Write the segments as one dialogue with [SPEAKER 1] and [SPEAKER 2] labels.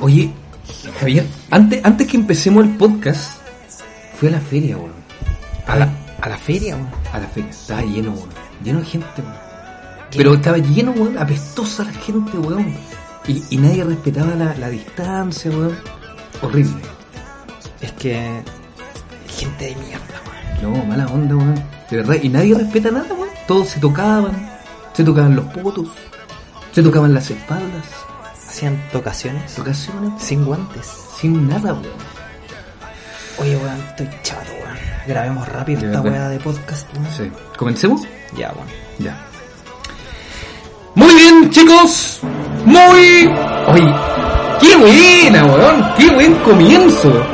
[SPEAKER 1] Oye, Javier, antes, antes que empecemos el podcast, fui a la feria, weón.
[SPEAKER 2] ¿A la, a la feria, weón?
[SPEAKER 1] A la feria, estaba lleno, weón. Lleno de gente, weón. Pero estaba lleno, weón, apestosa la gente, weón. Y, y nadie respetaba la, la distancia, weón. Horrible.
[SPEAKER 2] Es que. Gente de mierda, weón.
[SPEAKER 1] No, mala onda, weón. De verdad, y nadie respeta nada, weón. Todos se tocaban, se tocaban los potos, se tocaban las espaldas,
[SPEAKER 2] Hacían tocaciones.
[SPEAKER 1] tocaciones
[SPEAKER 2] Sin guantes.
[SPEAKER 1] sin nada, weón.
[SPEAKER 2] Oye, weón, estoy chato, weón. Grabemos rápido
[SPEAKER 1] De
[SPEAKER 2] esta
[SPEAKER 1] verdad.
[SPEAKER 2] weá de podcast, weón.
[SPEAKER 1] Sí. ¿Comencemos?
[SPEAKER 2] Ya, weón.
[SPEAKER 1] Ya. Muy bien, chicos. Muy. Oye, qué buena, weón. Qué buen comienzo.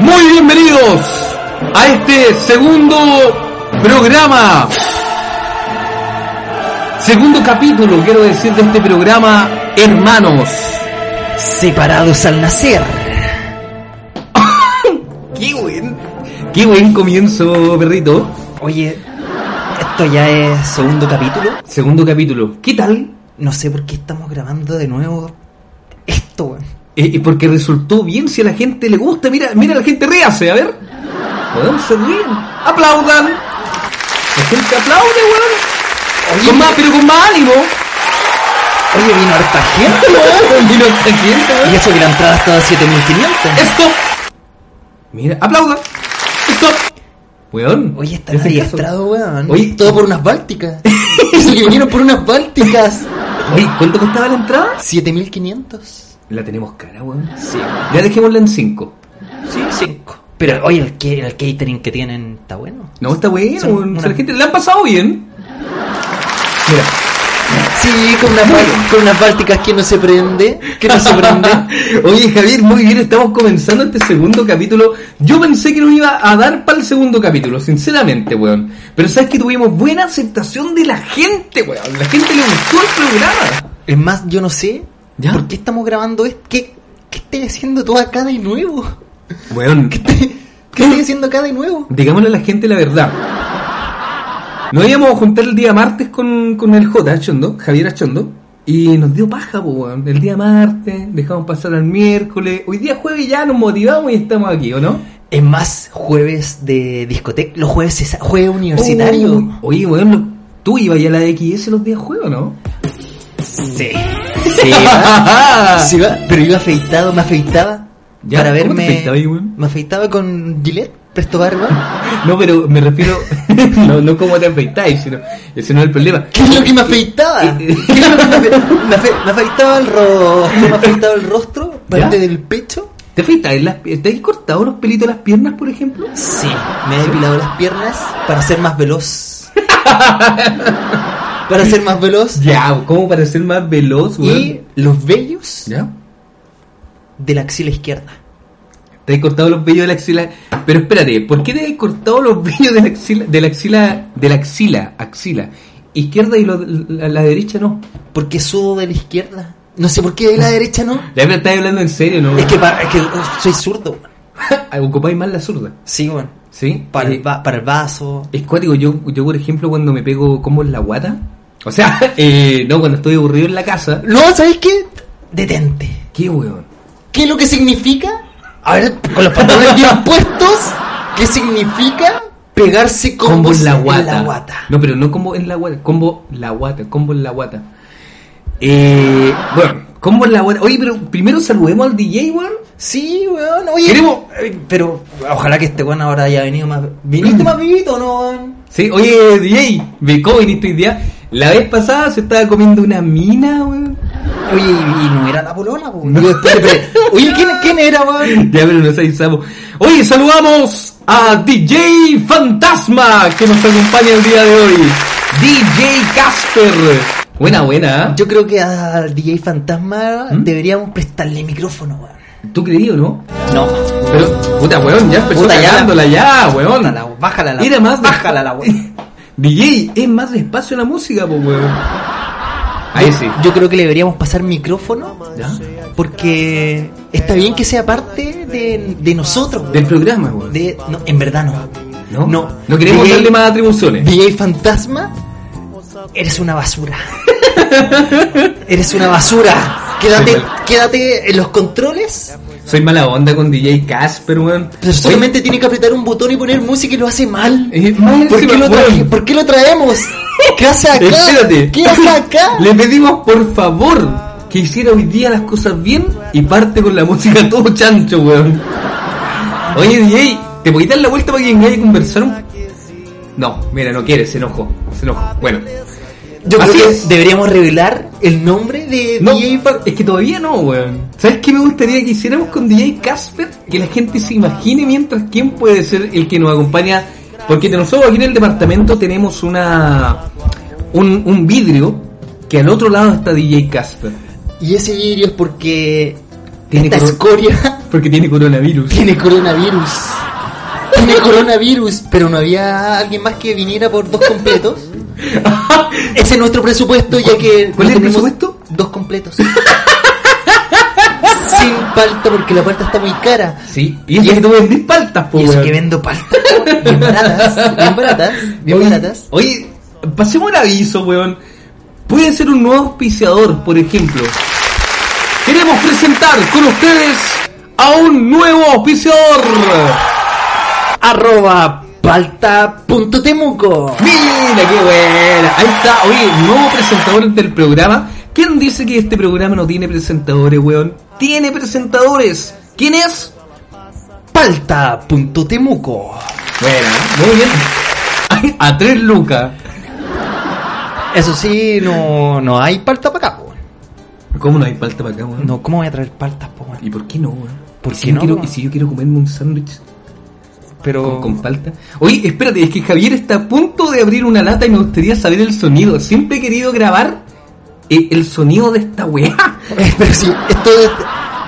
[SPEAKER 1] Muy bienvenidos a este segundo programa. Segundo capítulo, quiero decir, de este programa, hermanos.
[SPEAKER 2] Separados al nacer.
[SPEAKER 1] Qué buen. Qué buen comienzo, perrito.
[SPEAKER 2] Oye, esto ya es segundo capítulo.
[SPEAKER 1] Segundo capítulo. ¿Qué tal?
[SPEAKER 2] No sé por qué estamos grabando de nuevo esto, weón.
[SPEAKER 1] Eh, y porque resultó bien si a la gente le gusta. Mira, mira, la gente rehace, a ver. Weón, se ríen. Aplaudan. La gente aplaude, weón.
[SPEAKER 2] Oye,
[SPEAKER 1] con más, pero con más ánimo.
[SPEAKER 2] Oye, vino harta gente.
[SPEAKER 1] Weón, vino esta gente,
[SPEAKER 2] Y
[SPEAKER 1] weón.
[SPEAKER 2] eso que la entrada estaba a 7500.
[SPEAKER 1] Stop. Mira, aplaudan. Stop. Weón.
[SPEAKER 2] Oye, está
[SPEAKER 1] ese caso.
[SPEAKER 2] adiestrado, weón.
[SPEAKER 1] Oye,
[SPEAKER 2] todo por unas bálticas. Eso que vinieron por unas bálticas.
[SPEAKER 1] Oye, ¿cuánto costaba la entrada?
[SPEAKER 2] 7500.
[SPEAKER 1] La tenemos cara, weón.
[SPEAKER 2] Sí,
[SPEAKER 1] Ya dejémosla en 5.
[SPEAKER 2] sí, 5. Pero oye, el, que- el catering que tienen está bueno.
[SPEAKER 1] No, está weón.
[SPEAKER 2] Son
[SPEAKER 1] weón. O sea,
[SPEAKER 2] una-
[SPEAKER 1] la gente le han pasado bien. Mira.
[SPEAKER 3] Sí, con unas, bal- con unas bálticas que no se prende, que no se prende.
[SPEAKER 1] Oye Javier, muy bien, estamos comenzando este segundo capítulo. Yo pensé que no iba a dar para el segundo capítulo, sinceramente, weón. Pero sabes que tuvimos buena aceptación de la gente, weón. La gente le gustó el programa.
[SPEAKER 3] Es más, yo no sé
[SPEAKER 1] ¿Ya?
[SPEAKER 3] por qué estamos grabando esto. ¿Qué, qué estás haciendo tú acá de nuevo?
[SPEAKER 1] Weón,
[SPEAKER 3] ¿Qué estás haciendo acá de nuevo?
[SPEAKER 1] digámosle a la gente la verdad. Nos íbamos a juntar el día martes con, con el J, Achondo, Javier Achondo. Y nos dio paja, po, weón. El día martes, dejamos pasar al miércoles. Hoy día jueves ya nos motivamos y estamos aquí, ¿o no?
[SPEAKER 3] Es más, jueves de discoteca, los jueves, es- jueves universitario.
[SPEAKER 1] Uy, oye, weón, lo- tú ibas ya a la X los días juego, ¿no?
[SPEAKER 3] Sí. Sí, va. Sí, va. Pero iba afeitado, me afeitaba.
[SPEAKER 1] Ya,
[SPEAKER 3] para
[SPEAKER 1] ¿cómo te
[SPEAKER 3] verme.
[SPEAKER 1] afeitabas, weón?
[SPEAKER 3] me afeitaba con Gillette, Presto Barba.
[SPEAKER 1] No, pero me refiero, no, no como te afeitáis, sino, ese no es el problema.
[SPEAKER 3] ¿Qué es lo que me afeitaba? ¿Qué es lo que me, afe- me afe- me afeitaba el rostro, me afeitaba el rostro, parte
[SPEAKER 1] ¿Ya?
[SPEAKER 3] del pecho.
[SPEAKER 1] ¿Te afeitáis las, pi- te has cortado los pelitos de las piernas, por ejemplo?
[SPEAKER 3] Sí, me he depilado las piernas para ser más veloz. para ser más veloz.
[SPEAKER 1] Ya, como para ser más veloz, weón.
[SPEAKER 3] Y los vellos
[SPEAKER 1] ¿Ya?
[SPEAKER 3] de la axila izquierda.
[SPEAKER 1] Te has cortado los vellos de la axila, pero espérate, ¿por qué te has cortado los vellos de la axila, de la axila, de la axila, axila, izquierda y lo- la, la derecha no?
[SPEAKER 3] Porque sudo de la izquierda. No sé por qué de la derecha no.
[SPEAKER 1] Ya me estás hablando en serio, ¿no? Ah,
[SPEAKER 3] Es que, para- es que uh, soy zurdo. weón.
[SPEAKER 1] Ocupáis más la zurda,
[SPEAKER 3] Sí, bueno.
[SPEAKER 1] ¿sí?
[SPEAKER 3] Para,
[SPEAKER 1] Eh,
[SPEAKER 3] el va- para el vaso.
[SPEAKER 1] Es cuático, yo, yo por ejemplo cuando me pego como en la guata, o sea, eh, no, cuando estoy aburrido en la casa,
[SPEAKER 3] No, ¿sabes qué? Detente.
[SPEAKER 1] ¿qué weón?
[SPEAKER 3] ¿Qué es lo que significa? A ver, con los pantalones bien puestos, ¿qué significa pegarse
[SPEAKER 1] Combo
[SPEAKER 3] combos
[SPEAKER 1] en la guata.
[SPEAKER 3] guata?
[SPEAKER 1] No, pero no combo en la guata, combo la guata, combo en la guata. Eh, bueno, combo en la guata. Oye, pero primero saludemos al DJ, weón.
[SPEAKER 3] Sí, weón, oye.
[SPEAKER 1] Queremos-
[SPEAKER 3] eh, Pero ojalá que este weón ahora haya venido más. ¿Viniste más vivito o no, weón?
[SPEAKER 1] Sí, este oye, DJ, ¿cómo viniste hoy día? La vez pasada se estaba comiendo una mina, weón.
[SPEAKER 3] Oye, y no era la polola, po. Y después le pre- Oye, ¿quién, quién era, weón?
[SPEAKER 1] Ya, pero no sé, sapo. Oye, saludamos a DJ Fantasma que nos acompaña el día de hoy. DJ Casper. Buena, buena. ¿eh?
[SPEAKER 3] Yo creo que al DJ Fantasma deberíamos prestarle micrófono, weón.
[SPEAKER 1] ¿Tú creí o no?
[SPEAKER 3] No.
[SPEAKER 1] Pero, puta, weón, ya empezó
[SPEAKER 3] Puta, ya.
[SPEAKER 1] cagándola ya, weón.
[SPEAKER 3] Bájala, bájala la
[SPEAKER 1] Era más de-
[SPEAKER 3] Bájala la weón.
[SPEAKER 1] DJ, es más despacio la música, pues, weón. Ahí sí.
[SPEAKER 3] Yo creo que le deberíamos pasar micrófono. Porque está bien que sea parte de, de nosotros. weón.
[SPEAKER 1] Del programa, weón.
[SPEAKER 3] De- no, en verdad no.
[SPEAKER 1] ¿No? No queremos
[SPEAKER 3] DJ
[SPEAKER 1] darle más atribuciones.
[SPEAKER 3] DJ Fantasma, eres una basura. eres una basura. Quédate,
[SPEAKER 1] Soy mal.
[SPEAKER 3] quédate en los controles.
[SPEAKER 1] Soy mala onda con DJ Casper, weón.
[SPEAKER 3] Pero solamente tiene que apretar un botón y poner música y lo hace mal.
[SPEAKER 1] Oye, eh, más
[SPEAKER 3] ¿Por qué,
[SPEAKER 1] encima,
[SPEAKER 3] lo traje-
[SPEAKER 1] weón.
[SPEAKER 3] por qué lo traemos? ¿Qué hace acá?
[SPEAKER 1] eh, Espérate.
[SPEAKER 3] ¿Qué hace acá?
[SPEAKER 1] Le pedimos por favor que hiciera hoy día las cosas bien y parte con la música todo chancho, weón. Oye, DJ, ¿te podéis dar la vuelta para que vengáis a conversar un- No, mira, no quiere, se enojó, se enojó. Bueno,
[SPEAKER 3] Yo creo
[SPEAKER 1] Así
[SPEAKER 3] que
[SPEAKER 1] es.
[SPEAKER 3] deberíamos revelar el nombre de
[SPEAKER 1] no,
[SPEAKER 3] DJ Fantasma.
[SPEAKER 1] es que todavía no, weón. ¿Sabes qué me gustaría que hiciéramos con DJ Casper? Que la gente se imagine mientras quién puede ser el que nos acompaña. Porque de nosotros aquí en el departamento tenemos una un, un vidrio que al otro lado está DJ Casper.
[SPEAKER 3] Y ese vidrio es porque
[SPEAKER 1] Tiene
[SPEAKER 3] esta
[SPEAKER 1] coro-
[SPEAKER 3] escoria
[SPEAKER 1] Porque tiene coronavirus.
[SPEAKER 3] tiene coronavirus. Tiene coronavirus, pero no había alguien más que viniera por dos completos. Ese es nuestro presupuesto, ya que.
[SPEAKER 1] ¿Cuál
[SPEAKER 3] no
[SPEAKER 1] es el
[SPEAKER 3] tenemos
[SPEAKER 1] presupuesto?
[SPEAKER 3] Dos completos. Sin palta, porque la palta está muy cara.
[SPEAKER 1] Sí, y eso que tú vendís paltas, po,
[SPEAKER 3] Y eso
[SPEAKER 1] weón.
[SPEAKER 3] que vendo palta. Bien baratas, bien baratas, bien
[SPEAKER 1] Oye,
[SPEAKER 3] baratas.
[SPEAKER 1] Oye, pasemos un aviso, weón. Puede ser un nuevo auspiciador, por ejemplo. Queremos presentar con ustedes a un nuevo auspiciador.
[SPEAKER 3] Arroba palta.temuco.
[SPEAKER 1] Mira, qué buena. Ahí está, oye, nuevo presentador del programa. ¿Quién dice que este programa no tiene presentadores, weón? Tiene presentadores. ¿Quién es?
[SPEAKER 3] Palta.temuco.
[SPEAKER 1] Bueno, muy bien. Ay, A tres lucas.
[SPEAKER 3] Eso sí, no, no hay palta para acá, po.
[SPEAKER 1] ¿Cómo no hay palta para acá, weón?
[SPEAKER 3] No, ¿cómo voy a traer paltas, po? weón?
[SPEAKER 1] ¿Y por qué no, weón?
[SPEAKER 3] ¿Por
[SPEAKER 1] ¿Y
[SPEAKER 3] qué
[SPEAKER 1] si yo
[SPEAKER 3] no,
[SPEAKER 1] quiero-
[SPEAKER 3] weón?
[SPEAKER 1] ¿Y si yo quiero comerme un sándwich
[SPEAKER 3] Pero.
[SPEAKER 1] con, con palta? Oye, espérate, es que Javier está a punto de abrir una lata y me gustaría saber el sonido. Siempre he querido grabar eh, el sonido de esta weá.
[SPEAKER 3] Pero sí, esto es. este,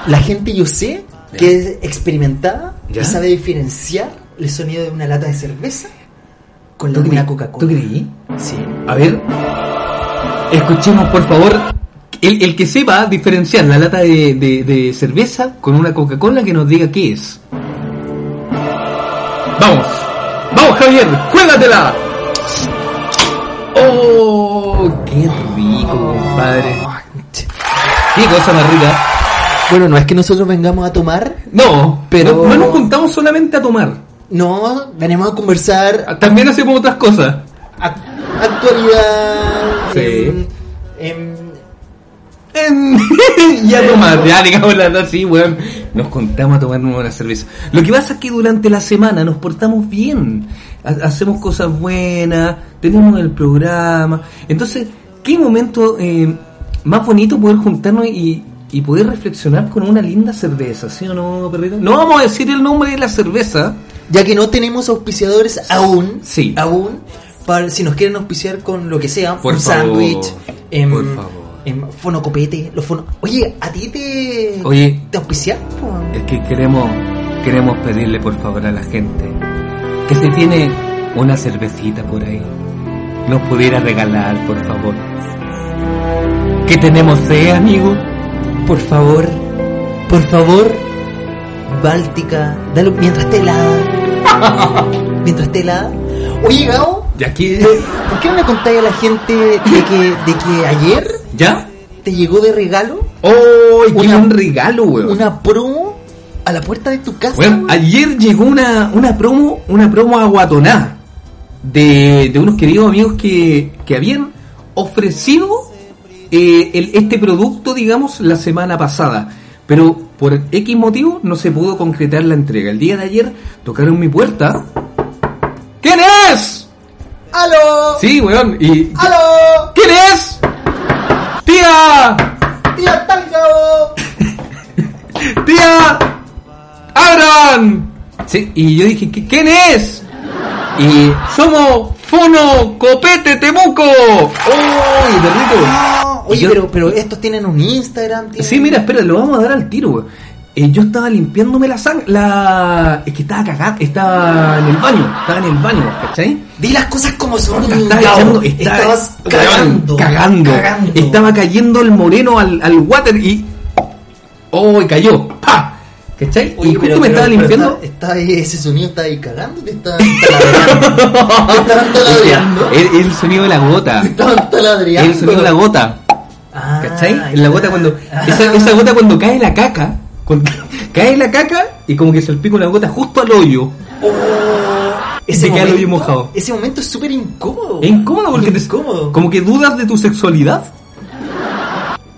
[SPEAKER 3] La gente yo sé que es experimentada
[SPEAKER 1] ¿Ya?
[SPEAKER 3] y sabe diferenciar el sonido de una lata de cerveza con la de
[SPEAKER 1] creí?
[SPEAKER 3] una
[SPEAKER 1] ¿Tú
[SPEAKER 3] Coca-Cola.
[SPEAKER 1] creí?
[SPEAKER 3] Sí.
[SPEAKER 1] A ver, escuchemos por favor. El, el que sepa diferenciar la lata de, de- de cerveza con una Coca-Cola que nos diga qué es. Vamos, vamos Javier, juégatela. Oh, qué rico, compadre. Qué cosa más rica.
[SPEAKER 3] Bueno, no es que nosotros vengamos a tomar,
[SPEAKER 1] No, pero
[SPEAKER 3] Pero-
[SPEAKER 1] no, no nos juntamos solamente a tomar.
[SPEAKER 3] no, venimos a conversar
[SPEAKER 1] También hacemos otras cosas.
[SPEAKER 3] a- actualidad.
[SPEAKER 1] Sí.
[SPEAKER 3] em, em,
[SPEAKER 1] En- y a tomar, ya digamos la verdad, sí, weón. Nos contamos a tomar una cerveza. Lo que pasa es que durante la semana nos portamos bien, Ha- hacemos cosas buenas, tenemos el programa. Entonces, qué momento eh, más bonito poder juntarnos y, y poder reflexionar con una linda cerveza, ¿sí o no, perrito? No vamos a decir el nombre de la cerveza.
[SPEAKER 3] ya que no tenemos auspiciadores aún,
[SPEAKER 1] Sí.
[SPEAKER 3] aún, para, si nos quieren auspiciar con lo que sea,
[SPEAKER 1] Por
[SPEAKER 3] un
[SPEAKER 1] favor,
[SPEAKER 3] sándwich, em,
[SPEAKER 1] por favor.
[SPEAKER 3] em, fonocopete, los fono... Oye, ¿a ti te,
[SPEAKER 1] Oye.
[SPEAKER 3] te auspician? po?
[SPEAKER 1] Es que queremos, queremos pedirle por favor a la gente que si tiene una cervecita por ahí, nos pudiera regalar, por favor. ¿Qué tenemos de, amigo?
[SPEAKER 3] Por favor, por favor, Báltica, dale, mientras te helada, mientras te helada. Oye, Gao,
[SPEAKER 1] ¿Y aquí?
[SPEAKER 3] ¿por qué no le contáis a la gente de que, de que ayer
[SPEAKER 1] ¿Ya?
[SPEAKER 3] te llegó de regalo
[SPEAKER 1] ¡Oh, qué
[SPEAKER 3] Una-
[SPEAKER 1] un regalo, weón!
[SPEAKER 3] una promo a la puerta de tu casa?
[SPEAKER 1] Weón, ayer llegó una, una promo, una promo aguatonada de, de unos queridos amigos que, que habían ofrecido eh, el- este producto, digamos, la semana pasada. Pero por X motivo no se pudo concretar la entrega. El día de ayer tocaron mi puerta. ¿Quién es?
[SPEAKER 3] ¡Aló!
[SPEAKER 1] Sí, weón. Y,
[SPEAKER 3] ¡Aló!
[SPEAKER 1] ¿Quién es? ¡Tía! ¡Abra! ¡Abran! Sí, y yo dije, "¿Qui- ¿quién es? Y somos Fono Copete Temuco. ¡Uy, qué rico!
[SPEAKER 3] No,
[SPEAKER 1] Y Ah,
[SPEAKER 3] oye,
[SPEAKER 1] yo-
[SPEAKER 3] pero, pero estos tienen un Instagram. Tienen...
[SPEAKER 1] Sí, mira, espera, lo vamos a dar al tiro, güey. Eh, yo estaba limpiándome la sangre, la... Es que estaba cagada, estaba en el baño, estaba en el baño, ¿cachai?
[SPEAKER 3] Di las cosas como son.
[SPEAKER 1] Puta, estaba
[SPEAKER 3] Gabo.
[SPEAKER 1] echando- estaba-
[SPEAKER 3] Estabas cagando,
[SPEAKER 1] cagando.
[SPEAKER 3] cagando.
[SPEAKER 1] Estaba cayendo el moreno al, al water y. ¡Oh! y cayó. ¡Pa! ¿Cachai?
[SPEAKER 3] Oye,
[SPEAKER 1] y justo me estaba limpiando.
[SPEAKER 3] Está, está ahí, ese sonido está ahí cagando. Te estaban taladrando. Te estaban taladrando.
[SPEAKER 1] el, el sonido de la gota.
[SPEAKER 3] Te estaban taladrando.
[SPEAKER 1] El sonido de la gota.
[SPEAKER 3] Ah,
[SPEAKER 1] ¿Cachai?
[SPEAKER 3] ya.
[SPEAKER 1] la gota cuando. Esa, esa gota cuando cae la caca. Cuando cae la caca y como que salpico la gota justo al hoyo.
[SPEAKER 3] Oh,
[SPEAKER 1] Se queda el hoyo mojado. ¿Eh?
[SPEAKER 3] Ese momento es súper incómodo.
[SPEAKER 1] Es incómodo porque te.
[SPEAKER 3] Incómodo.
[SPEAKER 1] Como que dudas de tu sexualidad.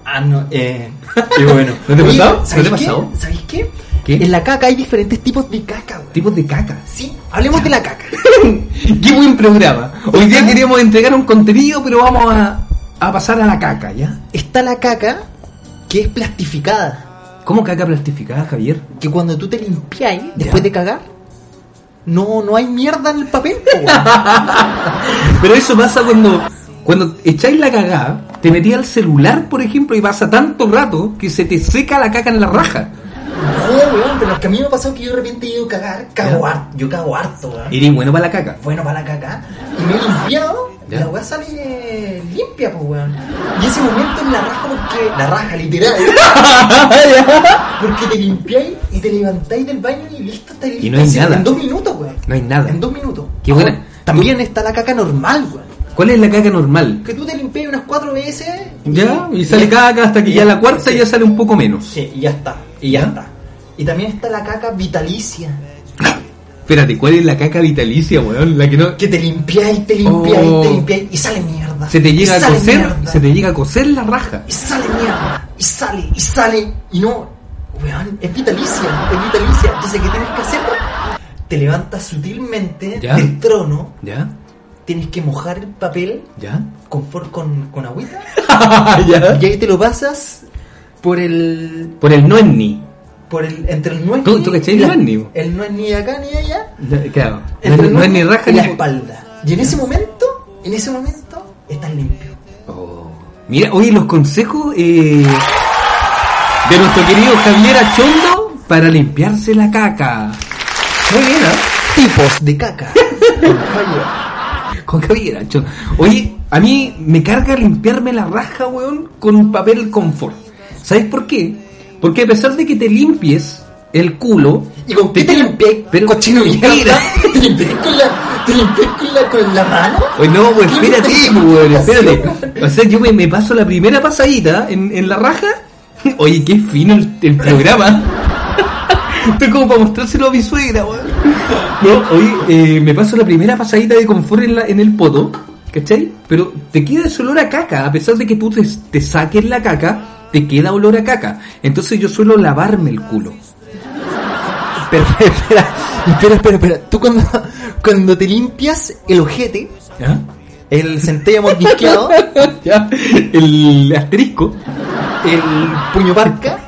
[SPEAKER 3] Ah, no, eh.
[SPEAKER 1] Y bueno. ¿No te ha
[SPEAKER 3] Oye,
[SPEAKER 1] pasado? ¿No te
[SPEAKER 3] ¿sabes
[SPEAKER 1] ha
[SPEAKER 3] qué?
[SPEAKER 1] pasado?
[SPEAKER 3] ¿Sabes qué?
[SPEAKER 1] ¿Qué?
[SPEAKER 3] En la caca hay diferentes tipos de caca, güey.
[SPEAKER 1] Tipos de caca.
[SPEAKER 3] Sí, hablemos de la caca.
[SPEAKER 1] Qué buen programa. Hoy día queríamos entregar un contenido, pero vamos a, a pasar a la caca, ¿ya?
[SPEAKER 3] Está la caca que es plastificada.
[SPEAKER 1] ¿Cómo caca plastificada, Javier?
[SPEAKER 3] Que cuando tú te limpias
[SPEAKER 1] Ya.
[SPEAKER 3] después de cagar, no, no hay mierda en el papel, po, güey.
[SPEAKER 1] Pero eso pasa cuando cuando echáis la cagada, te metí al celular, por ejemplo, y pasa tanto rato que se te seca la caca en la raja.
[SPEAKER 3] No, weón, pero lo que a mí me ha pasado es que yo de repente he ido a cagar, cago
[SPEAKER 1] Ya.
[SPEAKER 3] harto, yo cago harto, weón.
[SPEAKER 1] Eres bueno para la caca.
[SPEAKER 3] Bueno, para la caca, y me he limpiado, y
[SPEAKER 1] Ya.
[SPEAKER 3] la weá sale limpia, pues weón. Y ese momento en la raja, porque. La raja, literal. Ah, porque te limpiáis y te levantáis del baño y listo, está listo.
[SPEAKER 1] Y no hay
[SPEAKER 3] Así,
[SPEAKER 1] nada.
[SPEAKER 3] En dos minutos, weón.
[SPEAKER 1] No hay nada.
[SPEAKER 3] En dos minutos.
[SPEAKER 1] Qué
[SPEAKER 3] Ahora,
[SPEAKER 1] buena.
[SPEAKER 3] También está la caca normal, weón.
[SPEAKER 1] ¿Cuál es la caca normal?
[SPEAKER 3] Que tú te limpias unas cuatro veces.
[SPEAKER 1] Ya, y sale
[SPEAKER 3] ya-
[SPEAKER 1] caca hasta que ya la cuarta
[SPEAKER 3] sí.
[SPEAKER 1] ya sale un poco menos.
[SPEAKER 3] Sí, y ya está. Y ya está. Y también está la caca vitalicia.
[SPEAKER 1] Espérate, ¿cuál es la caca vitalicia, weón? La que no...
[SPEAKER 3] Que te limpiáis, te limpiáis,
[SPEAKER 1] Oh.
[SPEAKER 3] te limpiáis y sale mierda.
[SPEAKER 1] Se te llega
[SPEAKER 3] y
[SPEAKER 1] a
[SPEAKER 3] sale
[SPEAKER 1] coser,
[SPEAKER 3] mierda,
[SPEAKER 1] se te llega a coser la raja.
[SPEAKER 3] Y sale mierda. Y sale, y sale. Y no, weón, es vitalicia, es vitalicia. Entonces, ¿qué tienes que hacer? Te levantas sutilmente
[SPEAKER 1] Ya.
[SPEAKER 3] del trono,
[SPEAKER 1] ¿Ya?
[SPEAKER 3] tienes que mojar el papel
[SPEAKER 1] ¿Ya?
[SPEAKER 3] con, for- con, con agüita
[SPEAKER 1] Ah, ¿Ya?
[SPEAKER 3] y ahí te lo pasas por el.
[SPEAKER 1] Por el no es ni.
[SPEAKER 3] por el. entre el no es
[SPEAKER 1] ¿Tú- tú cachai el
[SPEAKER 3] la-
[SPEAKER 1] no es ni?
[SPEAKER 3] El no es ni de acá ni de allá.
[SPEAKER 1] Claro. No,
[SPEAKER 3] Entre
[SPEAKER 1] es- no es ni
[SPEAKER 3] el
[SPEAKER 1] raja
[SPEAKER 3] y
[SPEAKER 1] ni
[SPEAKER 3] la espalda. Y en ese momento, en ese momento, estás limpio.
[SPEAKER 1] Oh. Mira, oye, los consejos eh, de nuestro querido Javier Achondo para limpiarse la caca. Muy bien, ¿eh?
[SPEAKER 3] Tipos de caca. Oye,
[SPEAKER 1] Con Javier Achondo. Oye, a mí me carga limpiarme la raja, weón, con un papel confort. ¿Sabes por qué? Porque a pesar de que te limpies el culo...
[SPEAKER 3] ¿Y con qué te
[SPEAKER 1] queda-
[SPEAKER 3] limpié?
[SPEAKER 1] Pero-
[SPEAKER 3] cochino mierda.
[SPEAKER 1] Mira.
[SPEAKER 3] ¿Te limpié con la, te limpié con la, con la mano?
[SPEAKER 1] Oye, no, pues
[SPEAKER 3] ¿Qué
[SPEAKER 1] espérate,
[SPEAKER 3] estás
[SPEAKER 1] weón,
[SPEAKER 3] haciendo?
[SPEAKER 1] espérate. O sea, yo me, me paso la primera pasadita en, en la raja. Oye, qué fino el, el programa. Estoy como para mostrárselo a mi suegra, weón. No, oye, eh, me paso la primera pasadita de confort en, la- en el poto, ¿cachai? Pero te queda ese olor a caca, a pesar de que tú te, te saques la caca, te queda olor a caca. Entonces yo suelo lavarme el culo.
[SPEAKER 3] Espera, espera, espera, espera, espera. Tú cuando, cuando te limpias el ojete,
[SPEAKER 1] ¿Ya?
[SPEAKER 3] el centello mordisqueado,
[SPEAKER 1] ¿Ah? ¿Ya? El asterisco.
[SPEAKER 3] el puño parca,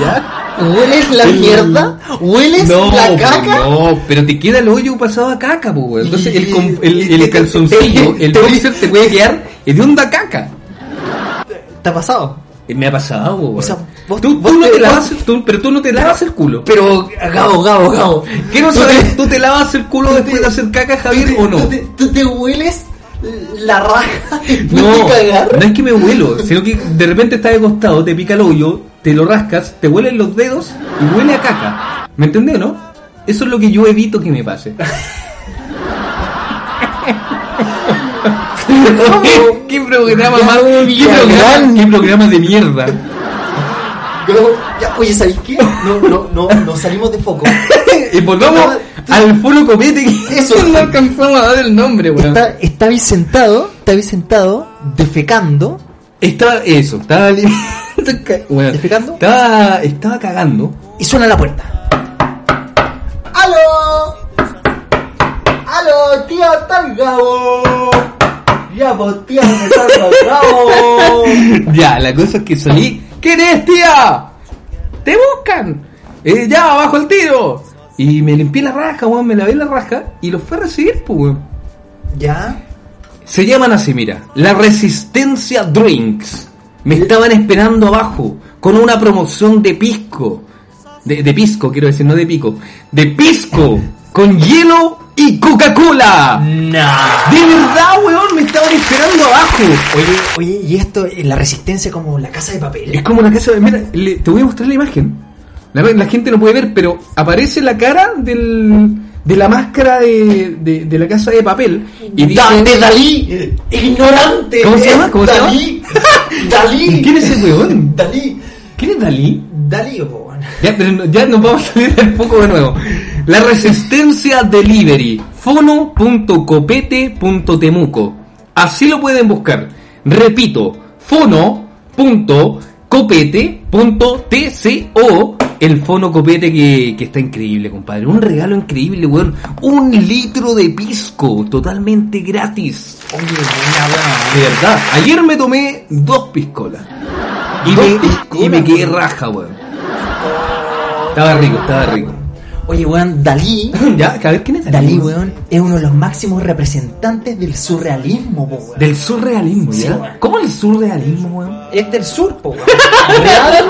[SPEAKER 1] ¿Ya?
[SPEAKER 3] hueles la
[SPEAKER 1] El-
[SPEAKER 3] mierda, hueles la caca.
[SPEAKER 1] No, pero te queda el hoyo pasado a caca, po, weón. Entonces el, com- el, el calzoncillo, el
[SPEAKER 3] Te-
[SPEAKER 1] boxer te puede quedar hediondo a caca.
[SPEAKER 3] ¿Te ha pasado?
[SPEAKER 1] Eh, Me ha pasado, po, weón.
[SPEAKER 3] O sea, vos-
[SPEAKER 1] tú,
[SPEAKER 3] vos
[SPEAKER 1] tú no
[SPEAKER 3] te-
[SPEAKER 1] te lavas, tú- pero tú no te lavas el culo.
[SPEAKER 3] Pero, Gabo, Gabo, Gabo.
[SPEAKER 1] Quiero
[SPEAKER 3] Tú
[SPEAKER 1] saber,
[SPEAKER 3] te-
[SPEAKER 1] ¿tú te lavas el culo
[SPEAKER 3] tú
[SPEAKER 1] después
[SPEAKER 3] te-
[SPEAKER 1] de hacer caca, Javier,
[SPEAKER 3] tú te-
[SPEAKER 1] o no?
[SPEAKER 3] Tú te, tú te hueles la raja después
[SPEAKER 1] No,
[SPEAKER 3] de cagar.
[SPEAKER 1] no es que me huelo, sino que de repente estás de costado, te pica el hoyo, te lo rascas, te huelen los dedos y huele a caca. ¿Me entendés, no? Eso es lo que yo evito que me pase. ¿Qué programa
[SPEAKER 3] Ya
[SPEAKER 1] más?
[SPEAKER 3] me
[SPEAKER 1] ¿Qué programa,
[SPEAKER 3] pillaron.
[SPEAKER 1] qué programa de mierda?
[SPEAKER 3] Gabo, ya, oye, ¿sabes qué? No, no, no, no salimos de foco.
[SPEAKER 1] Y volvamos al foro comete que
[SPEAKER 3] Eso.
[SPEAKER 1] no alcanzamos a dar el nombre, weón.
[SPEAKER 3] Está, está Vicentado, está Vicentado defecando.
[SPEAKER 1] Estaba eso, estaba li- Bueno,
[SPEAKER 3] ¿Estás picando?
[SPEAKER 1] Estaba, estaba cagando.
[SPEAKER 3] Y suena la puerta. ¡Aló! ¡Aló, tía tal Gabo! Ya, pues, tía, me salgo, Gabo.
[SPEAKER 1] Ya, la cosa es que salí. ¿Quién es, tía? te buscan. Eh, ya, abajo el tiro. Y me limpié la raja, weón, me lavé la raja y los fue a recibir, pues, weón.
[SPEAKER 3] Ya.
[SPEAKER 1] Se llaman así, mira. La Resistencia Drinks. Me estaban esperando abajo con una promoción de pisco. De, de pisco, quiero decir, no de pico. De pisco con hielo y Coca-Cola.
[SPEAKER 3] No.
[SPEAKER 1] De verdad, weón, me estaban esperando abajo.
[SPEAKER 3] Oye, oye, y esto, eh, la resistencia como la casa de papel.
[SPEAKER 1] Es como la casa de... Mira, le- te voy a mostrar la imagen. La, la gente no puede ver, pero aparece la cara del, de la máscara de, de- de la casa de papel. Y dice-
[SPEAKER 3] Dante Dalí, ignorante.
[SPEAKER 1] ¿Cómo se llama? ¿Cómo se llama?
[SPEAKER 3] Dalí. Dalí.
[SPEAKER 1] ¿Quién es ese weón?
[SPEAKER 3] Dalí.
[SPEAKER 1] ¿Quién es Dalí?
[SPEAKER 3] Dalí, oh, po, weón.
[SPEAKER 1] Ya, pero no- ya nos vamos a salir del foco de nuevo. La resistencia delivery. Fono.copete.temuco. Así lo pueden buscar. Repito, fono.copete.tco. El fono copete que, que está increíble, compadre. Un regalo increíble, weón. Un litro de pisco totalmente gratis.
[SPEAKER 3] Oye, buena,
[SPEAKER 1] De
[SPEAKER 3] weón.
[SPEAKER 1] verdad. Ayer me tomé dos piscolas. Y,
[SPEAKER 3] ¿Dos
[SPEAKER 1] me,
[SPEAKER 3] piscolas?
[SPEAKER 1] y me quedé raja, weón. Estaba rico, estaba rico.
[SPEAKER 3] Oye, weón, Dalí.
[SPEAKER 1] Ya, a ver quién es
[SPEAKER 3] Dalí, weón, es uno de los máximos representantes del surrealismo, po, weón.
[SPEAKER 1] Del surrealismo,
[SPEAKER 3] Sí,
[SPEAKER 1] ¿ya?
[SPEAKER 3] weón.
[SPEAKER 1] ¿Cómo el surrealismo, weón?
[SPEAKER 3] Es del sur, po, weón. Real,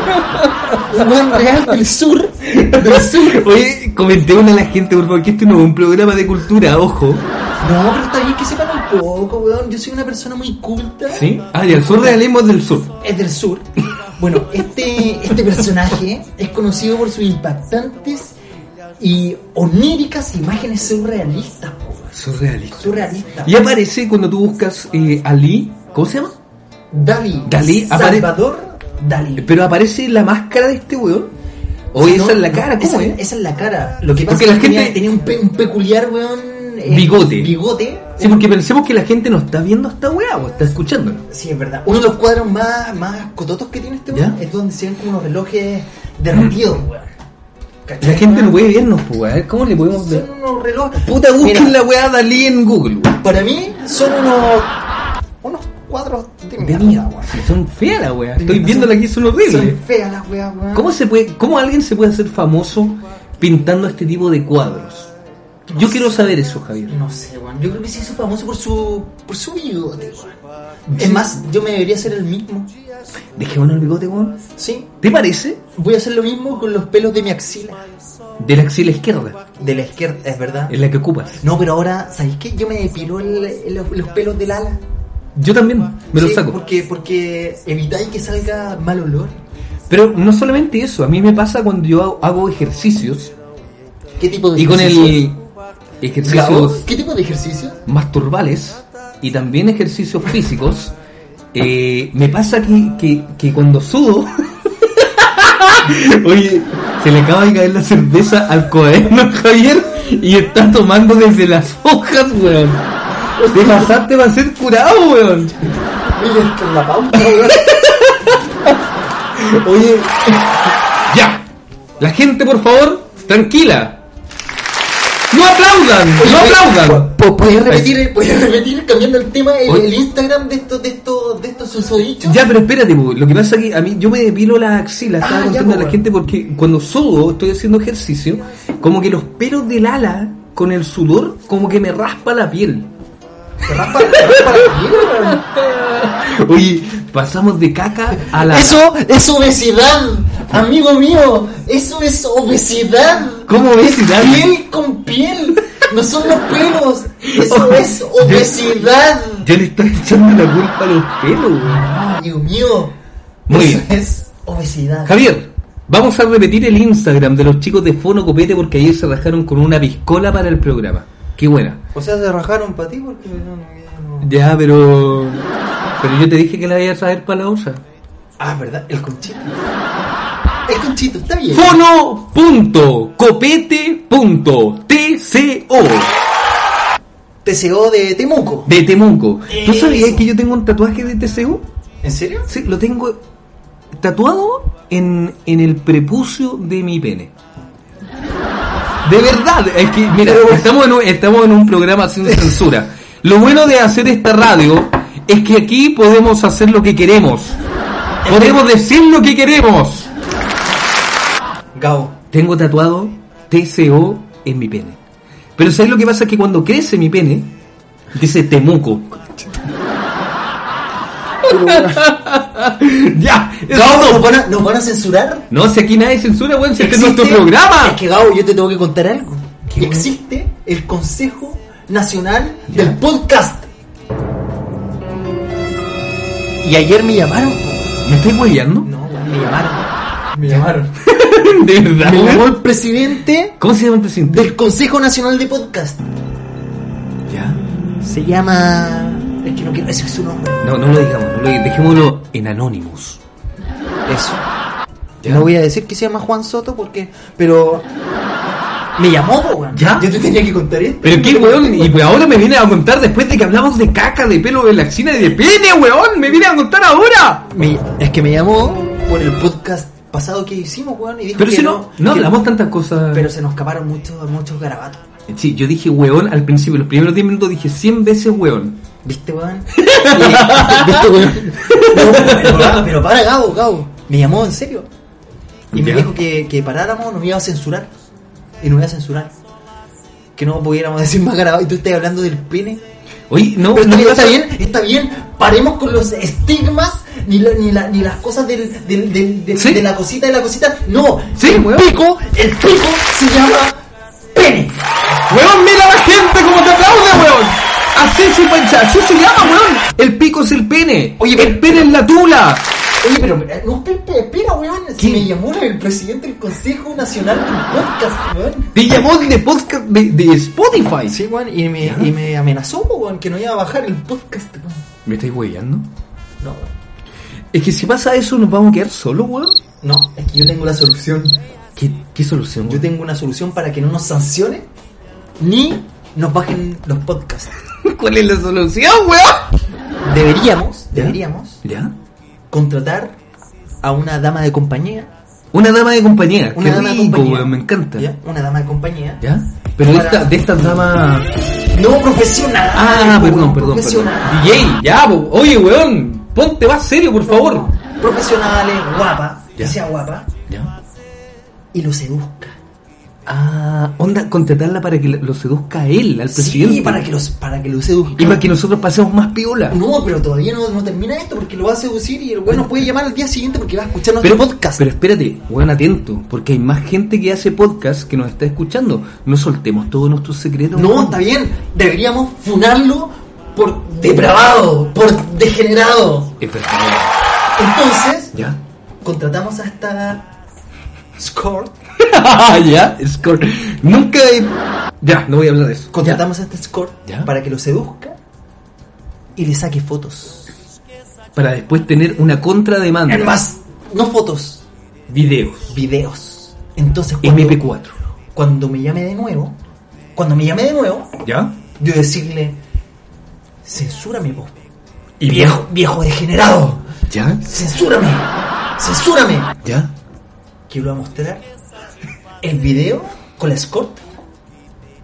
[SPEAKER 3] un weón real del sur. Del sur.
[SPEAKER 1] Oye, comentémosle a la gente, por favor, que esto no es un programa de cultura, ojo.
[SPEAKER 3] No, pero está bien que sepan un poco, weón. Yo soy una persona muy culta.
[SPEAKER 1] ¿Sí? Ah, y el surrealismo es del sur.
[SPEAKER 3] Es del sur. Bueno, este, este personaje es conocido por sus impactantes y oníricas imágenes surrealistas, po, weón.
[SPEAKER 1] Surrealismo.
[SPEAKER 3] Surrealistas.
[SPEAKER 1] Y aparece cuando tú buscas eh, Ali, ¿cómo se llama?
[SPEAKER 3] Dalí.
[SPEAKER 1] Dalí apare-
[SPEAKER 3] Salvador Dalí.
[SPEAKER 1] Pero aparece la máscara de este weón. Oye,
[SPEAKER 3] Sí,
[SPEAKER 1] esa
[SPEAKER 3] no,
[SPEAKER 1] es la
[SPEAKER 3] no,
[SPEAKER 1] cara, ¿cómo
[SPEAKER 3] esa,
[SPEAKER 1] es?
[SPEAKER 3] Esa es la cara. Lo que pasa
[SPEAKER 1] Porque
[SPEAKER 3] es
[SPEAKER 1] la
[SPEAKER 3] que tenía-
[SPEAKER 1] gente-
[SPEAKER 3] tenía, un, pe- un peculiar, weón. eh,
[SPEAKER 1] Bigote.
[SPEAKER 3] Bigote.
[SPEAKER 1] Sí, porque pensemos que la gente no está viendo esta weá, o está escuchándola.
[SPEAKER 3] Sí, es verdad. Uno de los cuadros más, más cototos que tiene este weón
[SPEAKER 1] ¿Ya?
[SPEAKER 3] es donde se ven como unos relojes derretidos, weón. ¿Cachai,
[SPEAKER 1] La gente
[SPEAKER 3] weón?
[SPEAKER 1] no puede vernos, pues, weón. A ver, ¿Cómo le podemos ver?
[SPEAKER 3] Son unos relojes.
[SPEAKER 1] Puta, busquen
[SPEAKER 3] Mira,
[SPEAKER 1] la weá Dalí en Google, weón.
[SPEAKER 3] Para mí son unos. unos cuadros de mierda, weón.
[SPEAKER 1] Son feas las weas. Estoy
[SPEAKER 3] Son-
[SPEAKER 1] viéndola aquí, son horribles.
[SPEAKER 3] Son feas las weas, weón.
[SPEAKER 1] ¿Cómo, se puede, ¿Cómo alguien se puede hacer famoso pintando este tipo de cuadros? Yo quiero saber eso, Javier.
[SPEAKER 3] No sé, weón. Yo creo que se hizo famoso por su. por su bigote, weón. Es más, yo me debería hacer el mismo.
[SPEAKER 1] Dejémonos el bigote, weón.
[SPEAKER 3] Sí,
[SPEAKER 1] ¿Te parece?
[SPEAKER 3] Voy a hacer lo mismo con los pelos de mi axila.
[SPEAKER 1] De la axila izquierda,
[SPEAKER 3] De la izquierda, es verdad.
[SPEAKER 1] en la que ocupas.
[SPEAKER 3] No, pero ahora, ¿sabéis qué? Yo me depilo el- el- los, los pelos del ala.
[SPEAKER 1] Yo también me los
[SPEAKER 3] Sí,
[SPEAKER 1] saco.
[SPEAKER 3] Porque, porque evitáis que salga mal olor.
[SPEAKER 1] Pero no solamente eso, a mí me pasa cuando yo hago, hago ejercicios
[SPEAKER 3] ¿Qué tipo de
[SPEAKER 1] y con el
[SPEAKER 3] ejercicio?
[SPEAKER 1] ejercicios
[SPEAKER 3] ¿Qué tipo de ejercicio?
[SPEAKER 1] masturbales y también ejercicios físicos, eh, me pasa que, que, que cuando sudo. Oye, se le acaba de caer la cerveza al cuaderno a Javier y está tomando desde las hojas, weón. Te pasaste va a ser curado, weón.
[SPEAKER 3] Oye, es que la pauta,
[SPEAKER 1] Oye, ya. La gente, por favor, tranquila. No aplaudan, no
[SPEAKER 3] Pues,
[SPEAKER 1] aplaudan.
[SPEAKER 3] ¿Puedes repetir, puedes repetir, cambiando el tema, el,
[SPEAKER 1] Oye.
[SPEAKER 3] el Instagram de estos, de estos, de estos susodichos?
[SPEAKER 1] Ya, pero espérate, po. lo que pasa es que a mí yo me depilo las axilas, estaba
[SPEAKER 3] Ah, ya,
[SPEAKER 1] contando
[SPEAKER 3] po,
[SPEAKER 1] a la
[SPEAKER 3] bueno.
[SPEAKER 1] gente porque cuando sudo, estoy haciendo ejercicio, como que los pelos del ala con el sudor como que me raspa la piel.
[SPEAKER 3] Te raspa- te raspa la piel, weón.
[SPEAKER 1] Oye, pasamos de caca a la
[SPEAKER 3] Eso es obesidad, amigo mío. Eso es obesidad.
[SPEAKER 1] ¿Cómo ves, Dani?
[SPEAKER 3] Piel con piel. No son los pelos. Eso es obesidad.
[SPEAKER 1] Yo le estoy echando la culpa a los pelos, weón.
[SPEAKER 3] Amigo mío.
[SPEAKER 1] Muy
[SPEAKER 3] eso
[SPEAKER 1] bien.
[SPEAKER 3] es obesidad.
[SPEAKER 1] Javier, vamos a repetir el Instagram de los chicos de Fono Copete porque ayer se rajaron con una piscola para el programa. Qué buena.
[SPEAKER 3] O sea, se rajaron para ti porque
[SPEAKER 1] Ya, pero... Pero yo te dije que la voy a traer para la osa.
[SPEAKER 3] Ah, ¿verdad? El conchito. El conchito, está bien.
[SPEAKER 1] Fono.copete.tco
[SPEAKER 3] TCO de Temuco.
[SPEAKER 1] de Temuco. ¿Tú sabías
[SPEAKER 3] Eso.
[SPEAKER 1] que yo tengo un tatuaje de TCO?
[SPEAKER 3] ¿En serio?
[SPEAKER 1] Sí, lo tengo tatuado en, en el prepucio de mi pene. De verdad, es que, mira, estamos en un, estamos en un programa sin censura. Lo bueno de hacer esta radio es que aquí podemos hacer lo que queremos. Podemos decir lo que queremos.
[SPEAKER 3] Gabo.
[SPEAKER 1] Tengo tatuado TCO en mi pene. Pero ¿sabes lo que pasa? Que cuando crece mi pene, dice Temuco. ya, eso
[SPEAKER 3] Gabo,
[SPEAKER 1] es
[SPEAKER 3] ¿nos
[SPEAKER 1] todo.
[SPEAKER 3] van a, nos van a censurar?
[SPEAKER 1] No, si aquí nadie censura, weón, si este es nuestro
[SPEAKER 3] Existe-
[SPEAKER 1] programa.
[SPEAKER 3] Es que Gabo, yo te tengo que contar algo.
[SPEAKER 1] ¿Qué,
[SPEAKER 3] Que
[SPEAKER 1] weón?
[SPEAKER 3] existe el Consejo Nacional del Podcast. Y ayer me llamaron.
[SPEAKER 1] ¿Me estáis hueveando?
[SPEAKER 3] No, weón, me llamaron. Me llamaron.
[SPEAKER 1] De verdad,
[SPEAKER 3] Me llamó
[SPEAKER 1] weón.
[SPEAKER 3] el presidente
[SPEAKER 1] ¿Cómo se llama el presidente?
[SPEAKER 3] del Consejo Nacional de Podcast.
[SPEAKER 1] Ya.
[SPEAKER 3] Se llama. Es que no quiero decir su nombre.
[SPEAKER 1] No, no lo digamos, no lo digamos. dejémoslo en Anonymous.
[SPEAKER 3] Eso. No voy a decir que se llama Juan Soto porque. Pero. Me llamó, po, weón.
[SPEAKER 1] ¿Ya?
[SPEAKER 3] Yo te tenía que contar esto.
[SPEAKER 1] Pero qué weón, y pues ahora me viene a contar después de que hablamos de caca, de pelo, de laxina y de pene, weón, me viene a contar ahora.
[SPEAKER 3] Me- es que me llamó por el podcast pasado que hicimos, weón. Y dijo
[SPEAKER 1] Pero
[SPEAKER 3] que
[SPEAKER 1] si no,
[SPEAKER 3] que-
[SPEAKER 1] no hablamos tantas cosas.
[SPEAKER 3] Pero se nos escaparon muchos, muchos garabatos.
[SPEAKER 1] Sí, yo dije weón al principio, los primeros 10 minutos dije 100 veces weón.
[SPEAKER 3] ¿Viste, weón? ¿Viste, weón? No, pero, pero para, Gabo, Gabo. Me llamó en serio. Y me
[SPEAKER 1] Ya.
[SPEAKER 3] dijo que, que paráramos, nos iba a censurar. Y nos iba a censurar. Que no pudiéramos decir más garabatos. Y tú estás hablando del pene.
[SPEAKER 1] Oye, no,
[SPEAKER 3] Pero
[SPEAKER 1] no
[SPEAKER 3] está, bien,
[SPEAKER 1] me
[SPEAKER 3] está
[SPEAKER 1] pasa-
[SPEAKER 3] bien, está bien. Paremos con los estigmas. Ni, lo- ni, la- ni las cosas del, del, del- de,
[SPEAKER 1] Sí.
[SPEAKER 3] de la cosita, de la cosita. No.
[SPEAKER 1] Sí,
[SPEAKER 3] el
[SPEAKER 1] weón.
[SPEAKER 3] pico, el pico se llama pene.
[SPEAKER 1] Weón, mira la gente como te aplaude, weón. Así se pancha, así se llama, weón. El pico es el pene.
[SPEAKER 3] Oye,
[SPEAKER 1] el
[SPEAKER 3] pero-
[SPEAKER 1] pene es la tula.
[SPEAKER 3] Oye, pero eh, no, Pepe, espera, weón.
[SPEAKER 1] ¿Qué?
[SPEAKER 3] Si me llamó el presidente del Consejo Nacional del Podcast, weón.
[SPEAKER 1] Te llamó de podcast de, de Spotify.
[SPEAKER 3] Sí, weón, y me, y me amenazó, weón, que no iba a bajar el podcast, weón.
[SPEAKER 1] ¿Me estáis weyando?
[SPEAKER 3] No, weón.
[SPEAKER 1] Es que si pasa eso, nos vamos a quedar solos, weón.
[SPEAKER 3] No, es que yo tengo la solución.
[SPEAKER 1] ¿Qué, qué solución?
[SPEAKER 3] Yo tengo una solución para que no nos sancionen ni nos bajen los podcasts.
[SPEAKER 1] ¿Cuál es la solución, weón?
[SPEAKER 3] Deberíamos, deberíamos
[SPEAKER 1] ¿Ya?
[SPEAKER 3] contratar a una dama de compañía.
[SPEAKER 1] Una dama de compañía.
[SPEAKER 3] Una
[SPEAKER 1] qué
[SPEAKER 3] dama de
[SPEAKER 1] rico,
[SPEAKER 3] compañía.
[SPEAKER 1] weón, me encanta.
[SPEAKER 3] ¿Ya? Una dama de compañía.
[SPEAKER 1] ¿Ya? Pero
[SPEAKER 3] Para-
[SPEAKER 1] esta, de estas damas...
[SPEAKER 3] No profesional.
[SPEAKER 1] Ah, perdón,
[SPEAKER 3] weón,
[SPEAKER 1] perdón, perdón.
[SPEAKER 3] profesional.
[SPEAKER 1] DJ, ya, po. oye, weón, ponte más serio, por favor.
[SPEAKER 3] Profesionales, eh, guapa, que
[SPEAKER 1] Ya.
[SPEAKER 3] sea guapa,
[SPEAKER 1] Ya.
[SPEAKER 3] y lo seduzca.
[SPEAKER 1] Ah, onda, contratarla para que lo seduzca a él, al presidente.
[SPEAKER 3] Sí, para que, los, para que lo seduzca.
[SPEAKER 1] Y para que nosotros pasemos más piola.
[SPEAKER 3] No, pero todavía no, no termina esto porque lo va a seducir y el güey nos puede llamar al día siguiente porque va a escuchar nuestro
[SPEAKER 1] Pero,
[SPEAKER 3] podcast.
[SPEAKER 1] pero espérate, weón, atento, porque hay más gente que hace podcast que nos está escuchando. No soltemos todos nuestros secretos.
[SPEAKER 3] no,
[SPEAKER 1] weón.
[SPEAKER 3] está bien. Deberíamos funarlo por depravado, por degenerado.
[SPEAKER 1] Es verdad, weón.
[SPEAKER 3] Entonces,
[SPEAKER 1] Ya.
[SPEAKER 3] contratamos a esta Score.
[SPEAKER 1] Ah, ya, Score. Nunca. he- Ya, no voy a hablar de eso.
[SPEAKER 3] Contratamos a esta Score
[SPEAKER 1] Ya.
[SPEAKER 3] para que lo seduzca y le saque fotos.
[SPEAKER 1] Ya, Para después tener una contrademanda.
[SPEAKER 3] Es más, no fotos,
[SPEAKER 1] videos.
[SPEAKER 3] videos. Entonces, cuando,
[SPEAKER 1] MP4.
[SPEAKER 3] cuando me llame de nuevo, cuando me llame de nuevo,
[SPEAKER 1] ¿Ya?
[SPEAKER 3] yo decirle, censúrame vos,
[SPEAKER 1] Y
[SPEAKER 3] viejo, viejo degenerado,
[SPEAKER 1] ¿Ya?
[SPEAKER 3] censúrame, censúrame.
[SPEAKER 1] ¿Ya?
[SPEAKER 3] Que lo va a mostrar el video con la escort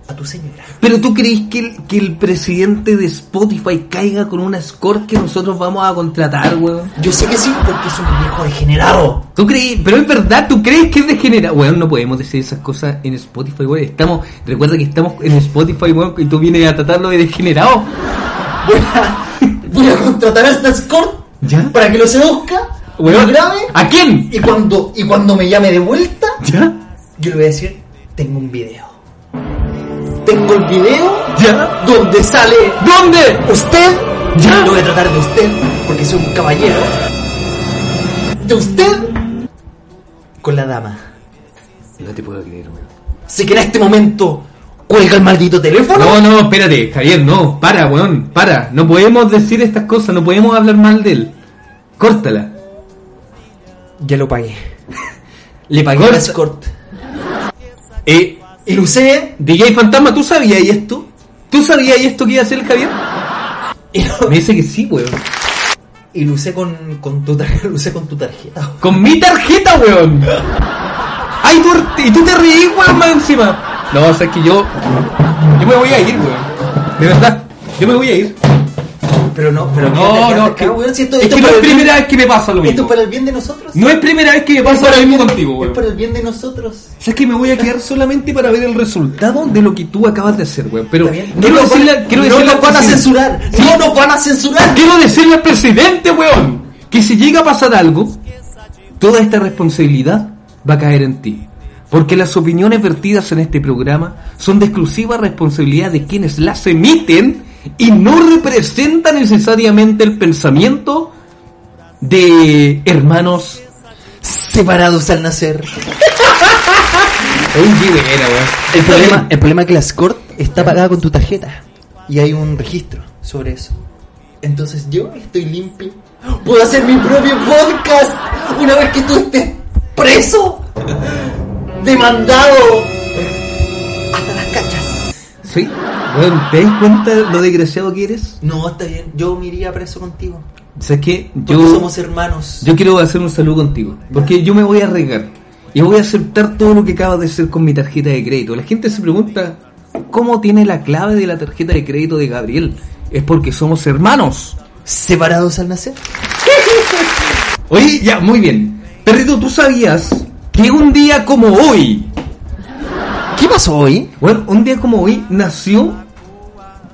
[SPEAKER 3] a tu señora.
[SPEAKER 1] Pero tú crees que el, que el presidente de Spotify caiga con una score que nosotros vamos a contratar, weón.
[SPEAKER 3] Yo sé que sí, porque es un viejo degenerado.
[SPEAKER 1] ¿Tú crees? Pero es verdad, ¿tú crees que es degenera? Weón, no podemos decir esas cosas en Spotify, weón. Estamos, recuerda que estamos en Spotify, weón, y tú vienes a tratarlo de degenerado.
[SPEAKER 3] Voy a, voy a contratar a esta escort
[SPEAKER 1] ¿Ya?
[SPEAKER 3] para que lo seduzca, lo
[SPEAKER 1] Weón, ah.
[SPEAKER 3] grabe,
[SPEAKER 1] ¿a quién?
[SPEAKER 3] y cuando, y cuando me llame de vuelta,
[SPEAKER 1] ¿Ya?
[SPEAKER 3] yo le voy a decir, tengo un video. Tengo el video
[SPEAKER 1] ¿Ya?
[SPEAKER 3] donde sale
[SPEAKER 1] ¿Dónde?
[SPEAKER 3] Usted,
[SPEAKER 1] Ya.
[SPEAKER 3] ya lo voy a tratar de usted, porque soy un caballero. De usted con la dama.
[SPEAKER 1] No te puedo creer, weón.
[SPEAKER 3] Así que en este momento cuelga el maldito teléfono.
[SPEAKER 1] No, no, espérate, Javier, no, para, weón, para. No podemos decir estas cosas, no podemos hablar mal de él. Córtala.
[SPEAKER 3] Ya lo pagué.
[SPEAKER 1] Le pagué.
[SPEAKER 3] Con
[SPEAKER 1] la-
[SPEAKER 3] escort.
[SPEAKER 1] Eh,
[SPEAKER 3] Y lo usé.
[SPEAKER 1] DJ Fantasma, ¿tú sabías esto? ¿Tú sabías esto que iba a hacer el Javier?
[SPEAKER 3] Y lo,
[SPEAKER 1] Me dice que sí, weón.
[SPEAKER 3] y lo usé con, con tu tarjeta. Lo usé con tu tarjeta.
[SPEAKER 1] Con mi tarjeta, weón. Ay, tú, y tú te reís, weón, más encima. No, o sea, es que yo. Yo me voy a ir, weón. De verdad, yo me voy a ir.
[SPEAKER 3] Pero pero no, pero
[SPEAKER 1] No,
[SPEAKER 3] quédate acá,
[SPEAKER 1] no, es
[SPEAKER 3] acá,
[SPEAKER 1] que-
[SPEAKER 3] weón, si esto,
[SPEAKER 1] es
[SPEAKER 3] esto
[SPEAKER 1] que no
[SPEAKER 3] es
[SPEAKER 1] es
[SPEAKER 3] para el bien-
[SPEAKER 1] primera vez que me pasa lo
[SPEAKER 3] esto
[SPEAKER 1] mismo.
[SPEAKER 3] es para el bien de nosotros.
[SPEAKER 1] No es primera vez que me pasa lo mismo contigo,
[SPEAKER 3] Es
[SPEAKER 1] weón.
[SPEAKER 3] para el bien de nosotros.
[SPEAKER 1] ¿Sabes que me voy a quedar solamente para ver el resultado de lo que tú acabas de hacer, weón? Pero
[SPEAKER 3] ¿Está bien?
[SPEAKER 1] quiero
[SPEAKER 3] nos
[SPEAKER 1] decirle,
[SPEAKER 3] van-
[SPEAKER 1] quiero
[SPEAKER 3] no
[SPEAKER 1] decirle al
[SPEAKER 3] nos van a
[SPEAKER 1] presidente-
[SPEAKER 3] censurar. No nos van a censurar.
[SPEAKER 1] Quiero decirle al presidente, weón, que si llega a pasar algo, toda esta responsabilidad va a caer en ti. Porque las opiniones vertidas en este programa son de exclusiva responsabilidad de quienes las emiten y no representan necesariamente el pensamiento de hermanos.
[SPEAKER 3] Separados al nacer.
[SPEAKER 1] Oye, vera, weón.
[SPEAKER 3] El problema, el problema es que la escort está pagada con tu tarjeta y hay un registro sobre eso. Entonces yo estoy limpio. Puedo hacer mi propio podcast una vez que tú estés preso, demandado hasta las cachas.
[SPEAKER 1] Sí, weón, ¿te das cuenta lo desgraciado que eres?
[SPEAKER 3] No, está bien. Yo me iría preso contigo.
[SPEAKER 1] ¿Sabes qué?
[SPEAKER 3] Porque
[SPEAKER 1] Yo.
[SPEAKER 3] somos hermanos.
[SPEAKER 1] Yo quiero hacer un saludo contigo, porque yo me voy a arriesgar y voy a aceptar todo lo que acabas de hacer con mi tarjeta de crédito. La gente se pregunta, ¿cómo tiene la clave de la tarjeta de crédito de Gabriel? Es porque somos hermanos.
[SPEAKER 3] Separados al nacer.
[SPEAKER 1] Oye, ya, muy bien. Perrito, ¿tú sabías que un día como hoy,
[SPEAKER 3] ¿Qué pasó hoy?
[SPEAKER 1] bueno, un día como hoy nació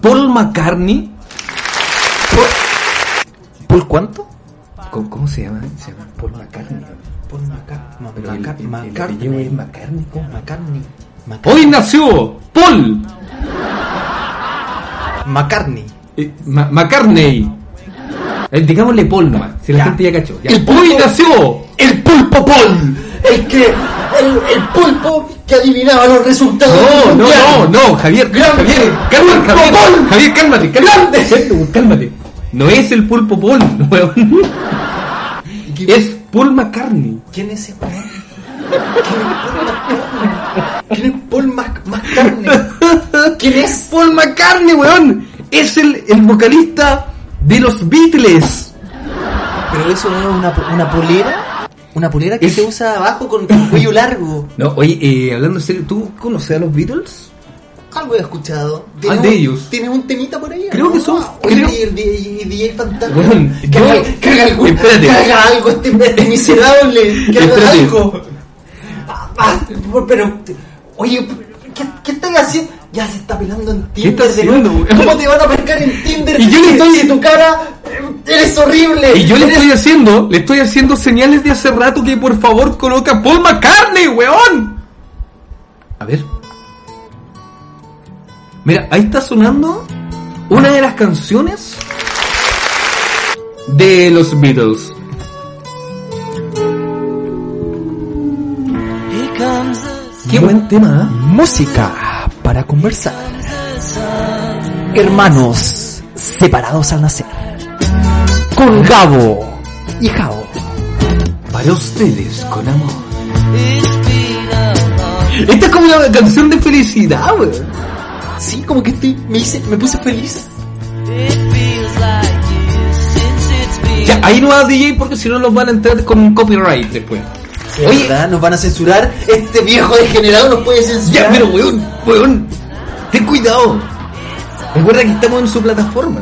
[SPEAKER 1] Paul McCartney?
[SPEAKER 3] ¿Por cuánto?
[SPEAKER 1] ¿Cómo, cómo se llama? Se llama Paul McCartney.
[SPEAKER 3] Por Maca- Ma-
[SPEAKER 1] Pero el-
[SPEAKER 3] Maca-
[SPEAKER 1] el- el
[SPEAKER 3] McCartney.
[SPEAKER 1] apellido es McCartney, ¿cómo?
[SPEAKER 3] McCartney. Maca-
[SPEAKER 1] Hoy nació Paul
[SPEAKER 3] McCartney.
[SPEAKER 1] Eh, Ma- McCartney. Eh, digámosle Paul nomás, si la
[SPEAKER 3] Ya.
[SPEAKER 1] gente ya cachó. ya.
[SPEAKER 3] El
[SPEAKER 1] Hoy nació el pulpo Paul.
[SPEAKER 3] El que. El, el pulpo que adivinaba los resultados.
[SPEAKER 1] No,
[SPEAKER 3] del
[SPEAKER 1] no,
[SPEAKER 3] mundial.
[SPEAKER 1] no, no, Javier,
[SPEAKER 3] Grande.
[SPEAKER 1] Javier, Javier, Javier,
[SPEAKER 3] Paul.
[SPEAKER 1] Javier, cálmate, cálmate, Javier, cálmate. No es el pulpo Paul, weón. es Paul McCartney.
[SPEAKER 3] ¿Quién es ese weón? ¿Quién es Paul McCartney? ¿Quién es Paul Mac- McCartney?
[SPEAKER 1] ¿Quién es Paul McCartney, weón? Es el, el vocalista de los Beatles.
[SPEAKER 3] Pero eso no es una, po- una polera. Una polera que
[SPEAKER 1] Es-
[SPEAKER 3] se usa abajo con, con cuello largo.
[SPEAKER 1] No, oye, eh, hablando en serio, ¿tú conoces a los Beatles?
[SPEAKER 3] Algo he escuchado.
[SPEAKER 1] Ah,
[SPEAKER 3] un,
[SPEAKER 1] de ellos.
[SPEAKER 3] ¿Tiene un temita por ahí? Ah,
[SPEAKER 1] Creo que son-
[SPEAKER 3] Oye,
[SPEAKER 1] creo-
[SPEAKER 3] el DJ, fantasma.
[SPEAKER 1] Weón,
[SPEAKER 3] que,
[SPEAKER 1] yo-
[SPEAKER 3] haga, que haga algo.
[SPEAKER 1] Espérate.
[SPEAKER 3] Que haga algo este, este miserable. Que haga
[SPEAKER 1] Espérate.
[SPEAKER 3] algo. Ah, ah, pero, oye, ¿qué, ¿qué están haciendo? Ya se está pelando en Tinder.
[SPEAKER 1] está
[SPEAKER 3] de nuevo.
[SPEAKER 1] haciendo, weón?
[SPEAKER 3] ¿Cómo te van a pescar en Tinder?
[SPEAKER 1] Y yo le
[SPEAKER 3] Si-
[SPEAKER 1] estoy-
[SPEAKER 3] Si tu cara. eh, Eres horrible.
[SPEAKER 1] Y yo le estoy haciendo, le estoy haciendo señales de hace rato que por favor coloca Paul McCartney, weón. A ver. Mira, ahí está sonando una de las canciones de los Beatles. Qué buen tema, ¿eh?
[SPEAKER 3] Música para conversar. Hermanos separados al nacer. Con Gabo y Jao.
[SPEAKER 1] Para ustedes con amor. Esta es como una canción de felicidad, weón.
[SPEAKER 3] Sí, como que estoy, me hice, me puse feliz.
[SPEAKER 1] Ya, ahí no va DJ porque si no nos van a entrar con un copyright después.
[SPEAKER 3] Oye, ¿verdad? nos van a censurar. Este viejo degenerado nos puede censurar.
[SPEAKER 1] Ya, pero weón, weón, ten cuidado. Recuerda que estamos en su plataforma.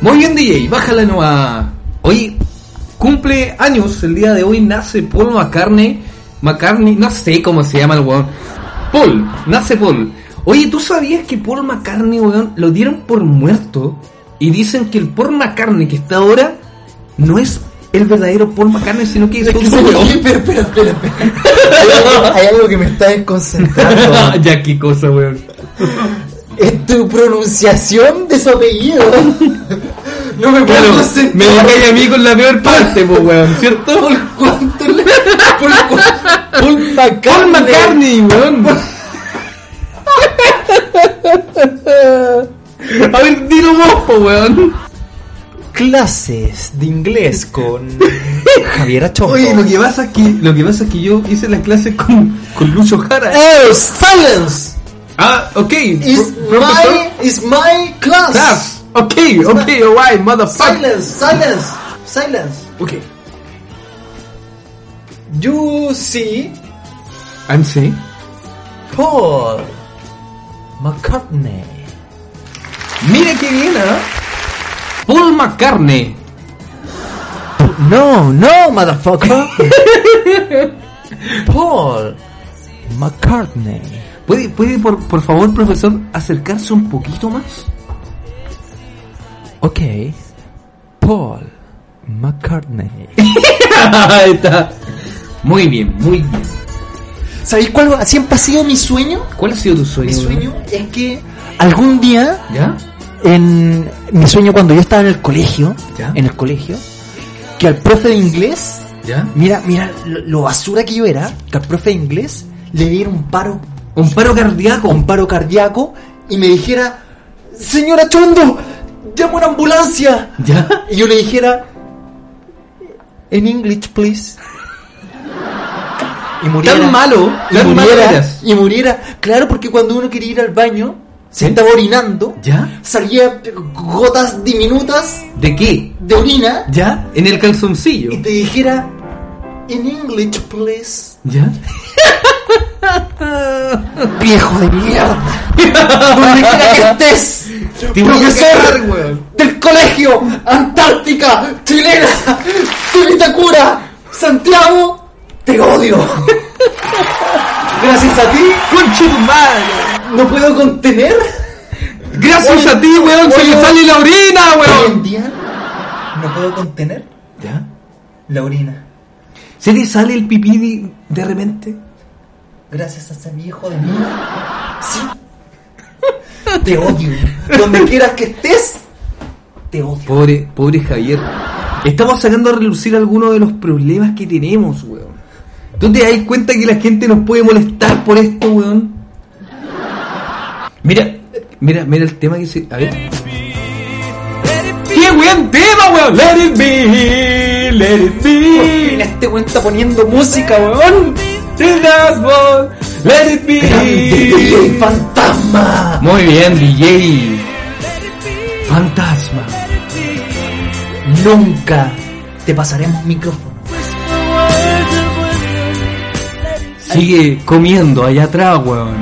[SPEAKER 1] Muy bien, DJ, bájala no a. Hoy cumple años, el día de hoy nace Paul McCartney. McCartney, no sé cómo se llama el weón. Paul, nace Paul. Oye, ¿tú sabías que Paul McCartney, weón, lo dieron por muerto? Y dicen que el Paul McCartney que está ahora no es el verdadero Paul McCartney, sino que es
[SPEAKER 3] Es que
[SPEAKER 1] otro
[SPEAKER 3] se me-
[SPEAKER 1] weón.
[SPEAKER 3] espera, espera, espera, espera. Hay algo- Hay algo que me está desconcentrando.
[SPEAKER 1] Ah, ya, qué cosa, weón.
[SPEAKER 3] Es tu pronunciación de su apellido. No me puedo
[SPEAKER 1] Claro,
[SPEAKER 3] concentrar.
[SPEAKER 1] me dejé a mí con la peor parte, pues, weón, ¿cierto?
[SPEAKER 3] Paul, ¿cuánto le- Paul, Paul, Paul McCartney.
[SPEAKER 1] Paul McCartney, weón. A ver, dilo vos, po, weón.
[SPEAKER 3] Clases de inglés con Javier Achonco.
[SPEAKER 1] Oye, lo que pasa es que, lo que, pasa es que yo hice las clases con, con Lucho Jara.
[SPEAKER 3] Oh, silence
[SPEAKER 1] Ah, ok.
[SPEAKER 3] is
[SPEAKER 1] pro-
[SPEAKER 3] my, is my class.
[SPEAKER 1] Class. Ok, ok, alright, motherfucker.
[SPEAKER 3] Silence, silence, silence.
[SPEAKER 1] Ok.
[SPEAKER 3] You see
[SPEAKER 1] I'm saying.
[SPEAKER 3] Paul McCartney.
[SPEAKER 1] Mira qué bien, ¿ah? Paul McCartney.
[SPEAKER 3] No, no, motherfucker. Paul McCartney.
[SPEAKER 1] ¿Puede, puede por, por favor, profesor, acercarse un poquito más?
[SPEAKER 3] Ok. Paul McCartney.
[SPEAKER 1] Ahí está. Muy bien, muy bien.
[SPEAKER 3] ¿Sabéis cuál siempre ha sido mi sueño?
[SPEAKER 1] ¿Cuál ha sido tu sueño?
[SPEAKER 3] Mi sueño
[SPEAKER 1] weón?
[SPEAKER 3] es que algún día
[SPEAKER 1] ¿Ya?
[SPEAKER 3] en mi sueño cuando yo estaba en el colegio,
[SPEAKER 1] Ya.
[SPEAKER 3] en el colegio, que al profe de inglés,
[SPEAKER 1] ¿Ya?
[SPEAKER 3] mira, mira lo, lo basura que yo era, que al profe de inglés le diera un paro,
[SPEAKER 1] Un paro cardíaco.
[SPEAKER 3] un paro cardíaco y me dijera, señora Chondo, llamo a una ambulancia.
[SPEAKER 1] ¿Ya?
[SPEAKER 3] Y yo le dijera, en English, please. Y muriera.
[SPEAKER 1] Tan malo,
[SPEAKER 3] y
[SPEAKER 1] tan malo
[SPEAKER 3] muriera,
[SPEAKER 1] eras.
[SPEAKER 3] y muriera. Claro, porque cuando uno quería ir al baño,
[SPEAKER 1] ¿Sí?
[SPEAKER 3] se estaba orinando.
[SPEAKER 1] ¿Ya?
[SPEAKER 3] Salía gotas diminutas
[SPEAKER 1] ¿De qué?
[SPEAKER 3] de orina
[SPEAKER 1] ¿Ya? En el calzoncillo.
[SPEAKER 3] y te dijera In English, please.
[SPEAKER 1] ¿Ya?
[SPEAKER 3] Viejo de mierda. Donde quiera que estés.
[SPEAKER 1] Te voy a cagar,
[SPEAKER 3] Profesor
[SPEAKER 1] weón.
[SPEAKER 3] del colegio Antártica Chilena de Vitacura, Santiago, te odio. Gracias a ti
[SPEAKER 1] ¡Conche tu madre!
[SPEAKER 3] no puedo contener.
[SPEAKER 1] Gracias
[SPEAKER 3] Oye,
[SPEAKER 1] a ti, weón, se
[SPEAKER 3] oye,
[SPEAKER 1] le
[SPEAKER 3] weón.
[SPEAKER 1] sale la orina,
[SPEAKER 3] Hoy en
[SPEAKER 1] weón.
[SPEAKER 3] día no puedo contener
[SPEAKER 1] ¿Ya?
[SPEAKER 3] la orina.
[SPEAKER 1] ¿Se te sale el pipí de, de repente?
[SPEAKER 3] Gracias a ese viejo de mierda. Sí. Te odio. Donde quieras que estés, te odio.
[SPEAKER 1] Pobre, pobre Javier. Estamos sacando a relucir algunos de los problemas que tenemos, weón. ¿Tú te das cuenta que la gente nos puede molestar por esto, weón? Mira, mira, mira el tema que se... A ver. ¡Qué buen tema, weón! Let it be, let it
[SPEAKER 3] Mira,
[SPEAKER 1] be.
[SPEAKER 3] este weón está poniendo música, weón.
[SPEAKER 1] Till that's all, Let it
[SPEAKER 3] DJ
[SPEAKER 1] be.
[SPEAKER 3] Fantasma.
[SPEAKER 1] Muy bien, DJ. Fantasma.
[SPEAKER 3] Nunca te pasaremos micrófono.
[SPEAKER 1] Sigue comiendo allá atrás, weón.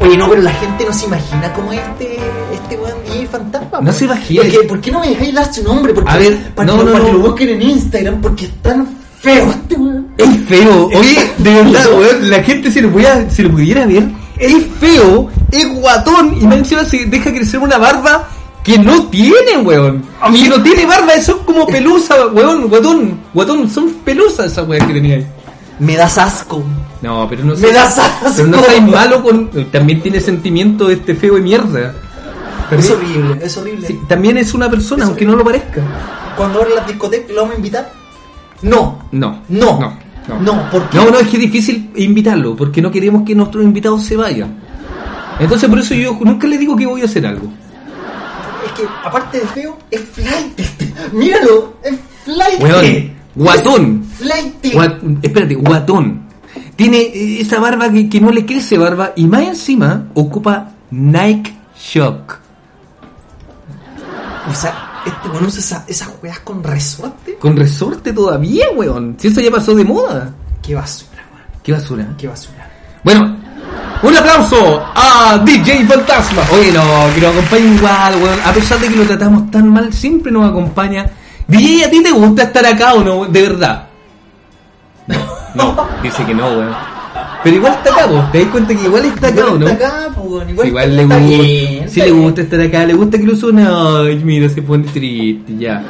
[SPEAKER 3] Oye, no, pero la gente no se imagina cómo es este, este weón DJ Fantasma.
[SPEAKER 1] No
[SPEAKER 3] weón.
[SPEAKER 1] se imagina.
[SPEAKER 3] Porque- ¿Por qué no me dejáis dar su nombre? Porque,
[SPEAKER 1] A ver,
[SPEAKER 3] para,
[SPEAKER 1] no,
[SPEAKER 3] que,
[SPEAKER 1] no,
[SPEAKER 3] para que
[SPEAKER 1] no.
[SPEAKER 3] lo busquen en Instagram, porque es tan feo este weón.
[SPEAKER 1] Es feo. Oye, de verdad, weón, la gente se lo, pudiera, se lo pudiera ver. Es feo, es guatón y más encima se deja crecer una barba que no tiene, weón. Si no tiene barba, son como pelusa, weón, guatón. Guatón, son pelusas esas weas que tenía ahí.
[SPEAKER 3] Me das asco.
[SPEAKER 1] No, pero no
[SPEAKER 3] Me das asco.
[SPEAKER 1] Pero no seas malo con... También tiene sentimiento este feo de mierda. Pero
[SPEAKER 3] Es horrible, es horrible.
[SPEAKER 1] sí, también es una persona, aunque no lo parezca.
[SPEAKER 3] Cuando abran las discotecas, ¿lo vamos a invitar? No.
[SPEAKER 1] No.
[SPEAKER 3] No.
[SPEAKER 1] No.
[SPEAKER 3] No, ¿por qué?
[SPEAKER 1] No, no, es que es difícil invitarlo, porque no queremos que nuestros invitados se vayan. Entonces por eso yo nunca le digo que voy a hacer algo.
[SPEAKER 3] Es que, aparte de feo, es flight. este. Míralo, es flight.
[SPEAKER 1] Weón, guatón.
[SPEAKER 3] Es Flight.
[SPEAKER 1] Guat- espérate, guatón. Tiene eh, esa barba que, que no le crece barba y más encima ocupa Nike Shock.
[SPEAKER 3] O sea, este weón usa esa- esas juegas con resorte.
[SPEAKER 1] Con resorte todavía, weón. Si eso ya pasó de moda.
[SPEAKER 3] Qué basura, weón.
[SPEAKER 1] Qué basura.
[SPEAKER 3] Qué basura.
[SPEAKER 1] Bueno, un aplauso a DJ Fantasma. Oye, no, que nos acompaña igual, weón. A pesar de que lo tratamos tan mal, siempre nos acompaña. DJ, ¿a ti te gusta estar acá o no? De verdad. No, no, dice que no, weón. Pero igual está acá, vos. ¿Te das cuenta que igual está acá o no?
[SPEAKER 3] Igual está acá, po, weón. Igual,
[SPEAKER 1] igual
[SPEAKER 3] está
[SPEAKER 1] le gusta. sí,
[SPEAKER 3] bien, está
[SPEAKER 1] le
[SPEAKER 3] bien.
[SPEAKER 1] gusta estar acá, le gusta que lo suene. Ay, mira, se pone triste ya.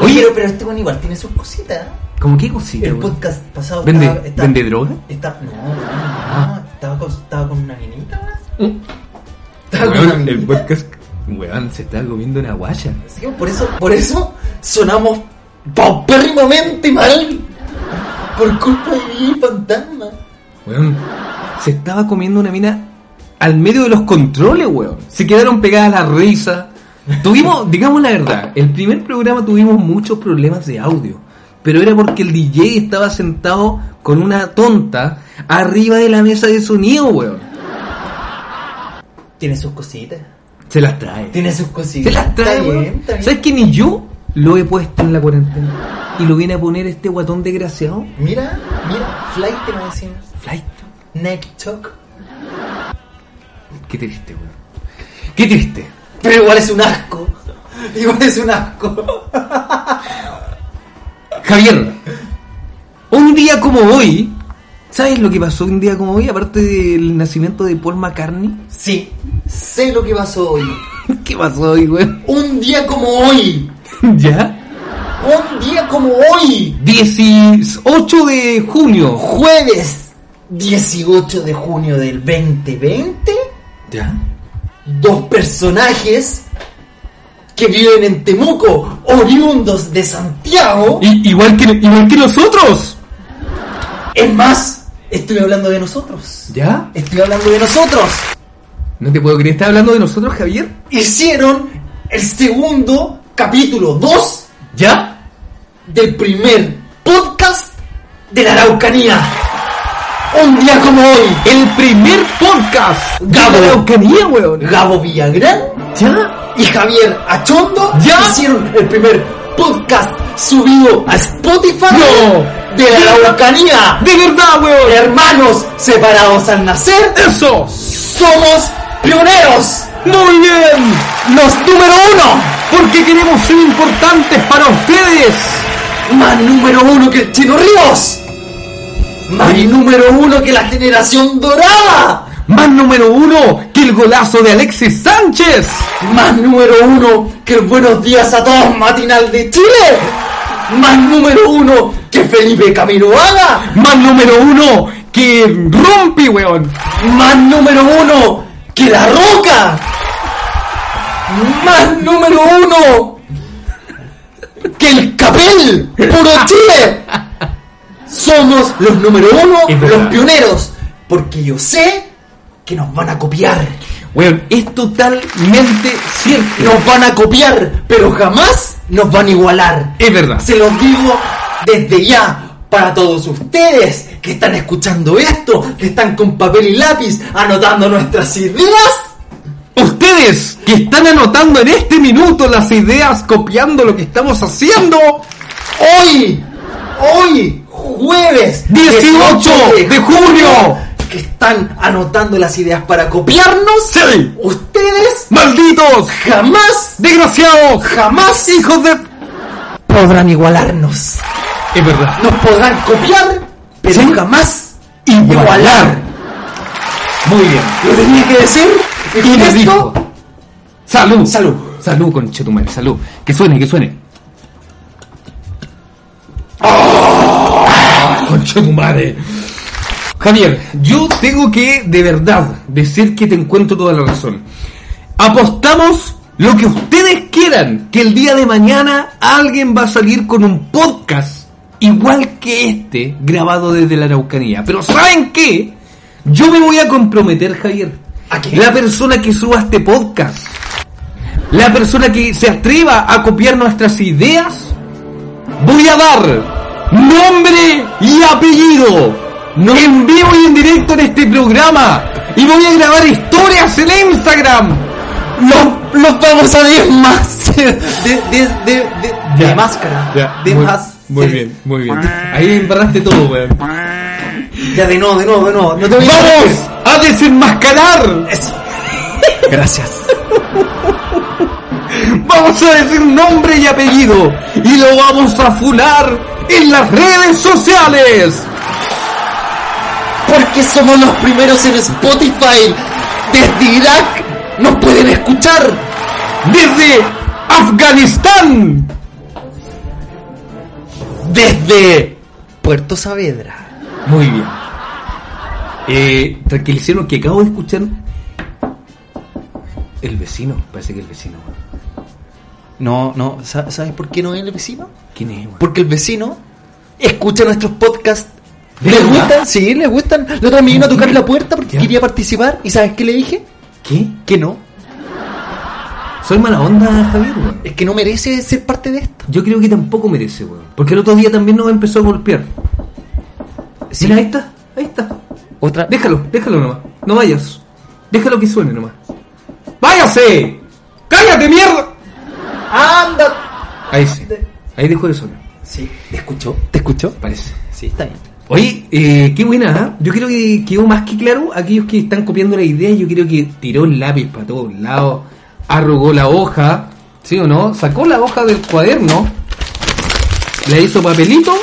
[SPEAKER 3] Oye,
[SPEAKER 1] Oye,
[SPEAKER 3] pero, pero este weón igual tiene sus cositas.
[SPEAKER 1] ¿cómo qué cosita,
[SPEAKER 3] El
[SPEAKER 1] weón?
[SPEAKER 3] podcast pasado
[SPEAKER 1] ¿Vende,
[SPEAKER 3] estaba, estaba-
[SPEAKER 1] ¿Vende droga? Ah.
[SPEAKER 3] Está, no, no, no, estaba con, estaba con una niñita,
[SPEAKER 1] Mm.
[SPEAKER 3] weón. Estaba con una
[SPEAKER 1] Weón, el
[SPEAKER 3] niñita.
[SPEAKER 1] podcast, weón, se está comiendo una guaya.
[SPEAKER 3] Sí, por eso, por eso sonamos paupérrimamente mal. Por culpa de mi fantasma.
[SPEAKER 1] Weón, se estaba comiendo una mina al medio de los controles, weón. Se quedaron pegadas las risas. Tuvimos, digamos la verdad, el primer programa tuvimos muchos problemas de audio. Pero era porque el DJ estaba sentado con una tonta arriba de la mesa de sonido, weón.
[SPEAKER 3] Tiene sus cositas.
[SPEAKER 1] Se las trae.
[SPEAKER 3] Tiene sus cositas.
[SPEAKER 1] Se las trae,
[SPEAKER 3] Está bien,
[SPEAKER 1] weón.
[SPEAKER 3] está bien.
[SPEAKER 1] ¿Sabes que ni yo lo he puesto en la cuarentena? Y lo viene a poner este guatón desgraciado.
[SPEAKER 3] Mira, mira, flight te va a decir.
[SPEAKER 1] Flight.
[SPEAKER 3] Neck talk.
[SPEAKER 1] Qué triste, weón. Qué triste.
[SPEAKER 3] Pero igual es un asco. Igual es un asco.
[SPEAKER 1] Javier, un día como hoy, ¿sabes lo que pasó un día como hoy? Aparte del nacimiento de Paul McCartney.
[SPEAKER 3] Sí, sé lo que pasó hoy.
[SPEAKER 1] ¿Qué pasó hoy, güey?
[SPEAKER 3] Un día como hoy.
[SPEAKER 1] ¿Ya?
[SPEAKER 3] Un día como hoy.
[SPEAKER 1] 18 de junio.
[SPEAKER 3] Jueves 18 de junio del 2020.
[SPEAKER 1] ¿Ya?
[SPEAKER 3] dos personajes que viven en Temuco, oriundos de Santiago.
[SPEAKER 1] igual, que, igual que nosotros.
[SPEAKER 3] Es más, estoy hablando de nosotros.
[SPEAKER 1] ¿Ya?
[SPEAKER 3] Estoy hablando de nosotros.
[SPEAKER 1] No te puedo creer, ¿estás hablando de nosotros, Javier?
[SPEAKER 3] Hicieron el segundo capítulo 2
[SPEAKER 1] ¿Ya?
[SPEAKER 3] del primer podcast de la Araucanía. Un día como hoy,
[SPEAKER 1] El primer podcast.
[SPEAKER 3] Gabo.
[SPEAKER 1] de la Araucanía, weón.
[SPEAKER 3] Gabo Villagrán
[SPEAKER 1] ¿Ya?
[SPEAKER 3] y Javier Achondo
[SPEAKER 1] ¿Ya?
[SPEAKER 3] hicieron el primer podcast subido a Spotify
[SPEAKER 1] No.
[SPEAKER 3] de la Araucanía.
[SPEAKER 1] ¡De verdad, weón!
[SPEAKER 3] hermanos separados al nacer,
[SPEAKER 1] ¡Eso!
[SPEAKER 3] somos pioneros,
[SPEAKER 1] ¡Muy bien!
[SPEAKER 3] los número uno,
[SPEAKER 1] Porque queremos ser importantes para ustedes.
[SPEAKER 3] más número uno que el Chino Ríos, más número uno que la generación dorada,
[SPEAKER 1] Más número uno que el golazo de Alexis Sánchez.
[SPEAKER 3] más número uno que el Buenos Días a Todos matinal de Chile, más número uno que Felipe Camiroaga,
[SPEAKER 1] Más número uno que Rumpi, weón.
[SPEAKER 3] más número uno que La Roca, más número uno que el Capel, puro Chile. Somos los número uno,
[SPEAKER 1] Es verdad.
[SPEAKER 3] los pioneros, porque yo sé que nos van a copiar,
[SPEAKER 1] Weón, es totalmente cierto.
[SPEAKER 3] nos van a copiar, pero jamás nos van a igualar.
[SPEAKER 1] Es verdad.
[SPEAKER 3] Se los digo desde ya. Para todos ustedes que están escuchando esto, que están con papel y lápiz anotando nuestras ideas,
[SPEAKER 1] Ustedes que están anotando en este minuto las ideas, copiando lo que estamos haciendo.
[SPEAKER 3] Hoy, hoy, jueves
[SPEAKER 1] 18 de junio.
[SPEAKER 3] que están anotando las ideas para copiarnos,
[SPEAKER 1] Sí.
[SPEAKER 3] ustedes
[SPEAKER 1] Malditos.
[SPEAKER 3] jamás
[SPEAKER 1] Desgraciados. Jamás hijos de...
[SPEAKER 3] podrán igualarnos.
[SPEAKER 1] Es verdad.
[SPEAKER 3] Nos podrán copiar, pero
[SPEAKER 1] Sí.
[SPEAKER 3] jamás
[SPEAKER 1] Igualar. Muy bien.
[SPEAKER 3] Lo tenía que decir y
[SPEAKER 1] Y
[SPEAKER 3] con
[SPEAKER 1] le
[SPEAKER 3] esto
[SPEAKER 1] dijo. Salud.
[SPEAKER 3] Salud.
[SPEAKER 1] Salud, conchetumal. Salud. Que suene, que suene. ¡Ah! Conchetumare. Javier, yo tengo que de verdad decir que te encuentro toda la razón. Apostamos lo que ustedes quieran, que el día de mañana alguien va a salir con un podcast igual que este, grabado desde la Araucanía. Pero ¿saben qué? Yo me voy a comprometer, Javier.
[SPEAKER 3] ¿A qué?
[SPEAKER 1] La persona que suba este podcast, la persona que se atreva a copiar nuestras ideas, voy a dar nombre y apellido no- en vivo y en directo en este programa y voy a grabar historias en Instagram.
[SPEAKER 3] los, los vamos a desmas de, de, de, de- de
[SPEAKER 1] Ya.
[SPEAKER 3] máscara, de más-
[SPEAKER 1] muy bien. Ahí embarraste todo, weón.
[SPEAKER 3] Ya de no, de no, de no, no te voy a-
[SPEAKER 1] ¡Vamos a desenmascarar!
[SPEAKER 3] Eso. Gracias.
[SPEAKER 1] Vamos a decir nombre y apellido y lo vamos a funar en las redes sociales.
[SPEAKER 3] Porque somos los primeros en Spotify. Desde Irak nos pueden escuchar.
[SPEAKER 1] Desde Afganistán,
[SPEAKER 3] Desde Puerto Saavedra.
[SPEAKER 1] Muy bien. Eh, tranquilicieron que acabo de escuchar el vecino, parece que el vecino. weón.
[SPEAKER 3] No, no, ¿sa- ¿sabes por qué no es el vecino?
[SPEAKER 1] ¿Quién es? weón?
[SPEAKER 3] Porque el vecino escucha nuestros podcasts.
[SPEAKER 1] ¿De
[SPEAKER 3] ¿Les
[SPEAKER 1] verdad?
[SPEAKER 3] gustan? Sí, les gustan. La otra vez me vino a tocar la puerta porque
[SPEAKER 1] ¿Ya?
[SPEAKER 3] quería participar. ¿Y sabes qué le dije?
[SPEAKER 1] ¿Qué?
[SPEAKER 3] Que no.
[SPEAKER 1] Soy mala onda, Javier, weón.
[SPEAKER 3] Es que no merece ser parte de esto.
[SPEAKER 1] Yo creo que tampoco merece, weón. Porque el otro día también nos empezó a golpear.
[SPEAKER 3] Sí.
[SPEAKER 1] Mira, ahí está, ahí está.
[SPEAKER 3] Otra.
[SPEAKER 1] Déjalo, déjalo nomás. No vayas. Déjalo que suene nomás. ¡Váyase! ¡Cállate, mierda!
[SPEAKER 3] ¡Anda!
[SPEAKER 1] Ahí sí. Ahí dejó de sonar,
[SPEAKER 3] Sí, ¿te escuchó? ¿Te escuchó?
[SPEAKER 1] parece.
[SPEAKER 3] Sí, está bien.
[SPEAKER 1] Oye, eh, qué buena, ¿eh? Yo creo que quedó más que claro aquellos que están copiando la idea. Yo creo que tiró el lápiz para todos lados. arrugó la hoja, ¿sí o no? Sacó la hoja del cuaderno, la hizo papelito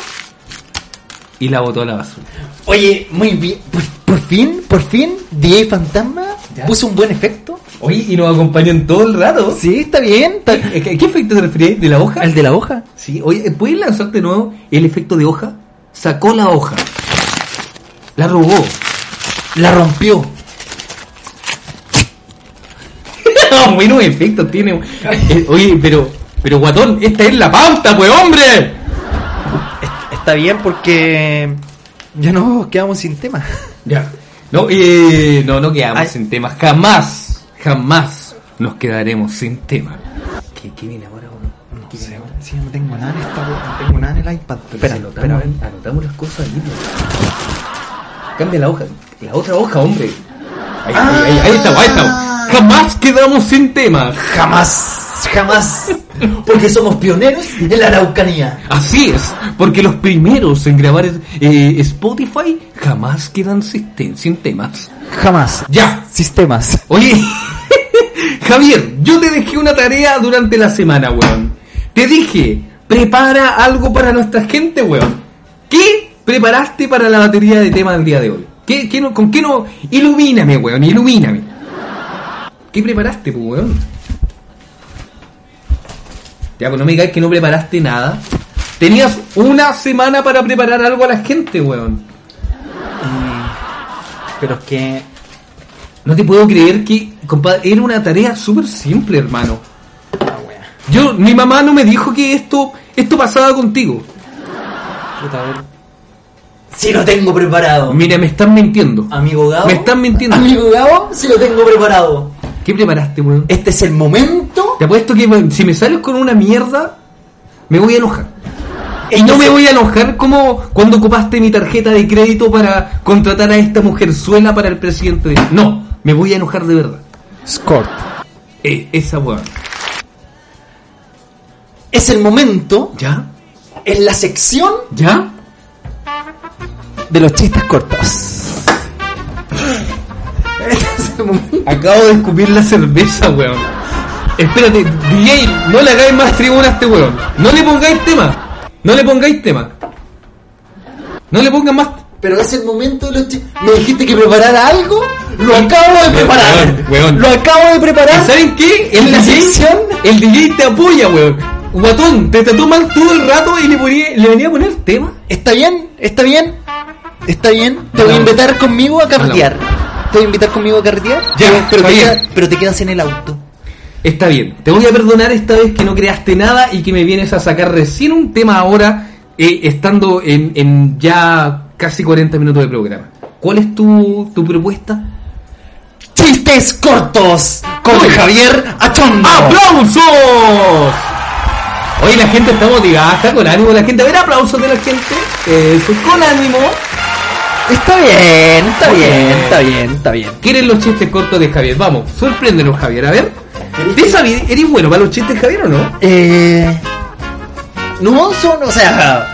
[SPEAKER 1] y la botó a la basura.
[SPEAKER 3] Oye, muy bien. Por, por fin, por fin, DJ Fantasma
[SPEAKER 1] Ya.
[SPEAKER 3] puso un buen efecto.
[SPEAKER 1] Oye, y nos acompañan todo el rato.
[SPEAKER 3] Sí, está bien. Está...
[SPEAKER 1] ¿A qué- ¿A qué efecto te referís? ¿De la hoja?
[SPEAKER 3] ¿El de la hoja?
[SPEAKER 1] Sí, oye, ¿puedes lanzarte de nuevo el efecto de hoja? Sacó la hoja. La arrugó.
[SPEAKER 3] La rompió.
[SPEAKER 1] Buenos efectos tiene. Eh, Oye, pero, pero guatón, esta es la pauta, pues hombre.
[SPEAKER 3] Está bien porque ya nos quedamos sin tema.
[SPEAKER 1] Ya. No, eh, no, no quedamos
[SPEAKER 3] Ay.
[SPEAKER 1] sin temas. Jamás, jamás nos quedaremos sin tema. ¿Qué, qué viene ahora, weón?
[SPEAKER 3] No sé, sí, no tengo nada en esta, no tengo nada en el iPad. Espera,
[SPEAKER 1] Si anotamos,
[SPEAKER 3] espera.
[SPEAKER 1] anotamos las cosas ahí. weón. Cambia la hoja. La otra hoja, hombre. Ahí,
[SPEAKER 3] Ah.
[SPEAKER 1] ahí, ahí, ahí estamos, ahí estamos. Jamás quedamos sin tema.
[SPEAKER 3] Jamás, jamás. Porque somos pioneros en la Araucanía.
[SPEAKER 1] Así es, porque los primeros en grabar eh, Spotify jamás quedan sin, te- sin temas.
[SPEAKER 3] Jamás.
[SPEAKER 1] Ya.
[SPEAKER 3] Sistemas.
[SPEAKER 1] Oye, Javier, yo te dejé una tarea durante la semana, weón. Te dije, prepara algo para nuestra gente, weón. ¿Qué preparaste para la batería de tema del día de hoy? ¿Qué, qué no, ¿Con qué no? Ilumíname, weón, ilumíname. ¿Qué preparaste, pues, weón? Ya, pues no me digas que no preparaste nada. Tenías una semana para preparar algo a la gente, weón.
[SPEAKER 3] Pero es que
[SPEAKER 1] No te puedo creer que, compadre, era una tarea súper simple, hermano. Yo, mi mamá no me dijo que esto, esto pasaba contigo.
[SPEAKER 3] Sí lo tengo preparado.
[SPEAKER 1] Mira, me están mintiendo.
[SPEAKER 3] Amigo Gabo.
[SPEAKER 1] Me están mintiendo.
[SPEAKER 3] Amigo Gabo, sí lo tengo preparado.
[SPEAKER 1] ¿Qué preparaste, weón?
[SPEAKER 3] Este es el momento.
[SPEAKER 1] Te apuesto que weón, si me sales con una mierda, me voy a enojar. Y
[SPEAKER 3] Este
[SPEAKER 1] no
[SPEAKER 3] es
[SPEAKER 1] me
[SPEAKER 3] el-
[SPEAKER 1] voy a enojar como cuando ocupaste mi tarjeta de crédito para contratar a esta mujerzuela para el presidente. de- No, me voy a enojar de verdad.
[SPEAKER 3] Scott.
[SPEAKER 1] Eh, esa weón.
[SPEAKER 3] Es el momento.
[SPEAKER 1] ¿Ya?
[SPEAKER 3] Es la sección
[SPEAKER 1] ¿Ya?
[SPEAKER 3] de los chistes cortos. Este es el momento.
[SPEAKER 1] Acabo de escupir la cerveza, weón. Espérate, DJ, no le hagáis más tribuna a este weón. No le pongáis tema. No le pongáis tema. No le pongan más.
[SPEAKER 3] Pero es el momento de los chistes. Me dijiste que preparara algo. Lo acabo de preparar.
[SPEAKER 1] Weón, weón.
[SPEAKER 3] Lo acabo de
[SPEAKER 1] ¿Y
[SPEAKER 3] preparar.
[SPEAKER 1] ¿Saben qué? El
[SPEAKER 3] ¿La
[SPEAKER 1] DJ,
[SPEAKER 3] sección?
[SPEAKER 1] el DJ te apoya, weón. Guatón, te trató mal todo el rato y le, ponía- le venía a poner tema.
[SPEAKER 3] Está bien, está bien. Está bien. Te voy a
[SPEAKER 1] No.
[SPEAKER 3] invitar conmigo a carretear. Te voy a invitar conmigo a carretear.
[SPEAKER 1] Ya,
[SPEAKER 3] pero- pero,
[SPEAKER 1] está
[SPEAKER 3] te
[SPEAKER 1] bien.
[SPEAKER 3] queda- pero te quedas en el auto.
[SPEAKER 1] Está bien, te voy a perdonar esta vez que no creaste nada y que me vienes a sacar recién un tema ahora, eh, estando en, en ya casi 40 minutos de programa. ¿Cuál es tu, tu propuesta?
[SPEAKER 3] Chistes cortos con
[SPEAKER 1] Uy. Ah,
[SPEAKER 3] Javier Achondo.
[SPEAKER 1] ¡Aplausos! Hoy la gente está motivada, está con ánimo la gente. A ver, aplausos de la gente. Eso, con ánimo.
[SPEAKER 3] Está bien, está
[SPEAKER 1] Muy
[SPEAKER 3] bien,
[SPEAKER 1] bien.
[SPEAKER 3] está bien, está bien.
[SPEAKER 1] Quieren los chistes cortos de Javier. Vamos, sorpréndenos, Javier. A ver. ¿Te sabí- ¿Eres bueno para los chistes, Javier, o no?
[SPEAKER 3] Eh, no son, o sea,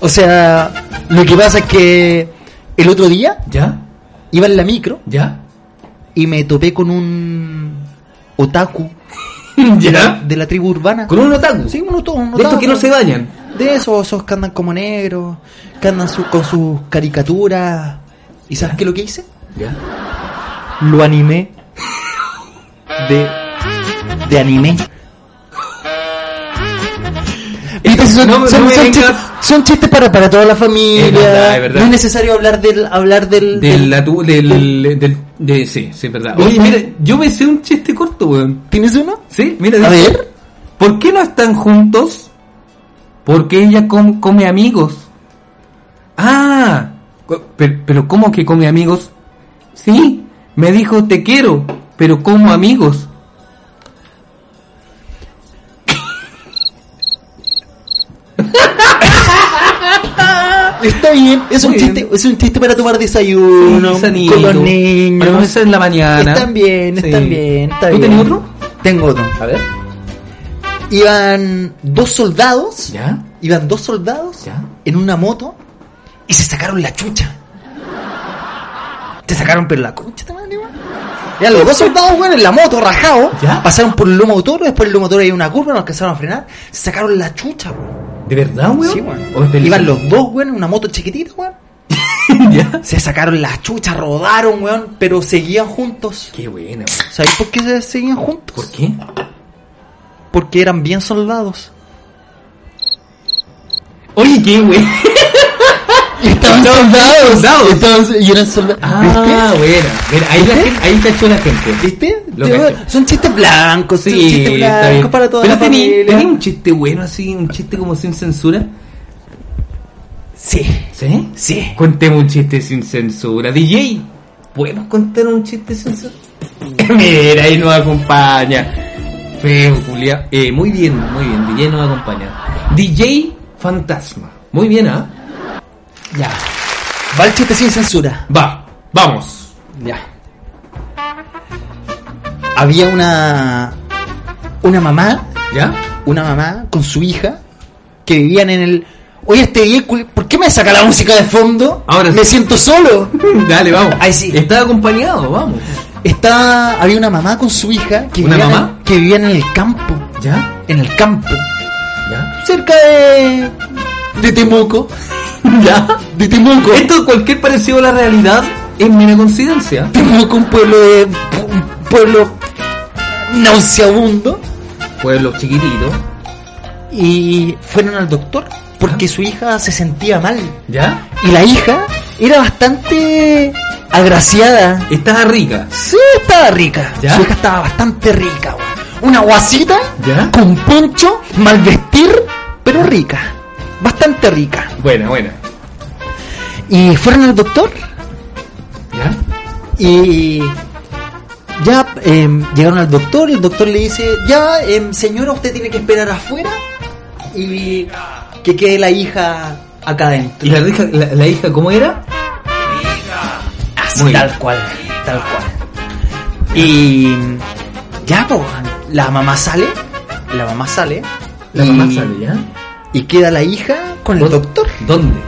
[SPEAKER 3] o sea, lo que pasa es que el otro día
[SPEAKER 1] ¿Ya?
[SPEAKER 3] iba en la micro
[SPEAKER 1] ¿Ya?
[SPEAKER 3] y me topé con un otaku
[SPEAKER 1] ¿Ya?
[SPEAKER 3] de la tribu urbana.
[SPEAKER 1] ¿Con un otaku?
[SPEAKER 3] Sí, un otaku. un
[SPEAKER 1] De estos
[SPEAKER 3] otaku.
[SPEAKER 1] que no se bañan.
[SPEAKER 3] De esos, esos que andan como negros, que andan su- con sus caricaturas. ¿Y sabes qué es lo que hice?
[SPEAKER 1] ¿Ya?
[SPEAKER 3] Lo animé de, de anime. Viste, son,
[SPEAKER 1] No, no
[SPEAKER 3] son-
[SPEAKER 1] me
[SPEAKER 3] son
[SPEAKER 1] vengas.
[SPEAKER 3] chistes, son chistes para, para toda la familia.
[SPEAKER 1] Es verdad, es verdad.
[SPEAKER 3] No es necesario hablar del. Hablar del,
[SPEAKER 1] Del,
[SPEAKER 3] del-
[SPEAKER 1] latu- del, del, de- sí, sí, es verdad. Oye, mira, yo me sé un chiste corto, weón.
[SPEAKER 3] ¿Tienes uno?
[SPEAKER 1] Sí, mira,
[SPEAKER 3] A
[SPEAKER 1] dice,
[SPEAKER 3] ver.
[SPEAKER 1] ¿Por qué no están juntos? Porque ella com- come amigos. Ah, co- pero, pero ¿cómo que come amigos? Sí, me dijo te quiero, pero como amigos.
[SPEAKER 3] Está bien. Es un,
[SPEAKER 1] Muy Ah, bien.
[SPEAKER 3] chiste, es un chiste para tomar desayuno.
[SPEAKER 1] Gusanito.
[SPEAKER 3] con los
[SPEAKER 1] Para
[SPEAKER 3] niños.
[SPEAKER 1] comerse en la mañana.
[SPEAKER 3] Están bien,
[SPEAKER 1] Sí.
[SPEAKER 3] están bien. Está
[SPEAKER 1] ¿Tú
[SPEAKER 3] bien.
[SPEAKER 1] tenés otro?
[SPEAKER 3] Tengo otro.
[SPEAKER 1] A ver.
[SPEAKER 3] Iban dos soldados.
[SPEAKER 1] ¿Ya?
[SPEAKER 3] Iban dos soldados
[SPEAKER 1] Ya.
[SPEAKER 3] en una moto y se sacaron la chucha. Se sacaron pero la concha, de madre, weón. Eran los dos soldados, weón, en la moto, rajado.
[SPEAKER 1] ¿Ya?
[SPEAKER 3] Pasaron por el lomo motor, después el lomo motor hay una curva, no alcanzaron a frenar. Se sacaron la chucha, weón.
[SPEAKER 1] ¿De verdad, weón?
[SPEAKER 3] Sí, weón.
[SPEAKER 1] ¿O es del-
[SPEAKER 3] Iban los dos, weón, en una moto chiquitita, weón.
[SPEAKER 1] ¿Ya?
[SPEAKER 3] Se sacaron la chucha, rodaron, weón, pero seguían juntos.
[SPEAKER 1] Qué buena, weón.
[SPEAKER 3] ¿Sabéis por qué se seguían juntos?
[SPEAKER 1] ¿Por qué?
[SPEAKER 3] Porque eran bien soldados.
[SPEAKER 1] Oye, qué weón.
[SPEAKER 3] Estaban soldados.
[SPEAKER 1] soldados.
[SPEAKER 3] Estaban- y eran soldados.
[SPEAKER 1] Ah, buena. Mira, ahí, la gente, ahí cachó la gente.
[SPEAKER 3] ¿Viste?
[SPEAKER 1] Lo
[SPEAKER 3] Te-
[SPEAKER 1] cacho.
[SPEAKER 3] Son chistes blancos, son chistes
[SPEAKER 1] está
[SPEAKER 3] blancos
[SPEAKER 1] bien.
[SPEAKER 3] para toda
[SPEAKER 1] Pero
[SPEAKER 3] la
[SPEAKER 1] tení,
[SPEAKER 3] familia.
[SPEAKER 1] tení un chiste bueno así, un chiste como sin censura.
[SPEAKER 3] Sí,
[SPEAKER 1] ¿Sí?
[SPEAKER 3] sí.
[SPEAKER 1] Contemos un chiste sin censura. DJ, ¿podemos contar un chiste sin censura? Mira, ahí nos acompaña. Feo, Julia. Eh, muy bien, muy bien. DJ nos acompaña. DJ Fantasma. Muy bien, ¿ah?
[SPEAKER 3] Ya. Va el chiste sin censura.
[SPEAKER 1] Va, vamos.
[SPEAKER 3] Ya. Había una. Una mamá.
[SPEAKER 1] ¿Ya?
[SPEAKER 3] Una mamá con su hija. Que vivían en el. Oye, este DJ, cul- ¿por qué me saca la música de fondo?
[SPEAKER 1] Ahora
[SPEAKER 3] me
[SPEAKER 1] sí.
[SPEAKER 3] siento solo.
[SPEAKER 1] Dale, vamos.
[SPEAKER 3] Ahí sí.
[SPEAKER 1] Está acompañado, vamos.
[SPEAKER 3] Estaba. Había una mamá con su hija. Que
[SPEAKER 1] ¿Una
[SPEAKER 3] vivían en-
[SPEAKER 1] mamá?
[SPEAKER 3] que vivían en el campo.
[SPEAKER 1] ¿Ya?
[SPEAKER 3] En el campo.
[SPEAKER 1] ¿Ya?
[SPEAKER 3] Cerca de. De Temuco.
[SPEAKER 1] ¿Ya?
[SPEAKER 3] De Temuco.
[SPEAKER 1] Esto, cualquier parecido a la realidad, es mera coincidencia.
[SPEAKER 3] Temuco, un pueblo de. Un pueblo. Nauseabundo.
[SPEAKER 1] Pueblo chiquitito.
[SPEAKER 3] y fueron al doctor porque su hija se sentía mal.
[SPEAKER 1] ¿Ya?
[SPEAKER 3] Y la hija era bastante agraciada.
[SPEAKER 1] Estaba rica.
[SPEAKER 3] Sí, estaba rica.
[SPEAKER 1] ¿Ya?
[SPEAKER 3] Su hija estaba bastante rica, weón. Una guasita
[SPEAKER 1] ¿Ya?
[SPEAKER 3] con poncho, mal vestir, pero rica. Bastante rica.
[SPEAKER 1] Buena, buena.
[SPEAKER 3] Y fueron al doctor
[SPEAKER 1] ¿Ya?
[SPEAKER 3] y ya em, llegaron al doctor. El doctor le dice, ya, em, señora, usted tiene que esperar afuera y que quede la hija acá adentro.
[SPEAKER 1] ¿Y la, hija, la, la hija cómo era?
[SPEAKER 3] Así,
[SPEAKER 1] Muy
[SPEAKER 3] tal
[SPEAKER 1] bien.
[SPEAKER 3] cual, tal cual. Y ya, pues, la mamá sale, la mamá sale.
[SPEAKER 1] La
[SPEAKER 3] y,
[SPEAKER 1] mamá sale, ¿ya?
[SPEAKER 3] Y queda la hija con el
[SPEAKER 1] ¿Dó-
[SPEAKER 3] doctor
[SPEAKER 1] ¿Dónde?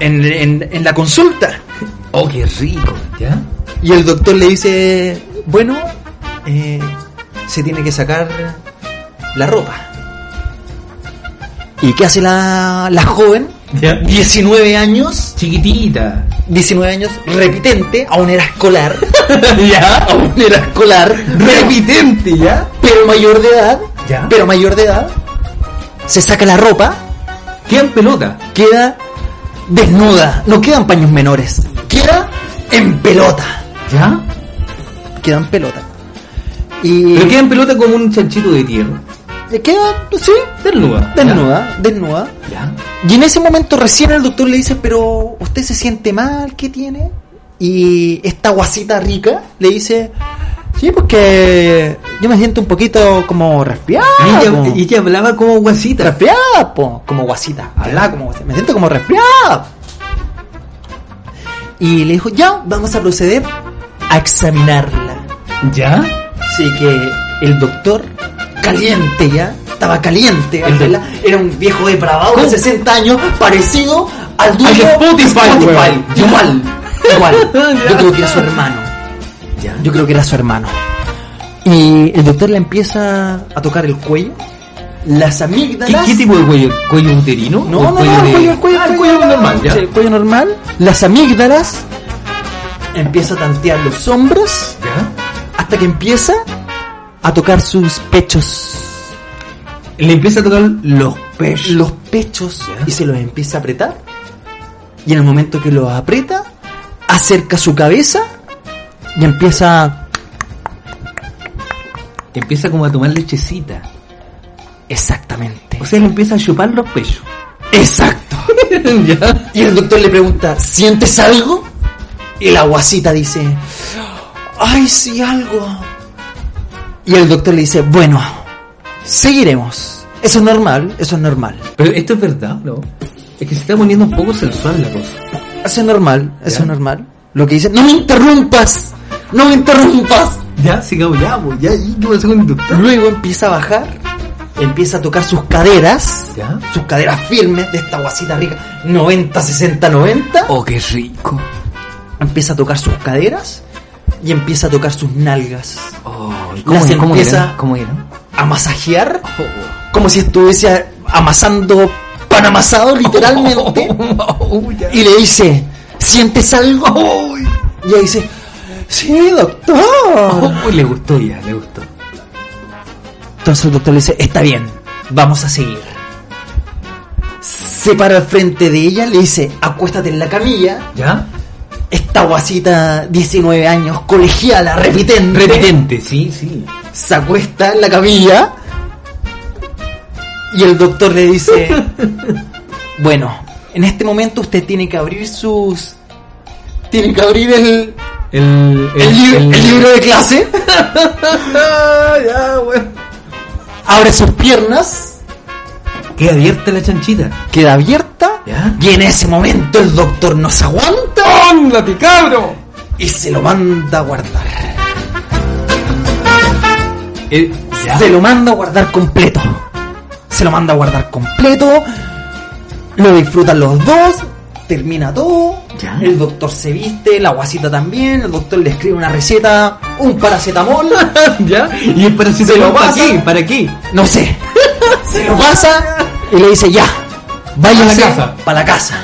[SPEAKER 3] en, en- en la consulta.
[SPEAKER 1] Oh, qué rico. ¿Ya?
[SPEAKER 3] Y el doctor le dice, bueno, eh, se tiene que sacar la ropa. ¿Y qué hace la, la joven?
[SPEAKER 1] ¿Ya?
[SPEAKER 3] 19 años,
[SPEAKER 1] Chiquitita.
[SPEAKER 3] 19 años, repitente, aún era escolar,
[SPEAKER 1] ¿Ya?
[SPEAKER 3] aún era escolar,
[SPEAKER 1] Repitente, ¿ya?
[SPEAKER 3] pero mayor de edad,
[SPEAKER 1] Ya.
[SPEAKER 3] pero mayor de edad, se saca la ropa,
[SPEAKER 1] Queda en pelota.
[SPEAKER 3] queda desnuda, no quedan paños menores, queda en pelota,
[SPEAKER 1] ¿Ya?
[SPEAKER 3] queda en pelota. Y
[SPEAKER 1] Pero queda en pelota como un chanchito de tierra.
[SPEAKER 3] queda, sí,
[SPEAKER 1] Desnuda. ¿ya?
[SPEAKER 3] desnuda, desnuda.
[SPEAKER 1] ¿Ya?
[SPEAKER 3] Y en ese momento recién el doctor le dice, pero usted se siente mal, ¿qué tiene? Y esta guasita rica le dice, sí, porque yo me siento un poquito como resfriada.
[SPEAKER 1] Y
[SPEAKER 3] po".
[SPEAKER 1] ella, y ella hablaba como guasita.
[SPEAKER 3] resfriada, po. como guasita, hablaba como guasita, me siento como resfriada. Y le dijo, ya, vamos a proceder a examinarla.
[SPEAKER 1] ¿Ya?
[SPEAKER 3] Así que el doctor, caliente ya, estaba caliente,
[SPEAKER 1] El doc-
[SPEAKER 3] Ángela, era un viejo depravado de 60 años, parecido al dueño
[SPEAKER 1] Al de Spotify, weón.
[SPEAKER 3] igual, igual.
[SPEAKER 1] Ya.
[SPEAKER 3] Yo creo que era su hermano,
[SPEAKER 1] ¿Ya?
[SPEAKER 3] yo creo que era su hermano. Y el doctor le empieza a tocar el cuello, las
[SPEAKER 1] ¿Qué,
[SPEAKER 3] amígdalas...
[SPEAKER 1] qué tipo de cuello? ¿Cuello uterino?
[SPEAKER 3] No,
[SPEAKER 1] ¿O
[SPEAKER 3] no, no, el
[SPEAKER 1] de-
[SPEAKER 3] cuello, el cuello,
[SPEAKER 1] Ah, el cuello normal, ya.
[SPEAKER 3] Sí, El cuello normal, las amígdalas, empieza a tantear los hombros
[SPEAKER 1] ¿Ya?
[SPEAKER 3] hasta que empieza a tocar sus pechos.
[SPEAKER 1] Le empieza a tocar los pechos.
[SPEAKER 3] Los pechos y se los empieza a apretar. Y en el momento que los aprieta, acerca su cabeza y empieza
[SPEAKER 1] Empieza como a tomar lechecita.
[SPEAKER 3] exactamente.
[SPEAKER 1] O sea, le empieza a chupar los pechos.
[SPEAKER 3] Exacto.
[SPEAKER 1] ¿Ya?
[SPEAKER 3] Y el doctor le pregunta, ¿sientes algo? Y la guasita dice, ¡ay, sí, algo! Y el doctor le dice, bueno, seguiremos. Eso es normal, eso es normal.
[SPEAKER 1] Pero esto es verdad, ¿no? Es que se está poniendo un poco sensual la cosa.
[SPEAKER 3] Eso es normal, eso
[SPEAKER 1] ¿Ya?
[SPEAKER 3] es normal. Lo que dice, ¡no me interrumpas! ¡No me interrumpas!
[SPEAKER 1] Ya, sigamos, ya, pues, ya, ¿y qué pasa con el doctor?
[SPEAKER 3] Luego empieza a bajar, empieza a tocar sus caderas,
[SPEAKER 1] ¿Ya?
[SPEAKER 3] sus caderas firmes de esta guasita rica, 90, 60, 90.
[SPEAKER 1] Oh, qué rico.
[SPEAKER 3] empieza a tocar sus caderas y empieza a tocar sus nalgas,
[SPEAKER 1] Oh, ¿y
[SPEAKER 3] Las
[SPEAKER 1] era?
[SPEAKER 3] empieza-
[SPEAKER 1] era? ¿Cómo era?
[SPEAKER 3] a masajear,
[SPEAKER 1] Oh.
[SPEAKER 3] como si estuviese a- amasando pan amasado literalmente.
[SPEAKER 1] Oh, ya.
[SPEAKER 3] Y le dice, ¿sientes algo? Y ella dice, sí, doctor.
[SPEAKER 1] Oh, le gustó ya, le gustó.
[SPEAKER 3] Entonces el doctor le dice, está bien, vamos a seguir. Se para al frente de ella, le dice, acuéstate en la camilla.
[SPEAKER 1] ¿Ya?
[SPEAKER 3] Esta guasita, 19 años, colegiala, repitente.
[SPEAKER 1] Repetente, sí, sí.
[SPEAKER 3] Se acuesta en la camilla. Y el doctor le dice, bueno, en este momento usted tiene que abrir sus... Tiene que abrir el,
[SPEAKER 1] El,
[SPEAKER 3] el, lib- el libro de clase.
[SPEAKER 1] Ah, ya, bueno.
[SPEAKER 3] abre sus piernas,
[SPEAKER 1] Queda abierta la chanchita.
[SPEAKER 3] queda abierta,
[SPEAKER 1] ¿Ya?
[SPEAKER 3] y en ese momento el doctor no se aguanta
[SPEAKER 1] ¡Ándate, cabro!
[SPEAKER 3] y se lo manda a guardar.
[SPEAKER 1] Eh, ya.
[SPEAKER 3] Se lo manda a guardar completo. Se lo manda a guardar completo. Lo disfrutan los dos. Termina todo.
[SPEAKER 1] Ya.
[SPEAKER 3] El doctor se viste, la guasita también. El doctor le escribe una receta, un paracetamol.
[SPEAKER 1] ¿Ya? ¿Y el
[SPEAKER 3] Se lo
[SPEAKER 1] paracetamol para
[SPEAKER 3] pasa.
[SPEAKER 1] qué? ¿Para qué?
[SPEAKER 3] No sé. Se lo pasa y le dice ya. Vaya
[SPEAKER 1] Pa' la casa.
[SPEAKER 3] Para la casa.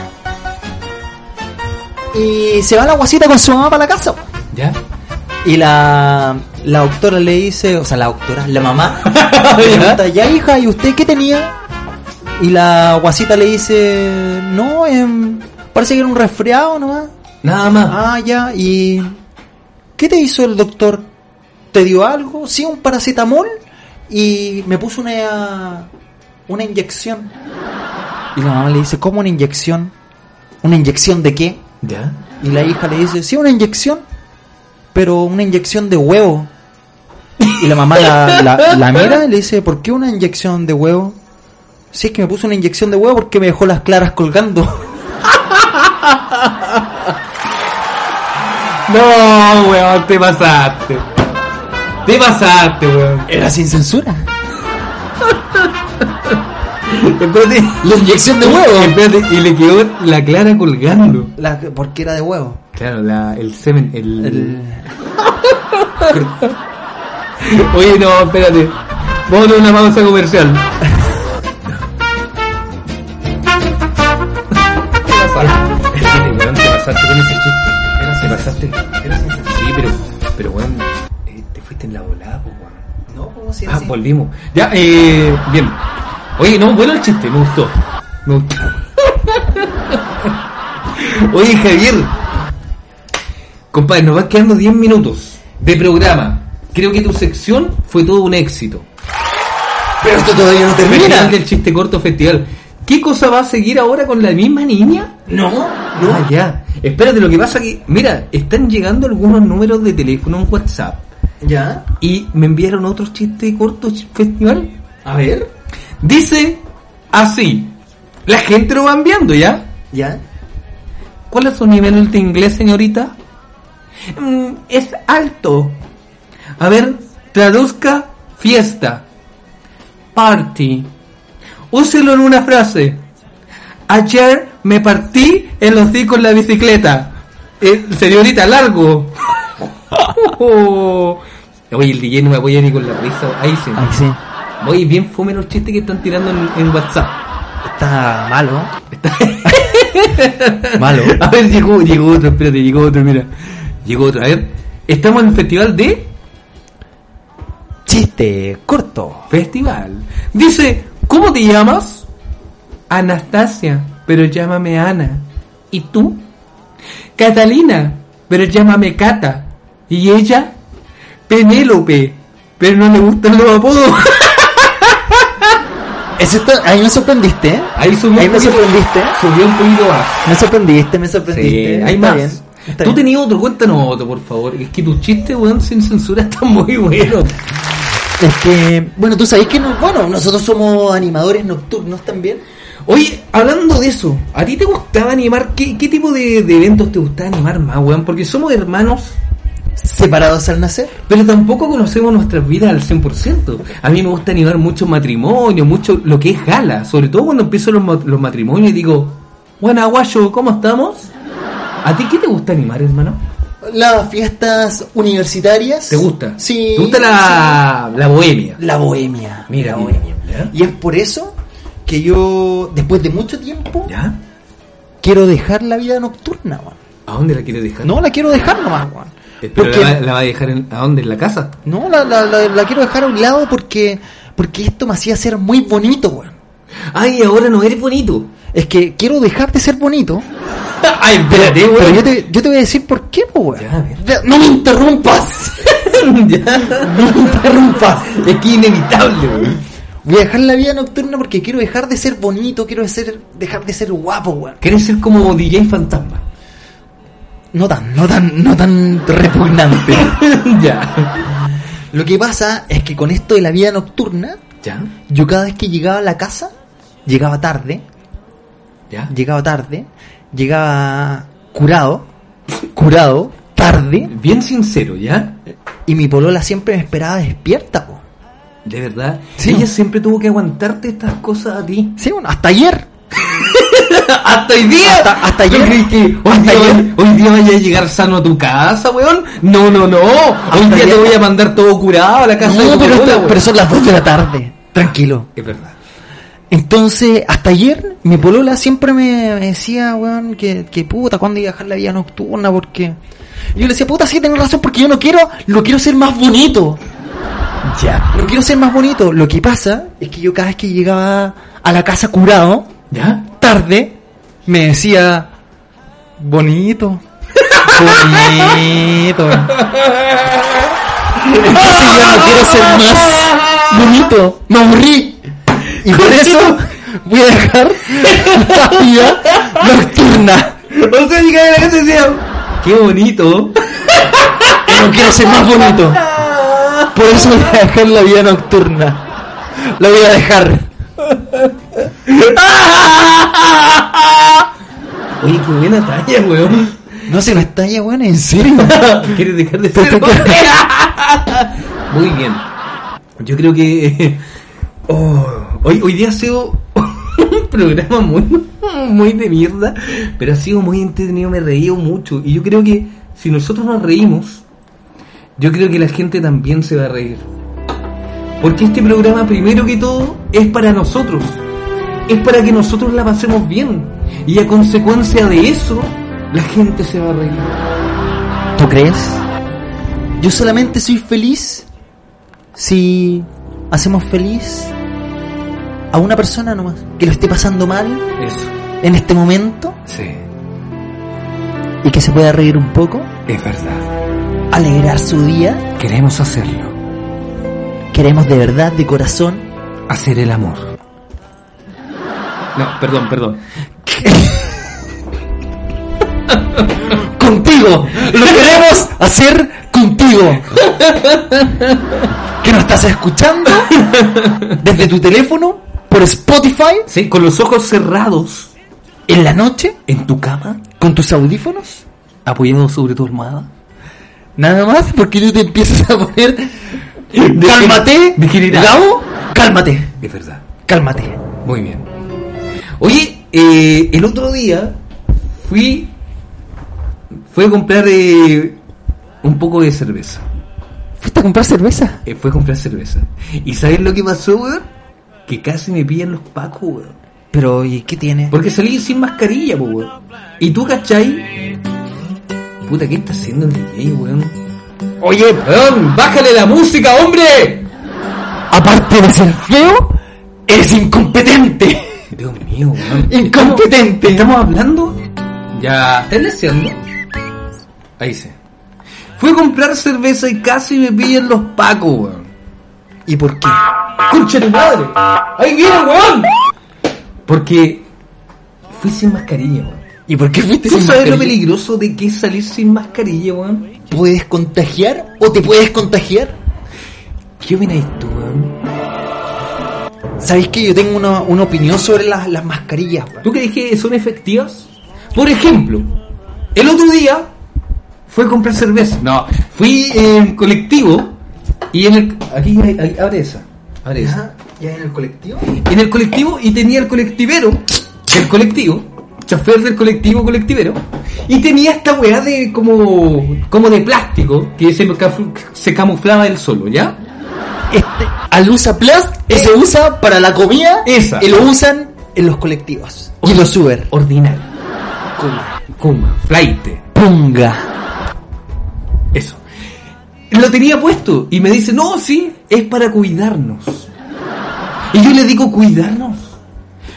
[SPEAKER 3] Y se va la guasita con su mamá para la casa.
[SPEAKER 1] ¿Ya?
[SPEAKER 3] Y la, la doctora le dice, o sea, la doctora, la mamá, le pregunta, ya hija, ¿y usted qué tenía? Y la guasita le dice, no, em, parece que era un resfriado nomás.
[SPEAKER 1] Nada más.
[SPEAKER 3] Ah, ya, ¿y qué te hizo el doctor? ¿Te dio algo? Sí, un paracetamol y me puso una, una inyección. Y la mamá le dice, ¿cómo una inyección? ¿Una inyección de qué?
[SPEAKER 1] ¿Ya?
[SPEAKER 3] Y la hija le dice, sí, una inyección, pero una inyección de huevo. Y la mamá la, la- la mira y le dice, ¿por qué una inyección de huevo? Sí, es que me puso una inyección de huevo porque me dejó las claras colgando.
[SPEAKER 1] No, weón, te pasaste. Te pasaste, weón.
[SPEAKER 3] Era sin censura.
[SPEAKER 1] Espérate.
[SPEAKER 3] La inyección de huevo.
[SPEAKER 1] Espérate, y le quedó la clara colgando.
[SPEAKER 3] La- porque era de huevo.
[SPEAKER 1] Claro, la, el semen, el...
[SPEAKER 3] El-
[SPEAKER 1] Oye, no, espérate. Vamos a hacer una pausa comercial. Espérate, weón, te pasaste con ese chiste. Era, te pasaste. Era, sí, pero, pero, weón, eh, te fuiste en la volada, pues, weón.
[SPEAKER 3] No, ¿cómo se
[SPEAKER 1] Ah,
[SPEAKER 3] dice?
[SPEAKER 1] volvimos. Ya, eh, bien. Oye, no, bueno el chiste, me gustó. Me gustó. Oye, Javier. Compadre, nos van quedando 10 minutos de programa. Creo que tu sección fue todo un éxito.
[SPEAKER 3] Pero esto todavía no
[SPEAKER 1] Festival
[SPEAKER 3] termina.
[SPEAKER 1] del chiste corto festival. ¿Qué cosa va a seguir ahora con la misma niña?
[SPEAKER 3] No,
[SPEAKER 1] Ah,
[SPEAKER 3] no.
[SPEAKER 1] ya. Espérate, lo que pasa que, mira, están llegando algunos números de teléfono en WhatsApp
[SPEAKER 3] Ya.
[SPEAKER 1] y me enviaron otros chistes cortos festival.
[SPEAKER 3] A ver.
[SPEAKER 1] Dice así. La gente lo va enviando, ¿ya?
[SPEAKER 3] Ya.
[SPEAKER 1] ¿Cuál es su nivel de inglés, señorita? "Mm, es alto. A ver, traduzca fiesta. Party. Úselo en una frase. Ayer me partí el hocico en la bicicleta. Eh, señorita, largo. Oye, el DJ no me apoya ni con la risa. Ahí sí.
[SPEAKER 3] Ay, sí.
[SPEAKER 1] Oye, bien fome los chistes que están tirando en, en WhatsApp.
[SPEAKER 3] Está malo. malo.
[SPEAKER 1] A ver, llegó, llegó otro, espérate, llegó otro, mira. Llegó otro, a ver. Estamos en el festival de
[SPEAKER 3] Chiste corto.
[SPEAKER 1] Festival. Dice, ¿cómo te llamas? Anastasia, pero llámame Ana. ¿Y tú? Catalina, pero llámame Cata. ¿Y ella? Penélope, pero no le gustan los apodos.
[SPEAKER 3] Ese está- ahí me sorprendiste. ¿eh?
[SPEAKER 1] Ahí subió,
[SPEAKER 3] Ahí
[SPEAKER 1] un
[SPEAKER 3] me
[SPEAKER 1] poquito-
[SPEAKER 3] sorprendiste.
[SPEAKER 1] subió un poquito más.
[SPEAKER 3] Me sorprendiste, me
[SPEAKER 1] Sí,
[SPEAKER 3] sorprendiste.
[SPEAKER 1] hay
[SPEAKER 3] Está
[SPEAKER 1] más.
[SPEAKER 3] bien, está
[SPEAKER 1] Tú
[SPEAKER 3] bien.
[SPEAKER 1] tenías otro, cuéntanos otro, por favor. Es que tus chistes, weón, sin censura están muy buenos.
[SPEAKER 3] Es que, bueno, tú sabés que no, bueno, nosotros somos animadores nocturnos también.
[SPEAKER 1] Oye, hablando de eso, ¿a ti te gustaba animar? ¿Qué, qué tipo de, de eventos te gustaba animar más, weón? Porque somos hermanos,
[SPEAKER 3] Separados al nacer.
[SPEAKER 1] pero tampoco conocemos nuestras vidas al 100%. A mí me gusta animar mucho matrimonio, mucho lo que es gala. Sobre todo cuando empiezo los, ma- los matrimonios y digo, bueno, aguayo, ¿cómo estamos? ¿A ti qué te gusta animar, hermano?
[SPEAKER 3] Eh, las fiestas universitarias.
[SPEAKER 1] ¿Te gusta?
[SPEAKER 3] Sí.
[SPEAKER 1] ¿Te gusta la, la bohemia?
[SPEAKER 3] sí. La bohemia.
[SPEAKER 1] Mira, mira,
[SPEAKER 3] la bohemia.
[SPEAKER 1] ¿ya?
[SPEAKER 3] Y es por eso que yo, después de mucho tiempo,
[SPEAKER 1] ¿Ya?
[SPEAKER 3] quiero dejar la vida nocturna, weón.
[SPEAKER 1] ¿A dónde la quieres dejar?
[SPEAKER 3] No, la quiero dejar nomás, weón.
[SPEAKER 1] Eh, ¿Pero
[SPEAKER 3] Porque,
[SPEAKER 1] la, va- la va a dejar en, a dónde? ¿En la casa?
[SPEAKER 3] no, la, la- la- la quiero dejar a un lado porque, porque esto me hacía ser muy bonito, weón.
[SPEAKER 1] Ay, ahora no eres bonito.
[SPEAKER 3] Es que quiero dejar de ser bonito.
[SPEAKER 1] Ay, espérate,
[SPEAKER 3] Pero yo
[SPEAKER 1] weón.
[SPEAKER 3] te, yo te voy a decir por qué, po, weón.
[SPEAKER 1] Ya, a ver.
[SPEAKER 3] Ya, ¡No me interrumpas!
[SPEAKER 1] Ya.
[SPEAKER 3] ¡No me interrumpas!
[SPEAKER 1] Es que inevitable, weón.
[SPEAKER 3] Voy a dejar la vida nocturna porque quiero dejar de ser bonito, quiero de ser, dejar de ser guapo, weón.
[SPEAKER 1] Quieres ser como DJ fantasma.
[SPEAKER 3] No tan, no tan, no tan repugnante.
[SPEAKER 1] ya.
[SPEAKER 3] Lo que pasa es que con esto de la vida nocturna,
[SPEAKER 1] Ya.
[SPEAKER 3] yo cada vez que llegaba a la casa, llegaba tarde,
[SPEAKER 1] Ya.
[SPEAKER 3] llegaba tarde, llegaba curado, curado, tarde,
[SPEAKER 1] Bien sincero, ¿ya?
[SPEAKER 3] y mi polola siempre me esperaba despierta, po.
[SPEAKER 1] De verdad.
[SPEAKER 3] Sí.
[SPEAKER 1] Ella siempre tuvo que aguantarte estas cosas a ti.
[SPEAKER 3] Sí, bueno, hasta ayer.
[SPEAKER 1] ¡Hasta hoy día!
[SPEAKER 3] Hasta- hasta
[SPEAKER 1] ¿Tú
[SPEAKER 3] ayer.
[SPEAKER 1] crees que hoy,
[SPEAKER 3] Hasta
[SPEAKER 1] día,
[SPEAKER 3] ayer.
[SPEAKER 1] hoy día vaya a llegar sano a tu casa, weón? No, no, no. hoy día
[SPEAKER 3] ayer.
[SPEAKER 1] te voy a mandar todo curado a la casa de
[SPEAKER 3] No,
[SPEAKER 1] tu
[SPEAKER 3] pero,
[SPEAKER 1] polola,
[SPEAKER 3] esto-
[SPEAKER 1] weón.
[SPEAKER 3] pero son las 2 de la tarde. Tranquilo.
[SPEAKER 1] Es verdad.
[SPEAKER 3] Entonces, hasta ayer, mi polola siempre me me decía, weón, que, que puta, ¿cuándo iba a dejar la vida nocturna? Porque... Yo le decía, puta, sí, tenés razón, porque yo no quiero, lo quiero ser más bonito.
[SPEAKER 1] Ya.
[SPEAKER 3] Lo quiero ser más bonito. Lo que pasa es que yo cada vez que llegaba a la casa curado,
[SPEAKER 1] ¿Ya?
[SPEAKER 3] tarde, me decía, bonito.
[SPEAKER 1] Eh,
[SPEAKER 3] Bonito. Entonces yo no quiero ser más bonito. Me aburrí. Y por eso voy a dejar la vida nocturna.
[SPEAKER 1] O sea, llegaba a la casa y decía, qué bonito.
[SPEAKER 3] No quiero ser más bonito. Por eso voy a dejar la vida nocturna. La voy a dejar.
[SPEAKER 1] Oye, qué buena talla, weón.
[SPEAKER 3] No se me está ya buena, en serio.
[SPEAKER 1] ¿Quieres dejar de
[SPEAKER 3] Te
[SPEAKER 1] ser?
[SPEAKER 3] toca-
[SPEAKER 1] Muy bien. Yo creo que. oh, hoy, hoy día ha sido un programa muy, muy de mierda, pero ha sido muy entretenido, me he reído mucho. Y yo creo que si nosotros nos reímos, yo creo que la gente también se va a reír. Porque este programa, primero que todo, es para nosotros. Es para que nosotros la pasemos bien. Y a consecuencia de eso, la gente se va a reír.
[SPEAKER 3] ¿Tú crees? Yo solamente soy feliz si hacemos feliz a una persona nomás que lo esté pasando mal
[SPEAKER 1] Eso.
[SPEAKER 3] en este momento
[SPEAKER 1] Sí,
[SPEAKER 3] y que se pueda reír un poco,
[SPEAKER 1] es verdad.
[SPEAKER 3] alegrar su día.
[SPEAKER 1] Queremos hacerlo.
[SPEAKER 3] Queremos de verdad, de corazón,
[SPEAKER 1] Hacer el amor. No, perdón, perdón.
[SPEAKER 3] contigo. Lo queremos hacer contigo. Que nos estás escuchando desde tu teléfono, por Spotify,
[SPEAKER 1] Sí, con los ojos cerrados
[SPEAKER 3] en la noche,
[SPEAKER 1] en tu cama,
[SPEAKER 3] con tus audífonos.
[SPEAKER 1] apoyado sobre tu almohada.
[SPEAKER 3] Nada más porque tú te empiezas a poner. cálmate,
[SPEAKER 1] degenerado.
[SPEAKER 3] Gabo, cálmate,
[SPEAKER 1] Es verdad.
[SPEAKER 3] cálmate.
[SPEAKER 1] Muy bien. Oye, eh, el otro día fui fui a comprar eh, un poco de cerveza.
[SPEAKER 3] ¿Fuiste a comprar cerveza?
[SPEAKER 1] Eh, fui a comprar cerveza. ¿Y sabes lo que pasó, weón? Que casi me pillan los pacos, weón.
[SPEAKER 3] Pero, ¿y qué tiene?
[SPEAKER 1] Porque salí sin mascarilla, po, weón. Y tú, ¿cachai? Puta, ¿qué está haciendo el DJ, weón? Oye, weón, bájale la música, hombre.
[SPEAKER 3] Aparte de ser feo, eres incompetente.
[SPEAKER 1] Dios mío, weón.
[SPEAKER 3] Incompetente.
[SPEAKER 1] ¿Estamos hablando? Ya. ¿Estás deseando? Ahí sí. Fui a comprar cerveza y casi me pillan los pacos, weón.
[SPEAKER 3] ¿Y por qué?
[SPEAKER 1] ¡Concha tu madre! ¡Ahí viene, weón! Porque fui sin mascarilla, weón.
[SPEAKER 3] ¿Y por qué fuiste
[SPEAKER 1] ¿Tú
[SPEAKER 3] sin
[SPEAKER 1] sabes lo
[SPEAKER 3] mascarilla?
[SPEAKER 1] peligroso de que es salir sin mascarilla, weón?
[SPEAKER 3] ¿Puedes contagiar o te puedes contagiar?
[SPEAKER 1] ¿Qué opináis tú, weón?
[SPEAKER 3] ¿Sabéis que yo tengo una, una opinión sobre las, las mascarillas? weón?
[SPEAKER 1] ¿Tú crees que son efectivas? Por ejemplo, el otro día fue a comprar cerveza. No, fui en colectivo y en el... Aquí, hay- hay- abre esa. Abre
[SPEAKER 3] ¿Ah?
[SPEAKER 1] esa.
[SPEAKER 3] Ajá, ¿Ya en el colectivo?
[SPEAKER 1] En el colectivo y tenía el colectivero del colectivo chofer del colectivo colectivero, y tenía esta weá de como, como de plástico que se, cafu- se camuflaba él solo, ¿ya?
[SPEAKER 3] Este, al usa Plast que se usa para la comida
[SPEAKER 1] Esa.
[SPEAKER 3] y lo usan en los colectivos. Y los Uber.
[SPEAKER 1] Ordinario. Kuma, flight,
[SPEAKER 3] Punga.
[SPEAKER 1] eso. Lo tenía puesto y me dice, no, sí, es para cuidarnos. Y yo le digo, cuidarnos.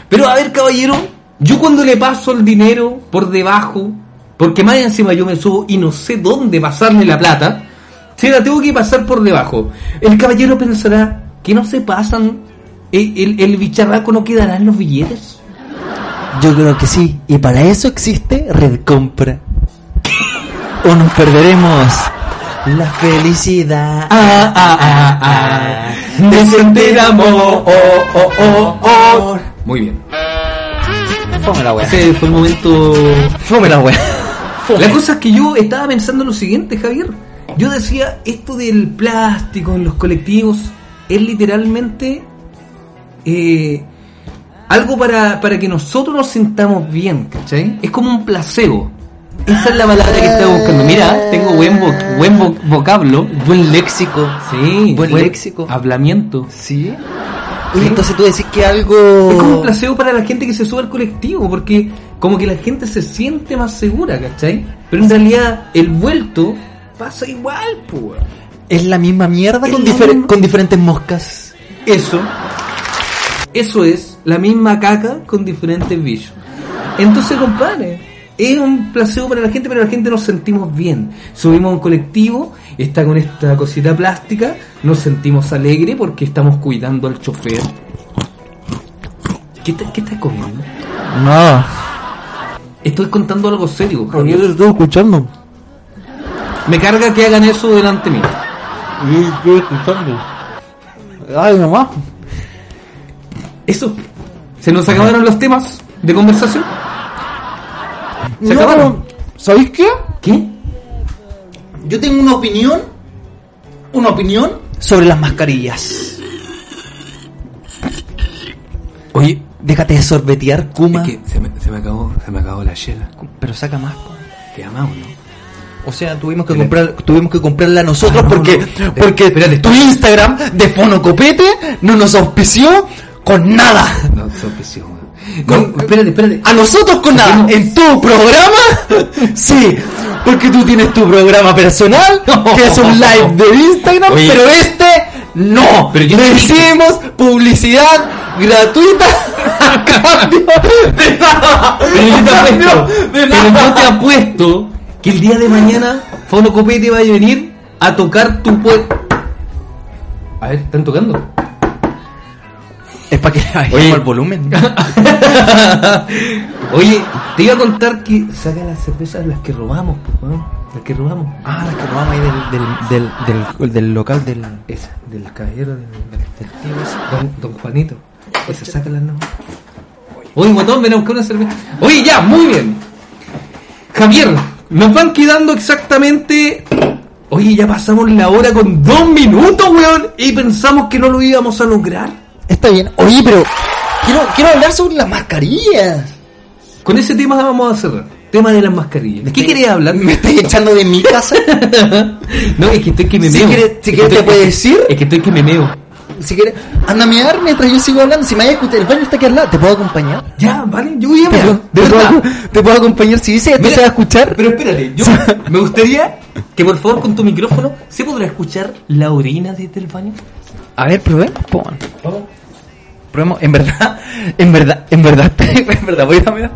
[SPEAKER 1] Pero a ver, caballero, yo cuando le paso el dinero por debajo, porque más encima yo me subo y no sé dónde pasarme la plata, se la tengo que pasar por debajo. El caballero pensará que no se pasan, el, el- el bicharraco no quedará en los billetes.
[SPEAKER 3] Yo creo que sí. Y para eso existe Red Compra. o nos perderemos la felicidad.
[SPEAKER 1] ah, ah, ah, ah, de sentir amor, oh, oh, oh, oh. Muy bien.
[SPEAKER 3] Fome la wea.
[SPEAKER 1] Ese fue el momento.
[SPEAKER 3] Fome la wea.
[SPEAKER 1] La cosa es que yo estaba pensando lo siguiente, Javier. Yo decía, esto del plástico en los colectivos es literalmente eh, algo para, para que nosotros nos sintamos bien, ¿cachai? Es como un placebo. Esa es la palabra que estaba buscando. Mira, tengo buen, vo- buen vo- vocablo.
[SPEAKER 3] Buen léxico.
[SPEAKER 1] Sí,
[SPEAKER 3] Buen léxico.
[SPEAKER 1] Hablamiento.
[SPEAKER 3] Sí.
[SPEAKER 1] Sí.
[SPEAKER 3] Oye, entonces tú decís que
[SPEAKER 1] Es como un
[SPEAKER 3] algo.
[SPEAKER 1] placebo para la gente que se sube al colectivo, porque como que la gente se siente más segura, ¿cachai? Pero en realidad el vuelto pasa igual, pues.
[SPEAKER 3] Es la misma mierda
[SPEAKER 1] Es
[SPEAKER 3] con,
[SPEAKER 1] la
[SPEAKER 3] difer-
[SPEAKER 1] misma-
[SPEAKER 3] con diferentes moscas.
[SPEAKER 1] Eso, eso es la misma caca con diferentes bichos. Entonces, compadre, es un placebo para la gente, pero la gente nos sentimos bien. Subimos a un colectivo, está con esta cosita plástica, nos sentimos alegre porque estamos cuidando al chofer. ¿Qué estás qué estás comiendo?
[SPEAKER 3] No.
[SPEAKER 1] Estoy contando algo serio,
[SPEAKER 3] Yo
[SPEAKER 1] Javier.
[SPEAKER 3] te estoy escuchando.
[SPEAKER 1] Me carga que hagan eso delante mío.
[SPEAKER 3] Yo estoy escuchando. Ay, mamá.
[SPEAKER 1] Eso. Se nos acabaron los temas de conversación.
[SPEAKER 3] No,
[SPEAKER 1] acabaron.
[SPEAKER 3] ¿Sabéis qué?
[SPEAKER 1] ¿Qué?
[SPEAKER 3] Yo tengo una opinión. Una opinión sobre las mascarillas. Oye, déjate de sorbetear, Kuma.
[SPEAKER 1] se me, se me acabó, se me acabó la chela.
[SPEAKER 3] Pero saca más. po.
[SPEAKER 1] Te amamos, ¿no?
[SPEAKER 3] O sea, Ah, tuvimos que
[SPEAKER 1] Dele.
[SPEAKER 3] comprar, tuvimos que comprarla nosotros
[SPEAKER 1] Ah, no,
[SPEAKER 3] porque,
[SPEAKER 1] no.
[SPEAKER 3] porque
[SPEAKER 1] Espérate.
[SPEAKER 3] tu Instagram de Fonocopete no nos auspició con nada.
[SPEAKER 1] No, sos pésimo, weón. Con- espérate, espérate.
[SPEAKER 3] A nosotros con nada.
[SPEAKER 1] Seguimos.
[SPEAKER 3] En tu programa, sí. Porque tú tienes tu programa personal, que es un live de Instagram,
[SPEAKER 1] Oye.
[SPEAKER 3] pero este no.
[SPEAKER 1] Pero yo
[SPEAKER 3] Le
[SPEAKER 1] te dije-
[SPEAKER 3] hicimos publicidad gratuita a cambio de nada.
[SPEAKER 1] Pero yo te
[SPEAKER 3] A cambio
[SPEAKER 1] apuesto,
[SPEAKER 3] de
[SPEAKER 1] pero yo
[SPEAKER 3] nada.
[SPEAKER 1] te apuesto que el día de mañana Fono Copete va a venir a tocar tu puerta. A ver, ¿están tocando?
[SPEAKER 3] Es para que bajemos
[SPEAKER 1] Oye.
[SPEAKER 3] el volumen.
[SPEAKER 1] Oye, te iba a contar que saca las cervezas las que robamos, pues, weón. Las que robamos.
[SPEAKER 3] Ah, la que robamos ahí del, del, del, del, del local del.
[SPEAKER 1] Esa, de los caballeros del, del tío ese, don, don Juanito. Pues se saca las notas. Oye, botón, ven a buscar una cerveza. Oye, ya, muy bien. Javier, nos van quedando exactamente. Oye, ya pasamos la hora con dos minutos, weón. Y pensamos que no lo íbamos a lograr.
[SPEAKER 3] Está bien. Oye, pero. Quiero, quiero hablar sobre las mascarillas.
[SPEAKER 1] Con ese tema vamos a cerrar. Tema de las mascarillas. ¿De qué querés hablar?
[SPEAKER 3] ¿Me estás echando de mi casa?
[SPEAKER 1] no, es que estoy que me
[SPEAKER 3] Si
[SPEAKER 1] meo.
[SPEAKER 3] quieres- si
[SPEAKER 1] Es que
[SPEAKER 3] quieres te
[SPEAKER 1] estoy-
[SPEAKER 3] puedes decir.
[SPEAKER 1] Es que estoy que me meo.
[SPEAKER 3] si quieres, anda a mirar mientras yo sigo hablando. Si me vayas a escuchar, el baño está aquí al lado. ¿Te puedo acompañar?
[SPEAKER 1] Ya, vale, yo voy a
[SPEAKER 3] ¿Te
[SPEAKER 1] mear,
[SPEAKER 3] puedo,
[SPEAKER 1] de
[SPEAKER 3] te puedo-
[SPEAKER 1] verdad.
[SPEAKER 3] te puedo acompañar si dices, te
[SPEAKER 1] Mira,
[SPEAKER 3] se va a escuchar.
[SPEAKER 1] Pero espérate, yo me gustaría que por favor con tu micrófono se podrá escuchar la orina desde el baño.
[SPEAKER 3] A ver, probemos, po, man. Probemos. En verdad, en verdad, en verdad, en verdad, voy a ir a mirar.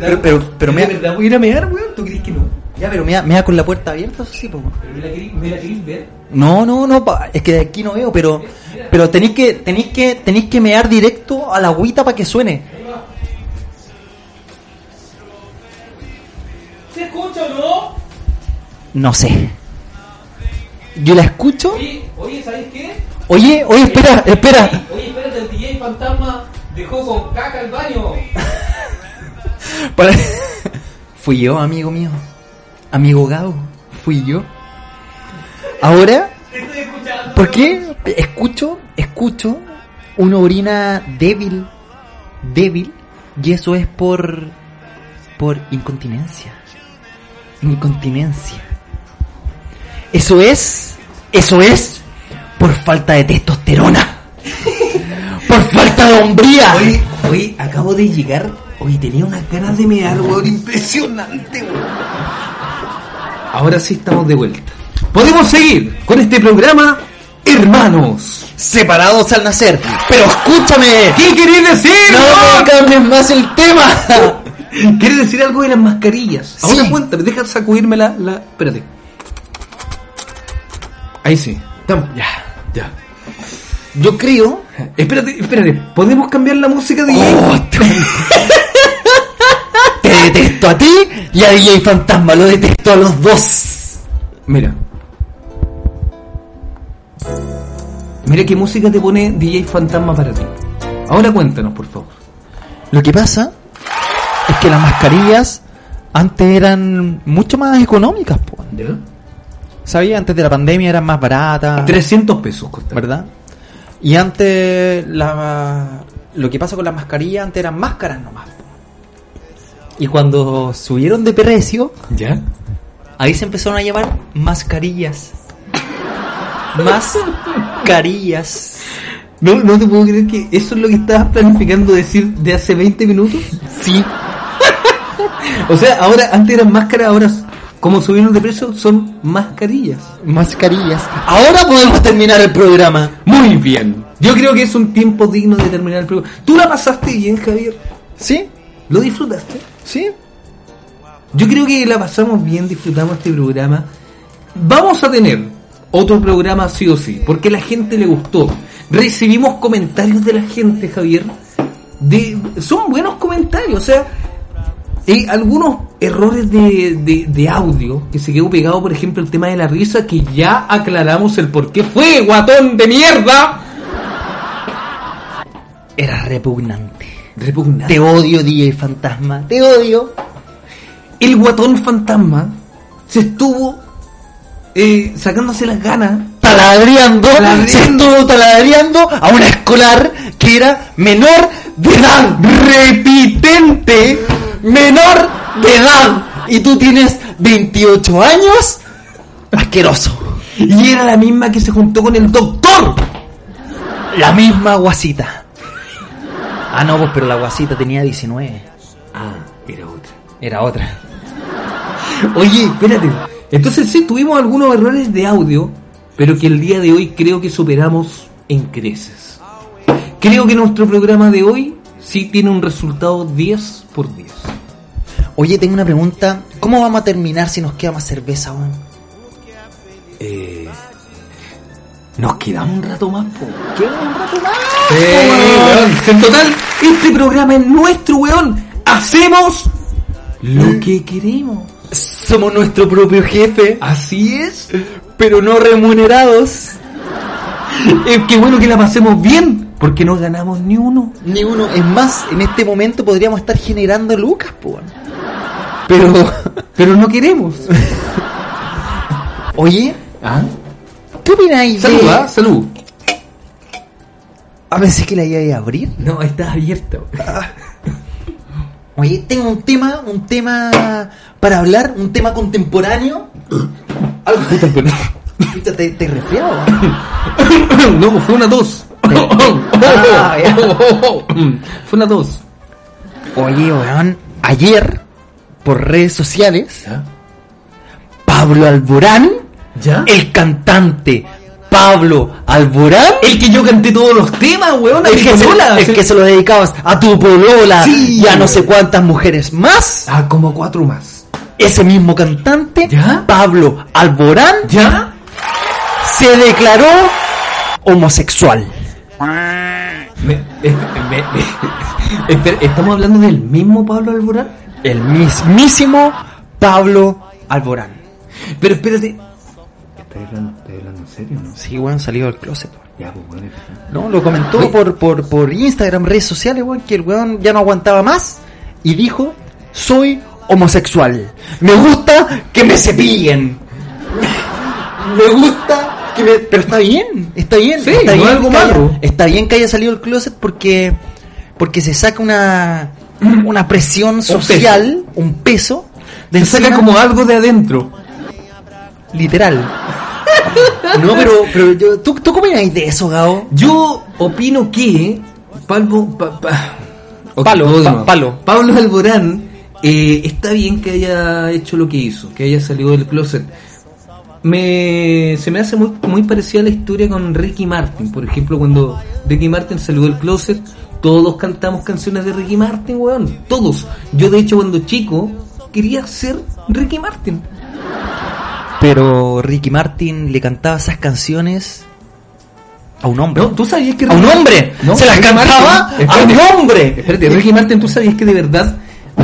[SPEAKER 3] Pero, pero, pero
[SPEAKER 1] ¿De
[SPEAKER 3] mira,
[SPEAKER 1] verdad voy a ir a mear, weón? ¿Tú crees que no?
[SPEAKER 3] ya, pero mira, mira con la puerta abierta, eso sí, po, man.
[SPEAKER 1] ¿Pero me la querís- me la querís ver?
[SPEAKER 3] No, no, no, pa- es que de aquí no veo, pero pero tenéis que tenéis que tenéis que mear directo a la agüita para que suene.
[SPEAKER 1] ¿Se escucha o
[SPEAKER 3] No sé. Yo la escucho.
[SPEAKER 1] no? Oye, ¿sabes qué?
[SPEAKER 3] Oye, oye, espera, espera.
[SPEAKER 1] Oye, espérate, el DJ fantasma dejó con caca el baño.
[SPEAKER 3] Para- Fui yo, amigo mío. Amigo Gabo, fui yo. Ahora, ¿por qué escucho, escucho una orina débil, débil, y eso es por
[SPEAKER 2] por incontinencia. Incontinencia. Eso es, eso es por falta de testosterona. Por falta de hombría.
[SPEAKER 1] Oye, oye, acabo de llegar. Oye, tenía unas ganas de mirar, weón. Impresionante, weón. Ahora sí estamos de vuelta. Podemos seguir con este programa, hermanos.
[SPEAKER 3] Separados al nacer. Pero escúchame.
[SPEAKER 1] ¿Qué querés decir?
[SPEAKER 3] No me cambies más el tema.
[SPEAKER 1] weón? ¿Quieres decir algo de las mascarillas?
[SPEAKER 3] Sí.
[SPEAKER 1] Ahora cuéntame, deja sacudirme la, la. Espérate. Ahí sí. Tam- Ya, ya.
[SPEAKER 3] Yo creo.
[SPEAKER 1] Espérate, espérate. ¿Podemos cambiar la música de
[SPEAKER 3] Oh, te- te detesto a ti y a DJ Fantasma. Lo detesto a los dos.
[SPEAKER 1] Mira. Mira qué música te pone DJ Fantasma para ti. Ahora cuéntanos, por favor.
[SPEAKER 3] Lo que pasa es que las mascarillas antes eran mucho más económicas, po. ¿sabía? Antes de la pandemia eran más baratas,
[SPEAKER 1] 300 pesos costaron.
[SPEAKER 3] ¿verdad? Y antes la, lo que pasa con las mascarillas antes eran máscaras nomás. po. Y cuando subieron de precio,
[SPEAKER 1] ¿Ya?
[SPEAKER 3] ahí se empezaron a llamar mascarillas. mascarillas.
[SPEAKER 1] No, no te puedo creer que eso es lo que estabas planificando decir de hace 20 minutos.
[SPEAKER 3] Sí,
[SPEAKER 1] O sea, ahora antes eran máscaras, ahora como subieron de precio son mascarillas.
[SPEAKER 3] mascarillas. Ahora podemos terminar el programa.
[SPEAKER 1] Muy bien. Yo creo que es un tiempo digno de terminar el programa. Tú la pasaste bien, Javier.
[SPEAKER 3] ¿Sí?
[SPEAKER 1] ¿Lo disfrutaste?
[SPEAKER 3] ¿Sí?
[SPEAKER 1] Yo creo que la pasamos bien, disfrutamos este programa. Vamos a tener otro programa sí o sí, porque la gente le gustó. Recibimos comentarios de la gente, Javier. De, son buenos comentarios, o sea, eh, algunos errores de, de- de audio que se quedó pegado, por ejemplo, el tema de la risa, que ya aclaramos el por qué fue, guatón de mierda.
[SPEAKER 2] Era repugnante.
[SPEAKER 1] Repugnante.
[SPEAKER 2] Te odio, DJ Fantasma. Te odio.
[SPEAKER 1] el guatón fantasma se estuvo eh, sacándose las ganas
[SPEAKER 3] taladreando,
[SPEAKER 1] Taladreando.
[SPEAKER 3] se estuvo taladreando a una escolar que era menor de edad, repitente, menor de edad, y tú tienes 28 años, asqueroso,
[SPEAKER 1] Y era la misma que se juntó con el doctor.
[SPEAKER 3] la misma guasita.
[SPEAKER 2] Ah, no, pues, pero la guasita tenía 19.
[SPEAKER 1] Ah, era otra.
[SPEAKER 2] Era otra.
[SPEAKER 1] Oye, espérate. Entonces sí, tuvimos algunos errores de audio, pero que el día de hoy creo que superamos en creces. Creo que nuestro programa de hoy sí tiene un resultado 10 por 10.
[SPEAKER 3] Oye, tengo una pregunta, ¿cómo vamos a terminar si nos queda más cerveza, weón?
[SPEAKER 1] Eh, nos quedamos un rato más, po.
[SPEAKER 3] más?
[SPEAKER 1] Sí, weón. En total, este programa es nuestro, weón. Hacemos lo que queremos.
[SPEAKER 3] Somos nuestro propio jefe,
[SPEAKER 1] Así es.
[SPEAKER 3] pero no remunerados.
[SPEAKER 1] Es que bueno que la pasemos bien, porque no ganamos ni uno.
[SPEAKER 3] Ni uno. Es más, en este momento podríamos estar generando lucas, pues, por. Pero,
[SPEAKER 1] Pero no queremos.
[SPEAKER 3] oye,
[SPEAKER 1] ¿Ah?
[SPEAKER 3] ¿qué opináis
[SPEAKER 1] Salud,
[SPEAKER 3] de...?
[SPEAKER 1] ¿ah? Salud.
[SPEAKER 3] A veces que la iba a abrir.
[SPEAKER 1] No, está abierto.
[SPEAKER 3] Oye, tengo un tema, un tema para hablar, un tema contemporáneo. Algo Puta, te, te resfriado. ¿eh?
[SPEAKER 1] no, fue una dos. Oh,
[SPEAKER 3] Ah, ya.
[SPEAKER 1] Mm, Fue una dos.
[SPEAKER 3] Oye, weón, ayer, por redes sociales, Pablo Alborán,
[SPEAKER 1] ¿Ya? El,
[SPEAKER 3] el cantante Pablo Alborán,
[SPEAKER 1] el que yo canté todos los temas, weón.
[SPEAKER 3] El que, se, el que se lo dedicabas a tu polola
[SPEAKER 1] Sí.
[SPEAKER 3] y a no sé cuántas mujeres más.
[SPEAKER 1] Ah, como cuatro más.
[SPEAKER 3] Ese mismo cantante,
[SPEAKER 1] ¿Ya?
[SPEAKER 3] Pablo Alborán,
[SPEAKER 1] ¿Ya?
[SPEAKER 3] se declaró homosexual.
[SPEAKER 1] Me- eh, me- me- Espera, ¿Estamos hablando del mismo Pablo Alborán?
[SPEAKER 3] El mismísimo Pablo Alborán.
[SPEAKER 1] Pero espérate. ¿Estás hablando, estás hablando en serio o no?
[SPEAKER 3] Sí, bueno, salió del closet. weón.
[SPEAKER 1] Ya, pues, weón.
[SPEAKER 3] No, lo comentó
[SPEAKER 1] Oye.
[SPEAKER 3] por, por, por Instagram, redes sociales, weón, que el weón ya no aguantaba más y dijo, soy homosexual. Me gusta que me cepillen. Me gusta que me... Pero está bien, está bien.
[SPEAKER 1] Sí,
[SPEAKER 3] está
[SPEAKER 1] no
[SPEAKER 3] bien
[SPEAKER 1] es algo
[SPEAKER 3] que haya-
[SPEAKER 1] malo.
[SPEAKER 3] Está bien que haya salido del closet porque, porque se saca una, una presión social, un peso, de
[SPEAKER 1] Te saca
[SPEAKER 3] encima,
[SPEAKER 1] como algo de adentro.
[SPEAKER 3] literal. No, pero, pero yo- ¿tú, ¿tú cómo opinas de eso, Gao?
[SPEAKER 1] Yo opino que Palvo, pa- pa- Ok,
[SPEAKER 3] Palo,
[SPEAKER 1] todo de
[SPEAKER 3] pa-
[SPEAKER 1] nuevo.
[SPEAKER 3] palo.
[SPEAKER 1] Pablo Alborán eh, está bien que haya hecho lo que hizo, que haya salido del closet. Me, se me hace muy, muy parecida a la historia con Ricky Martin. Por ejemplo, cuando Ricky Martin salió del closet, todos cantamos canciones de Ricky Martin, weón. Todos. Yo, de hecho, cuando chico, quería ser Ricky Martin.
[SPEAKER 3] Pero Ricky Martin le cantaba esas canciones a un hombre.
[SPEAKER 1] No, tú sabías que
[SPEAKER 3] a un hombre.
[SPEAKER 1] No,
[SPEAKER 3] Se las
[SPEAKER 1] Ricky
[SPEAKER 3] cantaba
[SPEAKER 1] Martin.
[SPEAKER 3] a un
[SPEAKER 1] Espérate.
[SPEAKER 3] hombre.
[SPEAKER 1] Espérate, Ricky Martin, ¿tú sabías que de verdad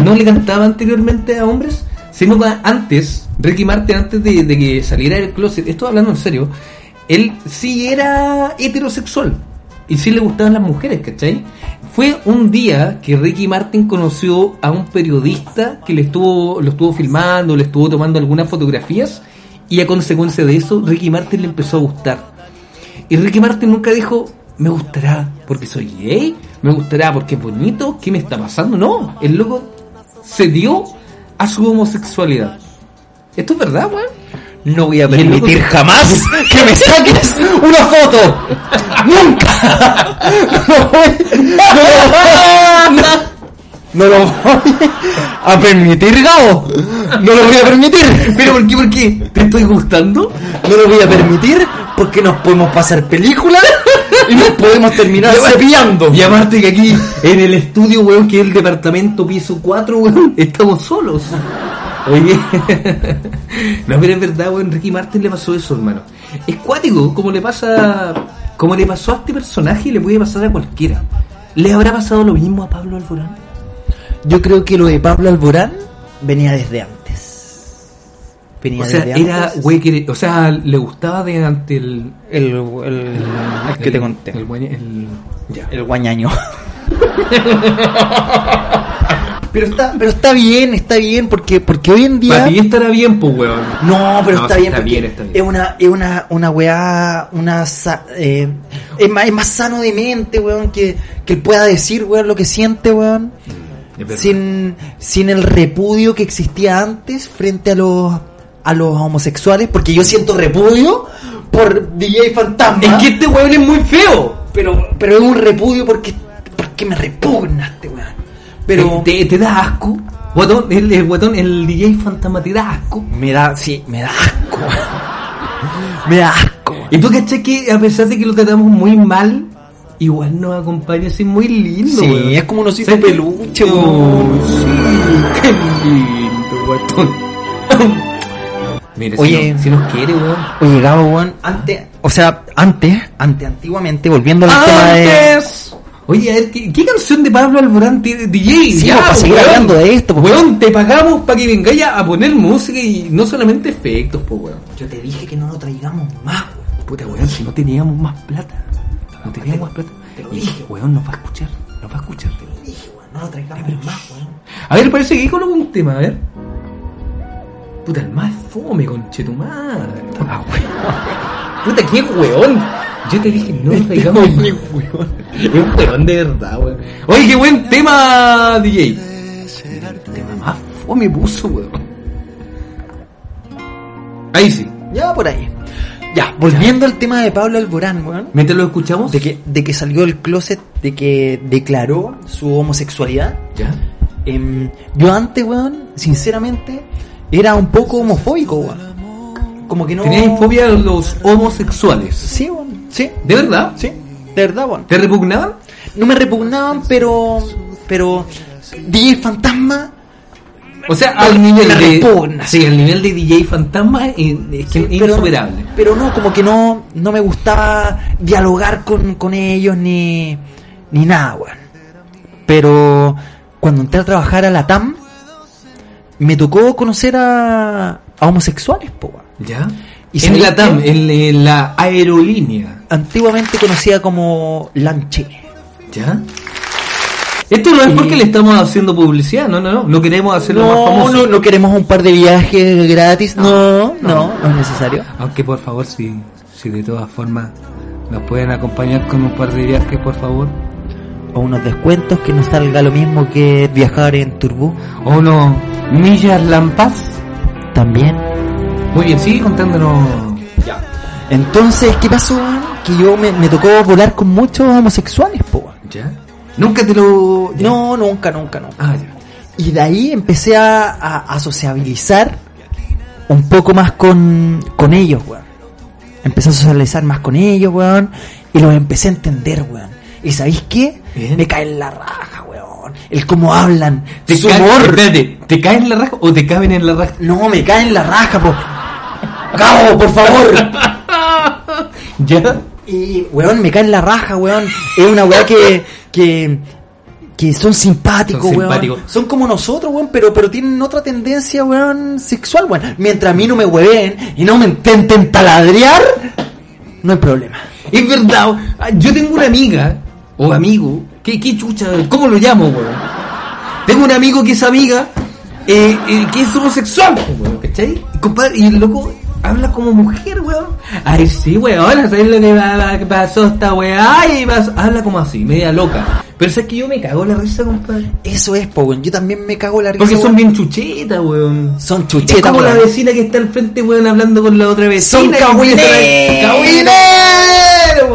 [SPEAKER 1] no le cantaba anteriormente a hombres? Sino que antes, Ricky Martin, antes de, de que saliera del closet, esto hablando en serio, él sí era heterosexual y sí le gustaban las mujeres, ¿cachai? Fue un día que Ricky Martin conoció a un periodista que le estuvo, lo estuvo filmando, le estuvo tomando algunas fotografías y a consecuencia de eso Ricky Martin le empezó a gustar. Y Ricky Martin nunca dijo, me gustará porque soy gay, me gustará porque es bonito, ¿qué me está pasando? No, el loco se dio a su homosexualidad. Esto es verdad, weón.
[SPEAKER 3] No voy a
[SPEAKER 1] el loco-
[SPEAKER 3] permitir jamás que me saques una foto. Nunca. No, voy- no, lo- no, no lo voy a permitir, Gabo. No lo voy a permitir.
[SPEAKER 1] Pero ¿por qué? ¿Por qué? ¿Te estoy gustando?
[SPEAKER 3] No lo voy a permitir porque nos podemos pasar películas y nos podemos terminar
[SPEAKER 1] Y aparte-
[SPEAKER 3] cepillando.
[SPEAKER 1] Y aparte que aquí, en el estudio, weón, que es el departamento piso 4, weón, estamos solos. Oye, no, pero es verdad, weón, Ricky Martin le pasó eso, hermano. Es cuático, como le pasa, como le pasó a este personaje, le puede pasar a cualquiera. ¿Le habrá pasado lo mismo a Pablo Alborán?
[SPEAKER 3] Yo creo que lo de Pablo Alborán venía desde antes. Venía
[SPEAKER 1] O sea,
[SPEAKER 3] desde
[SPEAKER 1] era,
[SPEAKER 3] antes.
[SPEAKER 1] güey, que, o sea, le gustaba de ante el...
[SPEAKER 3] el, el-
[SPEAKER 1] Ah,
[SPEAKER 3] el que te conté.
[SPEAKER 1] El, güey- el- ya.
[SPEAKER 3] El guañaño. pero está, pero está bien, está bien, porque, porque hoy en día.
[SPEAKER 1] Para ti estará bien, pues, weón.
[SPEAKER 3] No, pero
[SPEAKER 1] No,
[SPEAKER 3] está,
[SPEAKER 1] sí,
[SPEAKER 3] bien
[SPEAKER 1] está
[SPEAKER 3] porque
[SPEAKER 1] bien, está bien.
[SPEAKER 3] Es una, es una, una weá, una sa- eh, es, más, es más sano de mente, weón, que, que él pueda decir, weón, lo que siente, weón,
[SPEAKER 1] Es verdad.
[SPEAKER 3] sin, sin el repudio que existía antes frente a los, a los homosexuales, porque yo siento repudio por DJ
[SPEAKER 1] Es
[SPEAKER 3] Fantasma,
[SPEAKER 1] que este weón es muy feo.
[SPEAKER 3] pero, pero es un repudio porque, porque me repugna este weón, pero...
[SPEAKER 1] te, te da asco. Guatón, el, el guatón, el DJ fantasma te da asco.
[SPEAKER 3] Me da, sí, me da asco. Me da asco.
[SPEAKER 1] Y tú cachai que a pesar de que lo tratamos muy mal, igual nos acompaña así muy lindo.
[SPEAKER 3] Sí,
[SPEAKER 1] weón.
[SPEAKER 3] es como un osito
[SPEAKER 1] ¿Sabes qué?
[SPEAKER 3] peluche,
[SPEAKER 1] Oh,
[SPEAKER 3] weón.
[SPEAKER 1] sí, qué lindo, guatón. Mira, si
[SPEAKER 3] Oye. Ah,
[SPEAKER 1] nos- si nos quiere, weón.
[SPEAKER 3] Oye, Gabo, weón, antes, o sea, antes, Ah, antes, antiguamente, volviendo al tema de...
[SPEAKER 1] Antes. eh. Oye, a ver, ¿qué, qué canción de Pablo Alborán tiene DJ?
[SPEAKER 3] Sí, pues, para seguir hablando de esto, pues.
[SPEAKER 1] Weón, te pagamos para que vengáis a a poner música y no solamente efectos, pues, weón.
[SPEAKER 3] Yo te dije que no lo traigamos más, weón.
[SPEAKER 1] Puta, weón, si no teníamos más plata. No teníamos más plata. Y dije, weón, nos va a escuchar. Nos va a escuchar. te lo dije.
[SPEAKER 3] No lo traigamos más, weón.
[SPEAKER 1] A ver, parece que colocó un tema, a ver. Puta, el más fome, conche tu madre. Puta, qué weón. Yo te dije, no nos traigamos más. Es un weón de verdad, weón. Oye, qué buen tema, DJ. El tema más fome puso, weón. Ahí sí.
[SPEAKER 3] Ya, por ahí. Ya, volviendo al tema de Pablo Alborán, weón.
[SPEAKER 1] Mientras lo escuchamos.
[SPEAKER 3] De que, de que salió del closet, de que declaró su homosexualidad.
[SPEAKER 1] Ya.
[SPEAKER 3] Em, yo antes, weón, sinceramente, era un poco homofóbico, weón. Como que no...
[SPEAKER 1] Tenías fobia a los homosexuales.
[SPEAKER 3] Sí, weón, sí,
[SPEAKER 1] ¿De verdad?
[SPEAKER 3] sí, de verdad, weón.
[SPEAKER 1] ¿Te repugnaban?
[SPEAKER 3] No me repugnaban, pero. Pero. DJ Fantasma.
[SPEAKER 1] O sea,
[SPEAKER 3] Me-
[SPEAKER 1] al nivel
[SPEAKER 3] me
[SPEAKER 1] de.
[SPEAKER 3] repugna.
[SPEAKER 1] Sí, al nivel de DJ Fantasma eh, es que es insuperable.
[SPEAKER 3] Pero no, como que no, no me gustaba dialogar con, con ellos ni. Ni nada, weón. Pero. Cuando entré a trabajar a la TAM. Me tocó conocer a. A homosexuales, po, weón.
[SPEAKER 1] ¿Ya?
[SPEAKER 3] ¿Y
[SPEAKER 1] en
[SPEAKER 3] sabéis
[SPEAKER 1] la TAM,
[SPEAKER 3] qué?
[SPEAKER 1] en, en la aerolínea.
[SPEAKER 3] Antiguamente conocida como Lanche.
[SPEAKER 1] ¿Ya? Esto no es porque le estamos haciendo publicidad, no, no, no. No queremos hacerlo más
[SPEAKER 3] No,
[SPEAKER 1] famoso.
[SPEAKER 3] no, no queremos un par de viajes gratis. No, no, no es necesario.
[SPEAKER 1] Aunque por favor, si, si de todas formas nos pueden acompañar con un par de viajes, por favor.
[SPEAKER 3] o unos descuentos que nos salga lo mismo que viajar en turbo.
[SPEAKER 1] O los millas lampas.
[SPEAKER 3] También.
[SPEAKER 1] Muy bien, sigue contándonos.
[SPEAKER 3] Entonces, ¿qué pasó? weón? Que yo me, me tocó volar con muchos homosexuales, po. weón.
[SPEAKER 1] ¿Ya? Nunca te lo. ya.
[SPEAKER 3] No, nunca, nunca, nunca.
[SPEAKER 1] Ah, ya.
[SPEAKER 3] Y de ahí empecé a, a, a sociabilizar un poco más con, con ellos, weón. Empecé a socializar más con ellos, weón. Y los empecé a entender, weón. ¿Y sabéis qué?
[SPEAKER 1] Bien.
[SPEAKER 3] Me caen la raja, weón. El cómo hablan,
[SPEAKER 1] ¿Te,
[SPEAKER 3] su
[SPEAKER 1] caen-
[SPEAKER 3] humor.
[SPEAKER 1] espérate, ¿Te caen en la raja o te caben en la raja?
[SPEAKER 3] No, me caen la raja, po. Cabo, por favor.
[SPEAKER 1] ¿Ya?
[SPEAKER 3] Y, weón, me cae en la raja, weón. Es una weá que, que, que son simpáticos,
[SPEAKER 1] Son
[SPEAKER 3] weón.
[SPEAKER 1] simpáticos.
[SPEAKER 3] Son como nosotros, weón, pero, pero tienen otra tendencia, weón, sexual, weón. Mientras a mí no me hueven y no me intenten taladrear, no hay problema.
[SPEAKER 1] Es verdad. o- ah, Yo tengo una amiga o amigo. ¿Qué, qué chucha? ¿Cómo lo llamo, weón? Tengo un amigo que es amiga eh, eh, que es homosexual, po, weón. ¿Cachai? Y, compadre, y el loco habla como mujer, weón. Ay, sí, weón. ¿Sabes lo que pa- pa- pasó esta weá? Ay, pas- Habla como así, media loca. Pero es que yo me cago en la risa, compadre.
[SPEAKER 3] Eso es, po, weón. Yo también me cago en la risa.
[SPEAKER 1] Porque son
[SPEAKER 3] weón.
[SPEAKER 1] bien chuchetas, weón.
[SPEAKER 3] Son
[SPEAKER 1] Es
[SPEAKER 3] chuchetas,
[SPEAKER 1] como la
[SPEAKER 3] weón.
[SPEAKER 1] vecina que está al frente, weón, hablando con la otra vecina.
[SPEAKER 3] Son
[SPEAKER 1] que empieza a-
[SPEAKER 3] cahuineros.
[SPEAKER 1] ¡Cahuineros, weón!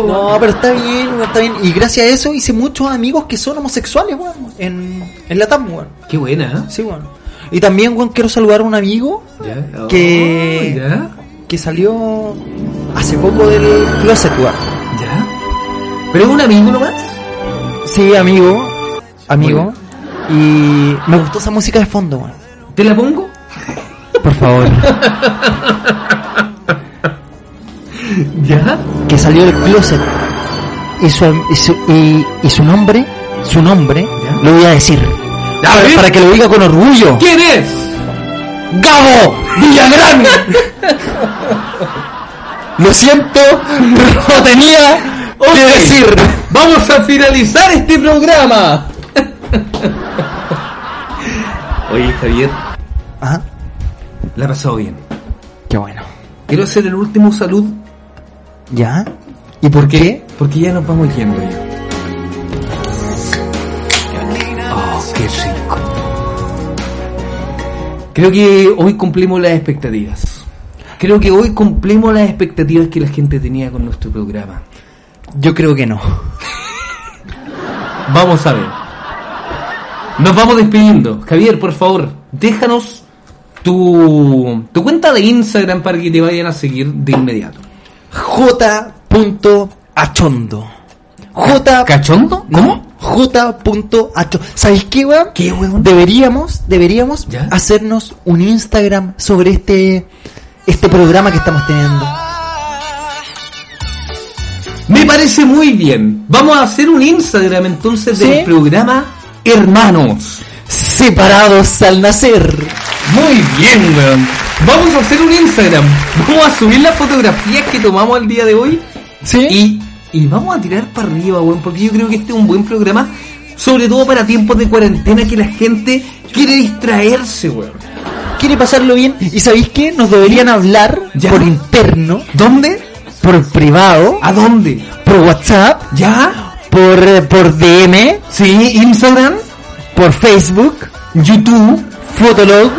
[SPEAKER 3] No, pero está bien, weón, está bien. Y gracias a eso hice muchos amigos que son homosexuales, weón, en, en la TAM, weón.
[SPEAKER 1] Qué buena,
[SPEAKER 3] Sí, weón. Y también, weón, quiero saludar a un amigo
[SPEAKER 1] ¿eh? Ya.
[SPEAKER 3] Que-
[SPEAKER 1] Oh, ya.
[SPEAKER 3] que salió hace poco del closet, weón.
[SPEAKER 1] ¿Ya? ¿Pero es un amigo nomás?
[SPEAKER 3] Sí, amigo, amigo. Y me gustó esa música de fondo, weón.
[SPEAKER 1] ¿Te la pongo?
[SPEAKER 3] Por favor.
[SPEAKER 1] ¿Ya?
[SPEAKER 3] que salió del closet. Y su, y su, y- y su nombre, su nombre,
[SPEAKER 1] ¿Ya?
[SPEAKER 3] lo voy a decir. Para,
[SPEAKER 1] ver.
[SPEAKER 3] para que lo diga con orgullo.
[SPEAKER 1] ¿Quién es?
[SPEAKER 3] ¡Gabo Villagrán! lo siento, pero lo tenía
[SPEAKER 1] Ok.
[SPEAKER 3] que decir.
[SPEAKER 1] Vamos a finalizar este programa. Oye, Javier,
[SPEAKER 3] Ajá,
[SPEAKER 1] la ha pasado bien.
[SPEAKER 3] qué bueno.
[SPEAKER 1] Quiero hacer el último salud.
[SPEAKER 3] ¿Ya? ¿Y por qué?
[SPEAKER 1] Porque ya nos vamos yendo ya. Oh, qué rico. Creo que hoy cumplimos las expectativas. Creo que hoy cumplimos las expectativas que la gente tenía con nuestro programa.
[SPEAKER 3] Yo creo que no.
[SPEAKER 1] Vamos a ver. Nos vamos despidiendo. Javier, por favor, déjanos tu, tu cuenta de Instagram para que te vayan a seguir de inmediato.
[SPEAKER 3] J. Achondo. J.
[SPEAKER 1] ¿Cachondo?
[SPEAKER 3] ¿Cómo? J. Achondo. ¿Sabes qué, weón?
[SPEAKER 1] ¿Qué, weón?
[SPEAKER 3] Deberíamos, deberíamos
[SPEAKER 1] ¿Ya?
[SPEAKER 3] hacernos un Instagram sobre este este programa que estamos teniendo.
[SPEAKER 1] Me parece muy bien. Vamos a hacer un Instagram entonces del
[SPEAKER 3] ¿Sí?
[SPEAKER 1] programa Hermanos.
[SPEAKER 3] Separados al nacer.
[SPEAKER 1] Muy bien, weón. Vamos a hacer un Instagram. Vamos a subir las fotografías que tomamos el día de hoy.
[SPEAKER 3] ¿Sí?
[SPEAKER 1] Y, y vamos a tirar para arriba, weón, porque yo creo que este es un buen programa, sobre todo para tiempos de cuarentena que la gente quiere distraerse, weón.
[SPEAKER 3] quiere pasarlo bien. ¿Y sabéis qué? Nos deberían hablar
[SPEAKER 1] ¿Ya?
[SPEAKER 3] por interno,
[SPEAKER 1] ¿Dónde?
[SPEAKER 3] por privado,
[SPEAKER 1] ¿A dónde?
[SPEAKER 3] por WhatsApp,
[SPEAKER 1] ¿Ya?
[SPEAKER 3] por, eh, por DM,
[SPEAKER 1] ¿Sí? ¿Instagram?
[SPEAKER 3] por Facebook,
[SPEAKER 1] ¿YouTube?
[SPEAKER 3] Fotolog,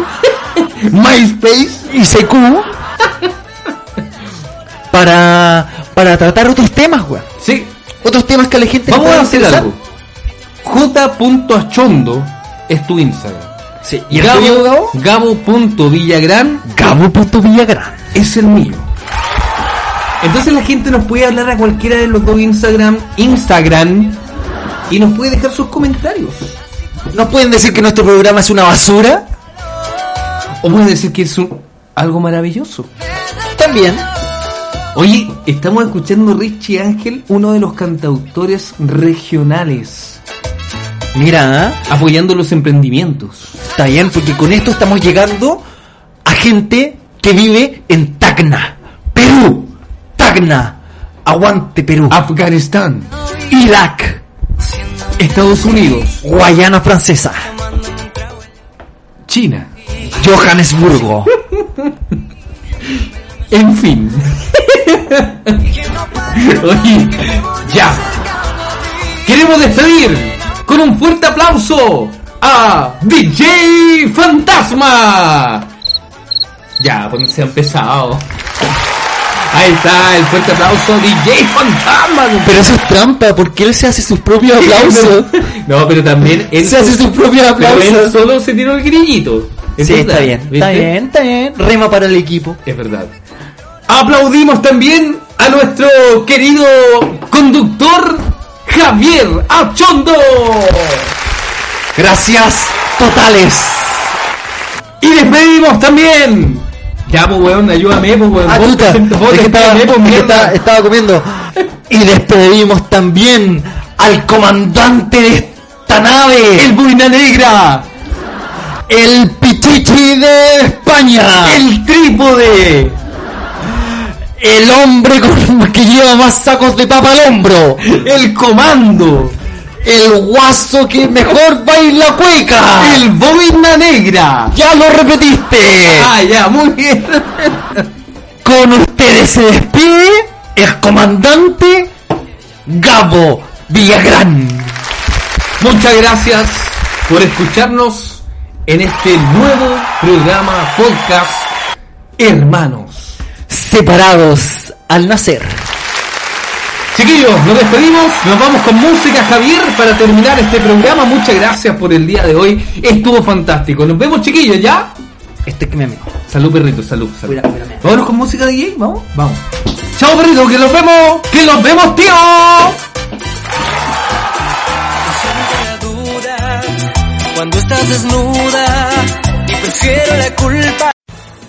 [SPEAKER 1] ¿MySpace?
[SPEAKER 3] ICQ, para, para tratar otros temas, weón.
[SPEAKER 1] Sí.
[SPEAKER 3] Otros temas que a la gente le
[SPEAKER 1] Vamos a
[SPEAKER 3] puedan
[SPEAKER 1] hacer
[SPEAKER 3] interesar.
[SPEAKER 1] algo. J.achondo es tu Instagram.
[SPEAKER 3] Sí. ¿Y el tuyo, Gabo?
[SPEAKER 1] Gabo.villagrán
[SPEAKER 3] Gabo.Villagrán.
[SPEAKER 1] es el mío. Entonces la gente nos puede hablar a cualquiera de los dos Instagram, Instagram y nos puede dejar sus comentarios.
[SPEAKER 3] ¿Nos pueden decir que nuestro programa es una basura?
[SPEAKER 1] O puede decir que es un- algo maravilloso.
[SPEAKER 3] También.
[SPEAKER 1] Oye, estamos escuchando Richie Ángel, uno de los cantautores regionales,
[SPEAKER 3] Mira, ¿ah?
[SPEAKER 1] apoyando los emprendimientos.
[SPEAKER 3] está bien, porque con esto estamos llegando a gente que vive en Tacna, Perú. Tacna. Aguante Perú.
[SPEAKER 1] Afganistán,
[SPEAKER 3] Irak.
[SPEAKER 1] Estados Unidos,
[SPEAKER 3] Guayana Francesa.
[SPEAKER 1] China.
[SPEAKER 3] Johannesburgo.
[SPEAKER 1] En fin. Oye, ya. queremos despedir con un fuerte aplauso a DJ Fantasma. Ya, pues se ha empezado. Ahí está, el fuerte aplauso DJ Fantasma.
[SPEAKER 3] Pero eso es trampa, porque él se hace sus propios aplausos.
[SPEAKER 1] No, pero también él,
[SPEAKER 3] se hace sus propios
[SPEAKER 1] pero él
[SPEAKER 3] aplausos.
[SPEAKER 1] solo se tiró el grillito.
[SPEAKER 2] Sí,
[SPEAKER 1] Entonces,
[SPEAKER 2] está bien, está
[SPEAKER 1] ¿viste?
[SPEAKER 2] bien, está bien. Rema para el equipo.
[SPEAKER 1] Es verdad. Aplaudimos también a nuestro querido conductor Javier Achondo.
[SPEAKER 3] Gracias totales.
[SPEAKER 1] Y despedimos también. Ya, pues, weón, ayúdame, pues, weón.
[SPEAKER 3] Ah,
[SPEAKER 1] Vos
[SPEAKER 3] chuta,
[SPEAKER 1] presenta- vos
[SPEAKER 3] es que estaba,
[SPEAKER 1] despídeme, pues,
[SPEAKER 3] es que
[SPEAKER 1] mierda.
[SPEAKER 3] estaba- estaba comiendo. Y despedimos también al comandante de esta nave,
[SPEAKER 1] El
[SPEAKER 3] el,
[SPEAKER 1] Buina Negra.
[SPEAKER 3] Ah. Pichichi de España, el,
[SPEAKER 1] El trípode.
[SPEAKER 3] el hombre con- que lleva más sacos de papa al hombro,
[SPEAKER 1] El comando.
[SPEAKER 3] el guaso que mejor baila cueca.
[SPEAKER 1] El Boina Negra.
[SPEAKER 3] ya lo repetiste.
[SPEAKER 1] Ah, ya, muy bien.
[SPEAKER 3] Con ustedes se despide el comandante Gabo Villagrán.
[SPEAKER 1] Muchas gracias por escucharnos en este nuevo programa podcast Hermanos.
[SPEAKER 3] Separados al nacer.
[SPEAKER 1] Chiquillos, nos despedimos, nos vamos con música Javier para terminar este programa. Muchas gracias por el día de hoy. Estuvo fantástico. Nos vemos chiquillos, ¿ya?
[SPEAKER 2] Este que me amigo.
[SPEAKER 1] Salud perrito, salud, salud.
[SPEAKER 2] Cuida- cuídame.
[SPEAKER 1] Vámonos con música DJ, vamos, vamos. Chao perrito, que los vemos, que los vemos, tío.
[SPEAKER 4] la duda cuando estás desnuda y prefiero la culpa